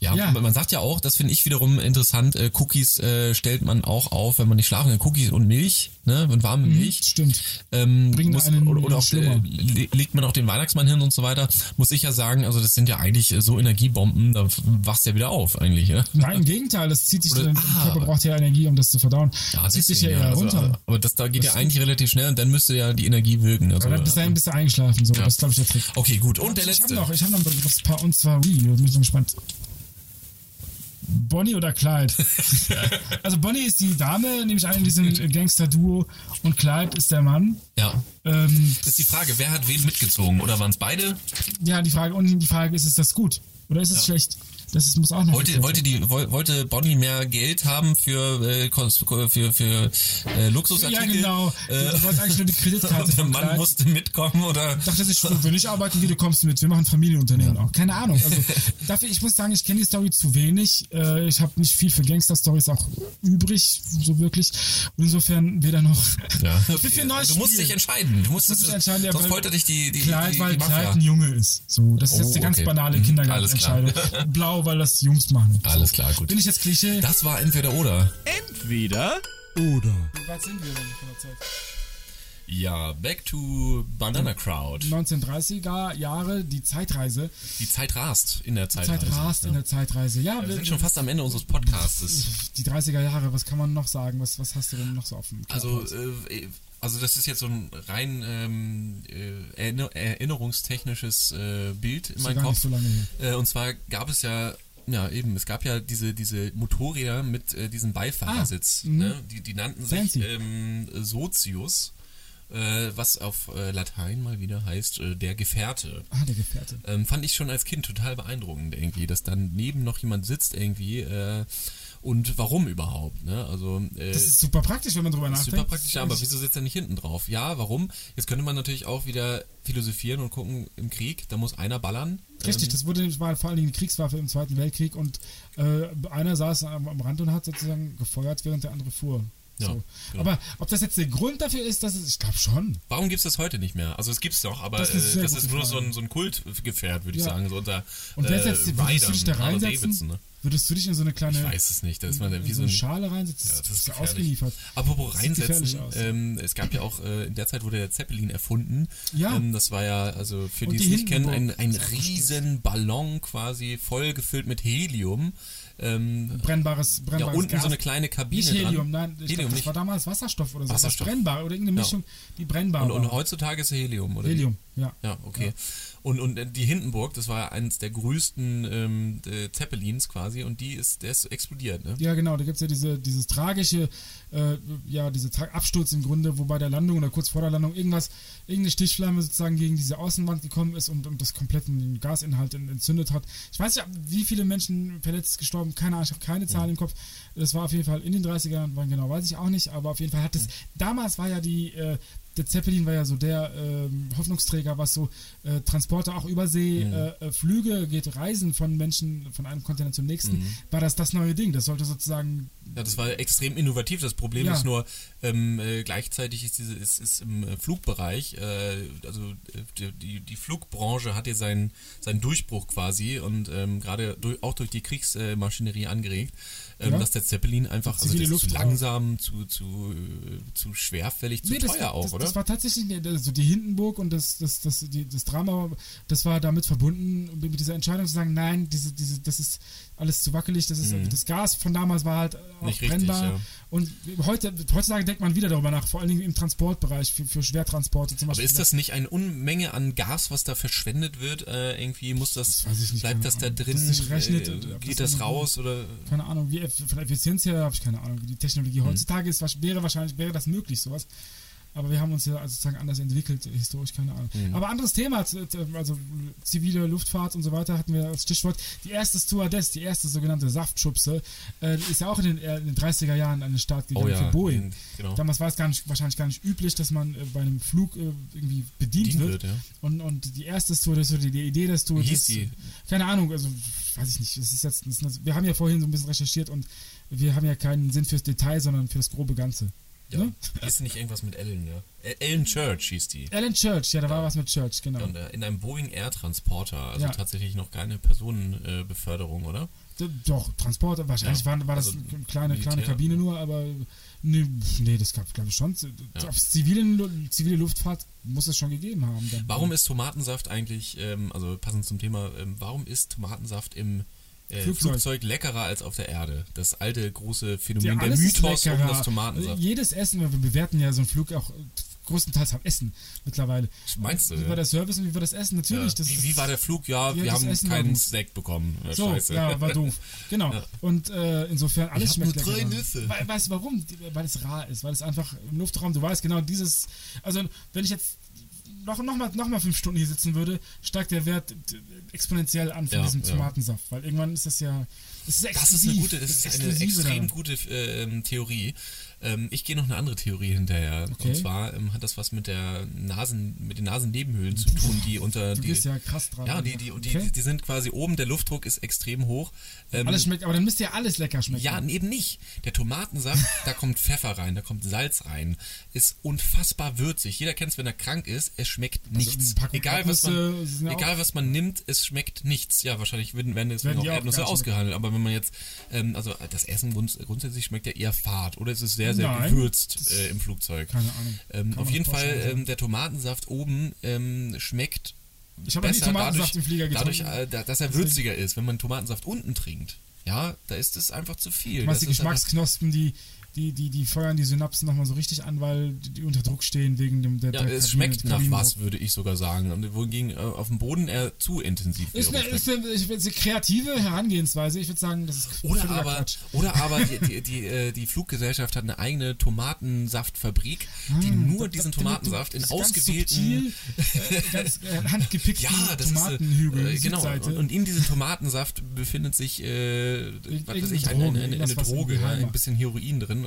[SPEAKER 2] Ja,
[SPEAKER 3] Ja.
[SPEAKER 2] man sagt ja auch, das finde ich wiederum interessant, äh, Cookies äh, stellt man auch auf, wenn man nicht schlafen kann. Cookies und Milch, ne, und warme Milch.
[SPEAKER 3] Mhm, Stimmt.
[SPEAKER 2] Ähm,
[SPEAKER 3] Bringen
[SPEAKER 2] muss,
[SPEAKER 3] einen
[SPEAKER 2] oder, oder
[SPEAKER 3] in
[SPEAKER 2] auch, äh,
[SPEAKER 3] Schlummer.
[SPEAKER 2] le- legt man auch den Weihnachtsmann hin und so weiter, muss ich ja sagen, also das sind ja eigentlich äh, so Energiebomben, da f- wachst du ja wieder auf eigentlich, ja.
[SPEAKER 3] Nein, im Gegenteil, das zieht sich,
[SPEAKER 2] Oder-
[SPEAKER 3] dein
[SPEAKER 2] Ah.
[SPEAKER 3] Körper braucht ja Energie, um das zu verdauen.
[SPEAKER 2] Ja,
[SPEAKER 3] zieht sich ja
[SPEAKER 2] deswegen,
[SPEAKER 3] eher
[SPEAKER 2] also,
[SPEAKER 3] runter.
[SPEAKER 2] aber- Aber das da geht ja eigentlich relativ schnell und dann müsste ja die Energie wirken. Also,
[SPEAKER 3] Oder bis dahin bist du eingeschlafen, so. Das ist, glaube ich, der Trick.
[SPEAKER 2] okay, gut. Und der
[SPEAKER 3] ich habe
[SPEAKER 2] letzte.
[SPEAKER 3] noch, ich hab noch ein Begriffspaar, und zwar, ui, da bin ich schon gespannt. Bonnie oder Clyde? also Bonnie ist die Dame, nehme ich an, in diesem äh, Gangster-Duo und Clyde ist der Mann.
[SPEAKER 2] Ja.
[SPEAKER 3] Ähm,
[SPEAKER 2] Das ist die Frage, wer hat wen mitgezogen? Oder waren es beide?
[SPEAKER 3] ja, die Frage, und die Frage ist, ist das gut? Oder ist es schlecht? Das ist, muss auch noch
[SPEAKER 2] Wollte, wollte, die, woll- wollte Bonnie mehr Geld haben für, äh, Kos- für, für äh,
[SPEAKER 3] Ja,
[SPEAKER 2] Luxusartikel?
[SPEAKER 3] genau.
[SPEAKER 2] Äh,
[SPEAKER 3] du wolltest eigentlich nur die Kreditkarte.
[SPEAKER 2] der
[SPEAKER 3] von
[SPEAKER 2] Mann
[SPEAKER 3] Clyde.
[SPEAKER 2] musste mitkommen oder?
[SPEAKER 3] dachte sich, wenn ich arbeiten gehe, du kommst mit. Wir machen Familienunternehmen auch. Keine Ahnung. Also, dafür, ich muss sagen, ich kenne die Story zu wenig. Äh, Ich habe nicht viel für Gangster-Stories auch übrig, so wirklich. Und insofern weder noch.
[SPEAKER 2] Ja. Also,
[SPEAKER 3] Ich bin für ein neues
[SPEAKER 2] Du musst
[SPEAKER 3] Spiel.
[SPEAKER 2] dich entscheiden. Du musst,
[SPEAKER 3] Ich muss mich entscheiden, ja,
[SPEAKER 2] sonst
[SPEAKER 3] weil-
[SPEAKER 2] foltert dich die, die,
[SPEAKER 3] Kleid,
[SPEAKER 2] die, die
[SPEAKER 3] weil Kleid
[SPEAKER 2] Mafia.
[SPEAKER 3] ein Junge ist. So, das ist
[SPEAKER 2] Oh,
[SPEAKER 3] jetzt eine ganz
[SPEAKER 2] okay.
[SPEAKER 3] banale
[SPEAKER 2] Mhm,
[SPEAKER 3] Kindergartenentscheidung.
[SPEAKER 2] alles
[SPEAKER 3] Blau, weil das die Jungs machen. So.
[SPEAKER 2] Alles klar, gut.
[SPEAKER 3] Bin ich jetzt Klischee?
[SPEAKER 2] Das war entweder oder.
[SPEAKER 4] Entweder
[SPEAKER 3] Wie weit sind wir denn von der Zeit?
[SPEAKER 2] Ja, back to Banana Crowd.
[SPEAKER 3] 1930er Jahre, die Zeitreise.
[SPEAKER 2] Die Zeit rast in der Zeitreise.
[SPEAKER 3] Zeit rast in der Zeitreise. Ja,
[SPEAKER 2] Wir
[SPEAKER 3] wir-
[SPEAKER 2] sind schon fast am Ende unseres Podcasts.
[SPEAKER 3] die 30er Jahre, was kann man noch sagen? Was, was hast du denn noch so auf dem
[SPEAKER 2] Also,
[SPEAKER 3] Kerbholz?
[SPEAKER 2] äh, also das ist jetzt so ein rein ähm, äh, erinner erinnerungstechnisches äh, Bild in
[SPEAKER 3] ist ja
[SPEAKER 2] meinem
[SPEAKER 3] gar
[SPEAKER 2] Kopf.
[SPEAKER 3] nicht so lange her.
[SPEAKER 2] Äh, und zwar gab es ja, ja eben, es gab ja diese, diese Motorräder mit äh, diesem Beifahrersitz.
[SPEAKER 3] Ah,
[SPEAKER 2] ne? die, die nannten sich
[SPEAKER 3] Fancy.
[SPEAKER 2] ähm, Sozius, äh, was auf äh, Latein mal wieder heißt, äh, der Gefährte.
[SPEAKER 3] Ah, der Gefährte.
[SPEAKER 2] Ähm, fand ich schon als Kind total beeindruckend irgendwie, dass dann neben noch jemand sitzt irgendwie äh, und warum überhaupt, ne? Also äh,
[SPEAKER 3] Das ist super praktisch, wenn man drüber nachdenkt.
[SPEAKER 2] Super praktisch, ja, aber wieso sitzt er nicht hinten drauf? Ja, warum? Jetzt könnte man natürlich auch wieder philosophieren und gucken, im Krieg, da muss einer ballern. Ähm,
[SPEAKER 3] Richtig, das wurde nämlich mal vor allen Dingen eine Kriegswaffe im Zweiten Weltkrieg und äh, einer saß am, am Rand und hat sozusagen gefeuert, während der andere fuhr.
[SPEAKER 2] Ja,
[SPEAKER 3] so.
[SPEAKER 2] genau.
[SPEAKER 3] Aber ob das jetzt der Grund dafür ist, dass es, ich glaube schon.
[SPEAKER 2] Warum gibt es das heute nicht mehr? Also es gibt's doch, aber
[SPEAKER 3] Das
[SPEAKER 2] das
[SPEAKER 3] ist eine
[SPEAKER 2] ist, äh,
[SPEAKER 3] sehr
[SPEAKER 2] das
[SPEAKER 3] gute
[SPEAKER 2] ist nur
[SPEAKER 3] Frage.
[SPEAKER 2] so ein, so ein Kultgefährt, würde ich
[SPEAKER 3] Ja.
[SPEAKER 2] sagen. So unter,
[SPEAKER 3] Und wer
[SPEAKER 2] äh,
[SPEAKER 3] setzt den- würdest du dich da
[SPEAKER 2] Riders, Harley
[SPEAKER 3] reinsetzen?
[SPEAKER 2] Davidson, ne?
[SPEAKER 3] Würdest du dich in so eine kleine
[SPEAKER 2] Ich weiß es nicht, da ist man
[SPEAKER 3] in
[SPEAKER 2] wie
[SPEAKER 3] so
[SPEAKER 2] so
[SPEAKER 3] eine
[SPEAKER 2] ein...
[SPEAKER 3] Schale reinsetzen?
[SPEAKER 2] Ja,
[SPEAKER 3] das,
[SPEAKER 2] das
[SPEAKER 3] ist
[SPEAKER 2] ist
[SPEAKER 3] ja
[SPEAKER 2] gefährlich.
[SPEAKER 3] ausgeliefert.
[SPEAKER 2] Apropos
[SPEAKER 3] Das sieht gefährlich
[SPEAKER 2] reinsetzen,
[SPEAKER 3] aus.
[SPEAKER 2] ähm, es gab ja auch, äh, in der Zeit wurde der Zeppelin erfunden.
[SPEAKER 3] Ja.
[SPEAKER 2] Ähm, das war ja, also für
[SPEAKER 3] Und
[SPEAKER 2] die, die
[SPEAKER 3] die
[SPEAKER 2] es nicht kennen, ein,
[SPEAKER 3] Hindenburg
[SPEAKER 2] ein
[SPEAKER 3] ist abgestürzt.
[SPEAKER 2] riesen Ballon quasi voll gefüllt mit Helium. Ähm,
[SPEAKER 3] Brennbares,
[SPEAKER 2] ja,
[SPEAKER 3] brennbares
[SPEAKER 2] unten
[SPEAKER 3] Gas.
[SPEAKER 2] so eine kleine Kabine
[SPEAKER 3] nicht
[SPEAKER 2] dran.
[SPEAKER 3] Helium, nein, ich
[SPEAKER 2] Helium
[SPEAKER 3] glaub, das
[SPEAKER 2] nicht.
[SPEAKER 3] war damals Wasserstoff oder so.
[SPEAKER 2] Wasserstoff.
[SPEAKER 3] Das brennbar oder irgendeine
[SPEAKER 2] Ja.
[SPEAKER 3] Mischung, die brennbar
[SPEAKER 2] und, und
[SPEAKER 3] war.
[SPEAKER 2] heutzutage ist Helium, oder? wie?
[SPEAKER 3] Helium, ja.
[SPEAKER 2] Ja, okay. Und, und äh, die Hindenburg, das war ja eines der größten ähm, äh, Zeppelins quasi und die ist, der ist explodiert, ne?
[SPEAKER 3] Ja, genau, da gibt es ja diese, dieses tragische, äh, ja, diese Tra Absturz im Grunde, wo bei der Landung oder kurz vor der Landung irgendwas, irgendeine Stichflamme sozusagen gegen diese Außenwand gekommen ist und, und das kompletten Gasinhalt en- entzündet hat. Ich weiß nicht, wie viele Menschen verletzt gestorben, keine Ahnung, ich habe keine Zahlen im Kopf. Das war auf jeden Fall in den 30er Jahren, wann genau weiß ich auch nicht, aber auf jeden Fall hat es, damals war ja die, äh, der Zeppelin war ja so der ähm, Hoffnungsträger, was so äh, Transporte auch über
[SPEAKER 2] Mhm.
[SPEAKER 3] See, äh, äh, Flüge, geht Reisen von Menschen von einem Kontinent zum nächsten,
[SPEAKER 2] Mhm.
[SPEAKER 3] war das das neue Ding. Das sollte sozusagen
[SPEAKER 2] Ja, das war extrem innovativ. Das Problem
[SPEAKER 3] Ja.
[SPEAKER 2] ist nur, ähm, äh, gleichzeitig ist, diese, ist, ist im äh, Flugbereich, äh, also äh, die- die, die Flugbranche hat ja seinen, seinen Durchbruch quasi und ähm, gerade durch, auch durch die Kriegsmaschinerie angeregt, ähm,
[SPEAKER 3] Ja.
[SPEAKER 2] dass der Zeppelin einfach also
[SPEAKER 3] Zivile
[SPEAKER 2] der ist zu
[SPEAKER 3] Luftfahrt.
[SPEAKER 2] langsam, zu, zu, äh, zu schwerfällig, zu
[SPEAKER 3] Nee,
[SPEAKER 2] teuer
[SPEAKER 3] das, war-
[SPEAKER 2] auch,
[SPEAKER 3] das,
[SPEAKER 2] oder?
[SPEAKER 3] Das war tatsächlich nee, also die Hindenburg und das, das, das, die, das Drama, das war damit verbunden, mit dieser Entscheidung zu sagen, nein, diese, diese, das ist alles zu wackelig, das, ist, das Gas von damals war halt auch
[SPEAKER 2] Mhm. Nicht richtig,
[SPEAKER 3] brennbar.
[SPEAKER 2] ja.
[SPEAKER 3] Und heute, heutzutage denkt man wieder darüber nach, vor allen Dingen im Transportbereich, für, für Schwertransporte zum
[SPEAKER 2] Aber
[SPEAKER 3] Beispiel.
[SPEAKER 2] ist das nicht eine Unmenge an Gas, was da verschwendet wird? Äh, irgendwie muss das,
[SPEAKER 3] Das weiß ich nicht,
[SPEAKER 2] bleibt
[SPEAKER 3] keine
[SPEAKER 2] das da
[SPEAKER 3] Ahnung.
[SPEAKER 2] drin?
[SPEAKER 3] Das nicht rechnet,
[SPEAKER 2] äh,
[SPEAKER 3] ob das
[SPEAKER 2] geht das,
[SPEAKER 3] irgendwie-
[SPEAKER 2] raus oder?
[SPEAKER 3] keine Ahnung, wie eff- von der Effizienz her habe ich keine Ahnung, wie die Technologie
[SPEAKER 2] Mhm.
[SPEAKER 3] heutzutage ist, wasch- wäre wahrscheinlich, wäre das möglich, sowas. Aber wir haben uns ja also sozusagen anders entwickelt, historisch, keine Ahnung.
[SPEAKER 2] Mhm.
[SPEAKER 3] Aber anderes Thema, z- z- also zivile Luftfahrt und so weiter, hatten wir als Stichwort. Die erste Stewardess, die erste sogenannte Saftschubse, äh, ist ja auch in den, äh, in den 30er Jahren an den Start gegangen
[SPEAKER 2] Oh ja,
[SPEAKER 3] für Boeing.
[SPEAKER 2] in- genau.
[SPEAKER 3] Damals war es gar nicht, wahrscheinlich gar nicht üblich, dass man äh, bei einem Flug äh, irgendwie bedient,
[SPEAKER 2] Bedient
[SPEAKER 3] wird.
[SPEAKER 2] wird, ja.
[SPEAKER 3] und, und die erste Stewardess oder die, die Idee des Stewardess.
[SPEAKER 2] hieß die?
[SPEAKER 3] Keine Ahnung, also weiß ich nicht. Das ist jetzt, das ist, wir haben ja vorhin so ein bisschen recherchiert und wir haben ja keinen Sinn fürs Detail, sondern für das grobe Ganze.
[SPEAKER 2] Ja.
[SPEAKER 3] Ne?
[SPEAKER 2] Ist nicht irgendwas mit Ellen, ja? Ä- Ellen Church hieß die.
[SPEAKER 3] Alan Church, ja, da war was mit Church, genau.
[SPEAKER 2] Und, äh, in einem Boeing Air Transporter, also
[SPEAKER 3] Ja.
[SPEAKER 2] tatsächlich noch keine Personenbeförderung, oder?
[SPEAKER 3] D- Doch, Transporter, wahrscheinlich
[SPEAKER 2] Ja,
[SPEAKER 3] war, war das
[SPEAKER 2] also
[SPEAKER 3] eine kleine, kleine
[SPEAKER 2] Militär.
[SPEAKER 3] Kabine nur, aber nee, nee das gab glaube ich schon.
[SPEAKER 2] Ja.
[SPEAKER 3] Auf zivilen, Lu- zivile Luftfahrt muss es schon gegeben haben. Dann.
[SPEAKER 2] Warum ist Tomatensaft eigentlich, ähm, also passend zum Thema, ähm, warum ist Tomatensaft im äh,
[SPEAKER 3] Flugzeug.
[SPEAKER 2] Flugzeug. leckerer als auf der Erde? Das alte große
[SPEAKER 3] Ja,
[SPEAKER 2] Phänomen, der
[SPEAKER 3] alles
[SPEAKER 2] Mythos
[SPEAKER 3] ist
[SPEAKER 2] um
[SPEAKER 3] leckerer. Also,
[SPEAKER 2] das Tomatensaft.
[SPEAKER 3] Jedes Essen, wir bewerten ja so einen Flug auch äh, größtenteils am Essen mittlerweile.
[SPEAKER 2] Meinst du?
[SPEAKER 3] Wie war der Service und wie war das Essen? Natürlich.
[SPEAKER 2] ja.
[SPEAKER 3] Das
[SPEAKER 2] wie, wie war der Flug? Ja,
[SPEAKER 3] Ja,
[SPEAKER 2] wir
[SPEAKER 3] das
[SPEAKER 2] haben
[SPEAKER 3] Essen war
[SPEAKER 2] keinen
[SPEAKER 3] gut.
[SPEAKER 2] Snack bekommen. Äh,
[SPEAKER 3] So,
[SPEAKER 2] Scheiße.
[SPEAKER 3] ja, war doof. Genau. Und äh, insofern alles
[SPEAKER 2] Ich hab
[SPEAKER 3] schmeckt
[SPEAKER 2] nur drei
[SPEAKER 3] lecker.
[SPEAKER 2] Nüsse.
[SPEAKER 3] We weißt du warum? Weil es rar ist, weil es einfach im Luftraum, du weißt genau, dieses. Also, wenn ich jetzt noch, noch, mal, noch mal fünf Stunden hier sitzen würde, steigt der Wert d- exponentiell an von
[SPEAKER 2] Ja,
[SPEAKER 3] diesem
[SPEAKER 2] ja.
[SPEAKER 3] Tomatensaft. Weil irgendwann ist das ja. Das ist
[SPEAKER 2] Das ist eine
[SPEAKER 3] exklusiv.
[SPEAKER 2] gute, das ist eine
[SPEAKER 3] Exklusive
[SPEAKER 2] extrem
[SPEAKER 3] daran.
[SPEAKER 2] gute äh, ähm, Theorie. Ähm, ich gehe noch eine andere Theorie hinterher.
[SPEAKER 3] Okay.
[SPEAKER 2] Und zwar ähm, hat das was mit der Nasen, mit den Nasennebenhöhlen zu tun, die unter
[SPEAKER 3] Du
[SPEAKER 2] die,
[SPEAKER 3] gehst ja krass dran.
[SPEAKER 2] ja, die, die, die,
[SPEAKER 3] Okay.
[SPEAKER 2] die sind quasi oben, der Luftdruck ist extrem hoch. Ähm,
[SPEAKER 3] Alles schmeckt, aber dann müsste ja alles lecker schmecken.
[SPEAKER 2] ja, eben nicht. Der Tomatensaft, da kommt Pfeffer rein, da kommt Salz rein. Ist unfassbar würzig. Jeder kennt es, wenn er krank ist, es schmeckt nichts.
[SPEAKER 3] Also ein Packung
[SPEAKER 2] egal, was man,
[SPEAKER 3] Erdnüsse sind ja auch-
[SPEAKER 2] egal was man nimmt, es schmeckt nichts. Ja, wahrscheinlich werden, werden deswegen
[SPEAKER 3] Werden
[SPEAKER 2] auch
[SPEAKER 3] die auch
[SPEAKER 2] Erdnüsse
[SPEAKER 3] gar nicht
[SPEAKER 2] ausgehandelt. Aber wenn man jetzt, ähm, also das Essen grunds grundsätzlich schmeckt ja eher fad. Oder es ist sehr sehr, sehr
[SPEAKER 3] Nein,
[SPEAKER 2] gewürzt
[SPEAKER 3] das-
[SPEAKER 2] äh, im Flugzeug.
[SPEAKER 3] Keine Ahnung.
[SPEAKER 2] Ähm,
[SPEAKER 3] Kann
[SPEAKER 2] auf
[SPEAKER 3] man
[SPEAKER 2] jeden Fall,
[SPEAKER 3] vorstellen.
[SPEAKER 2] ähm, der Tomatensaft oben ähm, schmeckt
[SPEAKER 3] Ich habe nie
[SPEAKER 2] besser
[SPEAKER 3] Tomatensaft
[SPEAKER 2] dadurch,
[SPEAKER 3] im Flieger
[SPEAKER 2] dadurch
[SPEAKER 3] getrunken.
[SPEAKER 2] äh, da, dass er würziger ist. Wenn man Tomatensaft unten trinkt, ja, da ist es einfach zu viel.
[SPEAKER 3] Du meinst die
[SPEAKER 2] Das ist einfach-
[SPEAKER 3] Geschmacksknospen, die, die, die, die feuern die Synapsen nochmal so richtig an, weil die, die unter Druck stehen wegen dem der,
[SPEAKER 2] Ja,
[SPEAKER 3] der
[SPEAKER 2] es
[SPEAKER 3] Kabinen-
[SPEAKER 2] schmeckt nach
[SPEAKER 3] Kabinen-
[SPEAKER 2] was, würde ich sogar sagen. Und wohingegen äh, auf dem Boden eher zu intensiv
[SPEAKER 3] Ist
[SPEAKER 2] wäre.
[SPEAKER 3] eine, ist eine, ich will- ist eine kreative Herangehensweise. Ich würde sagen, das ist
[SPEAKER 2] Oder
[SPEAKER 3] völliger
[SPEAKER 2] aber,
[SPEAKER 3] Quatsch.
[SPEAKER 2] oder aber die, die, die, äh, die Fluggesellschaft hat eine eigene Tomatensaftfabrik, die nur diesen
[SPEAKER 3] Hm, Da- da-
[SPEAKER 2] Tomatensaft in
[SPEAKER 3] das ist
[SPEAKER 2] ausgewählten.
[SPEAKER 3] Ganz, subtil, äh, ganz äh, handgepickten
[SPEAKER 2] Ja, das
[SPEAKER 3] Tomatenhügel.
[SPEAKER 2] ist äh, genau.
[SPEAKER 3] Südseite.
[SPEAKER 2] Und, und in diesem Tomatensaft befindet sich äh, was weiß
[SPEAKER 3] irgendeine
[SPEAKER 2] ich,
[SPEAKER 3] Droge,
[SPEAKER 2] eine, eine, eine,
[SPEAKER 3] irgendwas, was
[SPEAKER 2] Droge,
[SPEAKER 3] irgendwie
[SPEAKER 2] ja,
[SPEAKER 3] heim
[SPEAKER 2] ein
[SPEAKER 3] macht.
[SPEAKER 2] bisschen Heroin drin.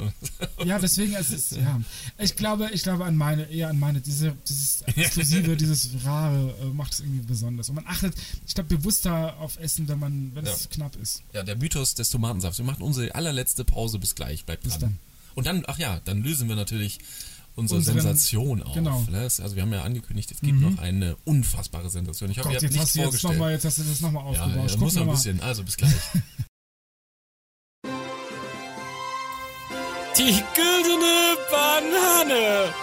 [SPEAKER 3] Ja, deswegen es ist ja. Ich glaube, ich glaube an meine, eher an meine, diese, dieses exklusive, dieses rare äh, macht es irgendwie besonders. Und man achtet, ich glaube, bewusster auf Essen, wenn man, wenn es
[SPEAKER 2] Ja.
[SPEAKER 3] knapp ist.
[SPEAKER 2] Ja, der Mythos des Tomatensafts. Wir machen unsere allerletzte Pause. Bis gleich. Bleibt dran.
[SPEAKER 3] dann.
[SPEAKER 2] Und dann, ach ja, dann lösen wir natürlich unsere
[SPEAKER 3] Unseren-
[SPEAKER 2] Sensation auf.
[SPEAKER 3] genau. Mhm.
[SPEAKER 2] ne? Das- Also wir haben ja angekündigt, es gibt noch eine unfassbare Sensation. Ich hoffe,
[SPEAKER 3] Gott,
[SPEAKER 2] ihr habt
[SPEAKER 3] jetzt
[SPEAKER 2] nichts
[SPEAKER 3] hast du jetzt
[SPEAKER 2] vorgestellt.
[SPEAKER 3] nochmal, jetzt hast du das nochmal
[SPEAKER 2] ja,
[SPEAKER 3] aufgebaut.
[SPEAKER 2] muss
[SPEAKER 3] Gucken
[SPEAKER 2] noch
[SPEAKER 3] wir
[SPEAKER 2] ein
[SPEAKER 3] mal.
[SPEAKER 2] bisschen. Also bis gleich.
[SPEAKER 5] Die güldene Banane.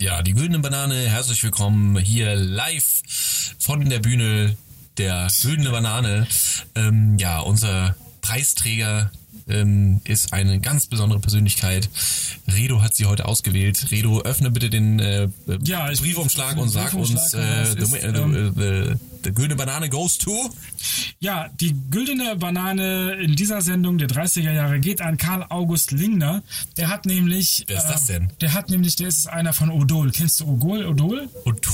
[SPEAKER 2] Ja, die güldene Banane, herzlich willkommen hier live von der Bühne der güldene Banane. Ähm, ja, unser Preisträger ähm, ist eine ganz besondere Persönlichkeit. Redo hat sie heute ausgewählt. Redo, öffne bitte den äh,
[SPEAKER 3] Ja, ich-
[SPEAKER 2] Briefumschlag
[SPEAKER 3] den
[SPEAKER 2] und sag uns,
[SPEAKER 3] Briefumschlag,
[SPEAKER 2] äh,
[SPEAKER 3] und das
[SPEAKER 2] the,
[SPEAKER 3] ist, ähm,
[SPEAKER 2] äh, the, the, the güldene Banane goes to.
[SPEAKER 3] Ja, die güldene Banane in dieser Sendung der 30er Jahre geht an Karl August Lingner. Der hat nämlich. äh,
[SPEAKER 2] Wer ist das denn?
[SPEAKER 3] Der hat nämlich, der ist einer von Odol. Kennst du Ogol? Odol?
[SPEAKER 2] Odol,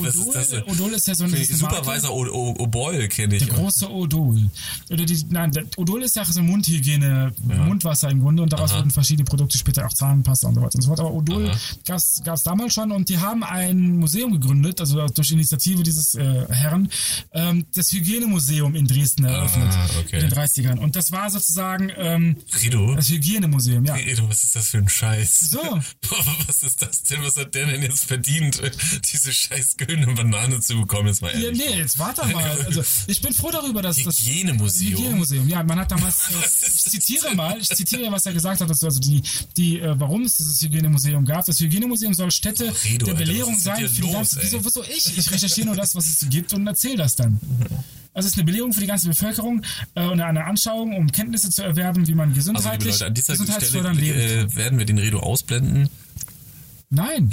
[SPEAKER 2] was ist das denn?
[SPEAKER 3] Odol ist ja so eine, ist eine Marke.
[SPEAKER 2] Supervisor O- O- Oboil kenne ich.
[SPEAKER 3] Der große Odol. Oder die, nein, der Odol ist ja so Mundhygiene, Mundwasser im Grunde und daraus wurden verschiedene Produkte, später auch Zahnpasta und so weiter und so fort. Aber Odol gab es damals schon und die haben ein Museum gegründet, also durch Initiative dieses äh, Herren, ähm, das Hygienemuseum in Dresden eröffnet.
[SPEAKER 2] okay.
[SPEAKER 3] In den 30ern. Und das war sozusagen ähm,
[SPEAKER 2] Redo,
[SPEAKER 3] das Hygienemuseum, ja.
[SPEAKER 2] Redo, was ist das für ein Scheiß?
[SPEAKER 3] So,
[SPEAKER 2] Was ist das denn? Was hat der denn jetzt verdient, diese scheiß güldene Banane zu bekommen? Jetzt mal
[SPEAKER 3] ja,
[SPEAKER 2] ehrlich.
[SPEAKER 3] nee, jetzt warte mal. Also, ich bin froh darüber, dass das
[SPEAKER 2] Hygienemuseum.
[SPEAKER 3] Hygienemuseum. Ja, man hat damals,
[SPEAKER 2] Was
[SPEAKER 3] äh,
[SPEAKER 2] ist
[SPEAKER 3] ich
[SPEAKER 2] das
[SPEAKER 3] zitiere
[SPEAKER 2] denn?
[SPEAKER 3] mal, ich zitiere, was er gesagt hat, dass also die, die, äh, warum es dieses Hygienemuseum gab. Das Hygienemuseum soll Stätte
[SPEAKER 2] Redo,
[SPEAKER 3] der
[SPEAKER 2] Alter,
[SPEAKER 3] Belehrung
[SPEAKER 2] was ist mit
[SPEAKER 3] sein
[SPEAKER 2] dir
[SPEAKER 3] für die
[SPEAKER 2] los,
[SPEAKER 3] ganze,
[SPEAKER 2] ey?
[SPEAKER 3] wieso, wieso ich? Ich recherchiere nur das, was es gibt und erzähle das dann. Also es ist eine Belehrung für die ganze Bevölkerung äh, und eine Anschauung, um Kenntnisse zu erwerben, wie man
[SPEAKER 2] Also, liebe
[SPEAKER 3] gesundheitlich,
[SPEAKER 2] Leute, an dieser Stelle
[SPEAKER 3] gesundheitsfördernd lebt.
[SPEAKER 2] äh, werden wir den Redo ausblenden.
[SPEAKER 3] Nein,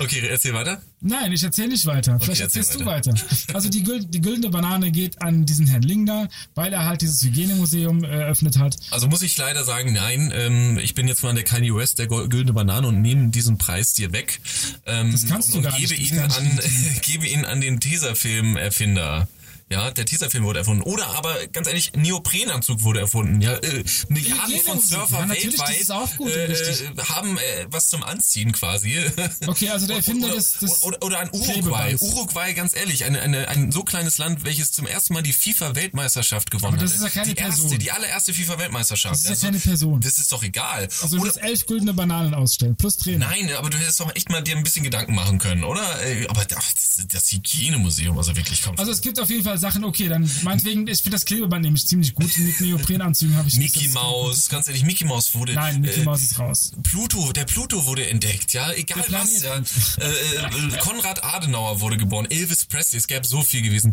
[SPEAKER 2] Okay, erzähl weiter.
[SPEAKER 3] nein, ich erzähle nicht weiter. Vielleicht
[SPEAKER 2] erzähl
[SPEAKER 3] erzählst du weiter. Also die, Gül- die güldene Banane geht an diesen Herrn Lingner, weil er halt dieses Hygienemuseum äh, eröffnet hat.
[SPEAKER 2] Also muss ich leider sagen, nein, ähm, ich bin jetzt mal der Kanye West der Go- güldene Banane und nehme diesen Preis dir weg. Ähm,
[SPEAKER 3] Das kannst du
[SPEAKER 2] und,
[SPEAKER 3] gar
[SPEAKER 2] und
[SPEAKER 3] nicht,
[SPEAKER 2] gebe
[SPEAKER 3] das
[SPEAKER 2] ihn
[SPEAKER 3] kann ich
[SPEAKER 2] an, gebe ihn an den Tesafilm-Erfinder. Ja, der Tesafilm wurde erfunden. Oder aber, ganz ehrlich, Neoprenanzug wurde erfunden. Ja, äh, Milliarden von
[SPEAKER 3] Hygienemusik. Ja,
[SPEAKER 2] Surfern
[SPEAKER 3] natürlich, das
[SPEAKER 2] weltweit
[SPEAKER 3] ist auch gut und
[SPEAKER 2] äh,
[SPEAKER 3] richtig.
[SPEAKER 2] haben äh, was zum Anziehen quasi.
[SPEAKER 3] Okay, also der Erfinder
[SPEAKER 2] oder,
[SPEAKER 3] des- des
[SPEAKER 2] oder, oder an Uruguay.
[SPEAKER 3] Klebebands.
[SPEAKER 2] Uruguay, ganz ehrlich, eine, eine, ein so kleines Land, welches zum ersten Mal die FIFA-Weltmeisterschaft gewonnen
[SPEAKER 3] Aber
[SPEAKER 2] hat.
[SPEAKER 3] das ist ja keine
[SPEAKER 2] die erste,
[SPEAKER 3] Person.
[SPEAKER 2] die allererste FIFA-Weltmeisterschaft. Also,
[SPEAKER 3] Das ist ja keine Person.
[SPEAKER 2] Das ist doch egal.
[SPEAKER 3] Also du
[SPEAKER 2] oder,
[SPEAKER 3] willst elf güldene Bananen ausstellen, plus Trainer.
[SPEAKER 2] nein, aber du hättest doch echt mal dir ein bisschen Gedanken machen können, oder? Äh, Aber ach, das, das Hygienemuseum, also wirklich, kommt.
[SPEAKER 3] Also es gibt auf jeden Fall Sachen, okay, dann meinetwegen, ich finde das Klebeband nämlich ziemlich gut. Mit Neoprenanzügen habe ich
[SPEAKER 2] Mickey
[SPEAKER 3] das-
[SPEAKER 2] Maus, ganz ehrlich, Mickey Maus wurde.
[SPEAKER 3] Nein, Mickey
[SPEAKER 2] äh,
[SPEAKER 3] Maus ist raus.
[SPEAKER 2] Pluto, der Pluto wurde entdeckt, ja, egal
[SPEAKER 3] Der
[SPEAKER 2] was, ja.
[SPEAKER 3] Planet.
[SPEAKER 2] Äh, äh, Konrad Adenauer wurde geboren, Elvis Presley, es gäbe so viel gewesen.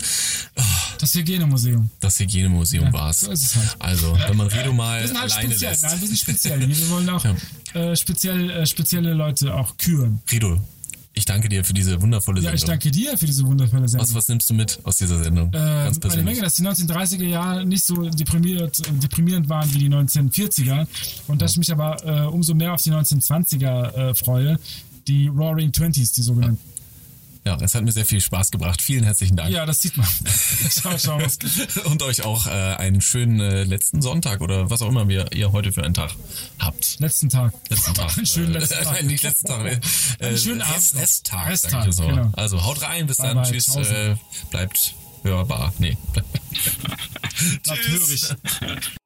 [SPEAKER 2] Ah,
[SPEAKER 3] Das Hygienemuseum.
[SPEAKER 2] Das Hygienemuseum war's.
[SPEAKER 3] so ist es halt.
[SPEAKER 2] Also, wenn man Redo mal
[SPEAKER 3] Wir sind halt
[SPEAKER 2] alleine
[SPEAKER 3] speziell.
[SPEAKER 2] lässt.
[SPEAKER 3] Nein, wir sind speziell. Wir wollen auch äh, speziell, äh, spezielle Leute auch küren.
[SPEAKER 2] Redo, ich danke dir für diese wundervolle
[SPEAKER 3] Ja,
[SPEAKER 2] Sendung.
[SPEAKER 3] ich danke dir für diese wundervolle Sendung.
[SPEAKER 2] was, was nimmst du mit aus dieser Sendung?
[SPEAKER 3] äh,
[SPEAKER 2] ganz
[SPEAKER 3] eine
[SPEAKER 2] persönlich.
[SPEAKER 3] Menge, dass die 1930er Jahre nicht so deprimiert, äh, deprimierend waren wie die 1940er und dass ich mich aber äh, umso mehr auf die 1920er äh, freue, die Roaring Twenties, die sogenannten.
[SPEAKER 2] Ja, es hat mir sehr viel Spaß gebracht. Vielen herzlichen Dank.
[SPEAKER 3] Ja, das sieht man. schau, schau, was
[SPEAKER 2] Und euch auch äh, einen schönen äh, letzten Sonntag oder was auch immer wir, ihr heute für einen Tag habt.
[SPEAKER 3] Letzten Tag.
[SPEAKER 2] Letzten Tag.
[SPEAKER 3] Einen schönen
[SPEAKER 2] Äh,
[SPEAKER 3] letzten Tag.
[SPEAKER 2] Nein, nicht letzten Tag. Äh,
[SPEAKER 3] Einen schönen Abend noch.
[SPEAKER 2] Resttag.
[SPEAKER 3] Resttag,
[SPEAKER 2] sag ich so.
[SPEAKER 3] genau.
[SPEAKER 2] Also haut rein, bis dann.
[SPEAKER 3] bye,
[SPEAKER 2] Tschüss.
[SPEAKER 3] tschaußen.
[SPEAKER 2] Äh, bleibt hörbar. Nee.
[SPEAKER 3] Bleibt
[SPEAKER 2] Tschüss.
[SPEAKER 3] hörig.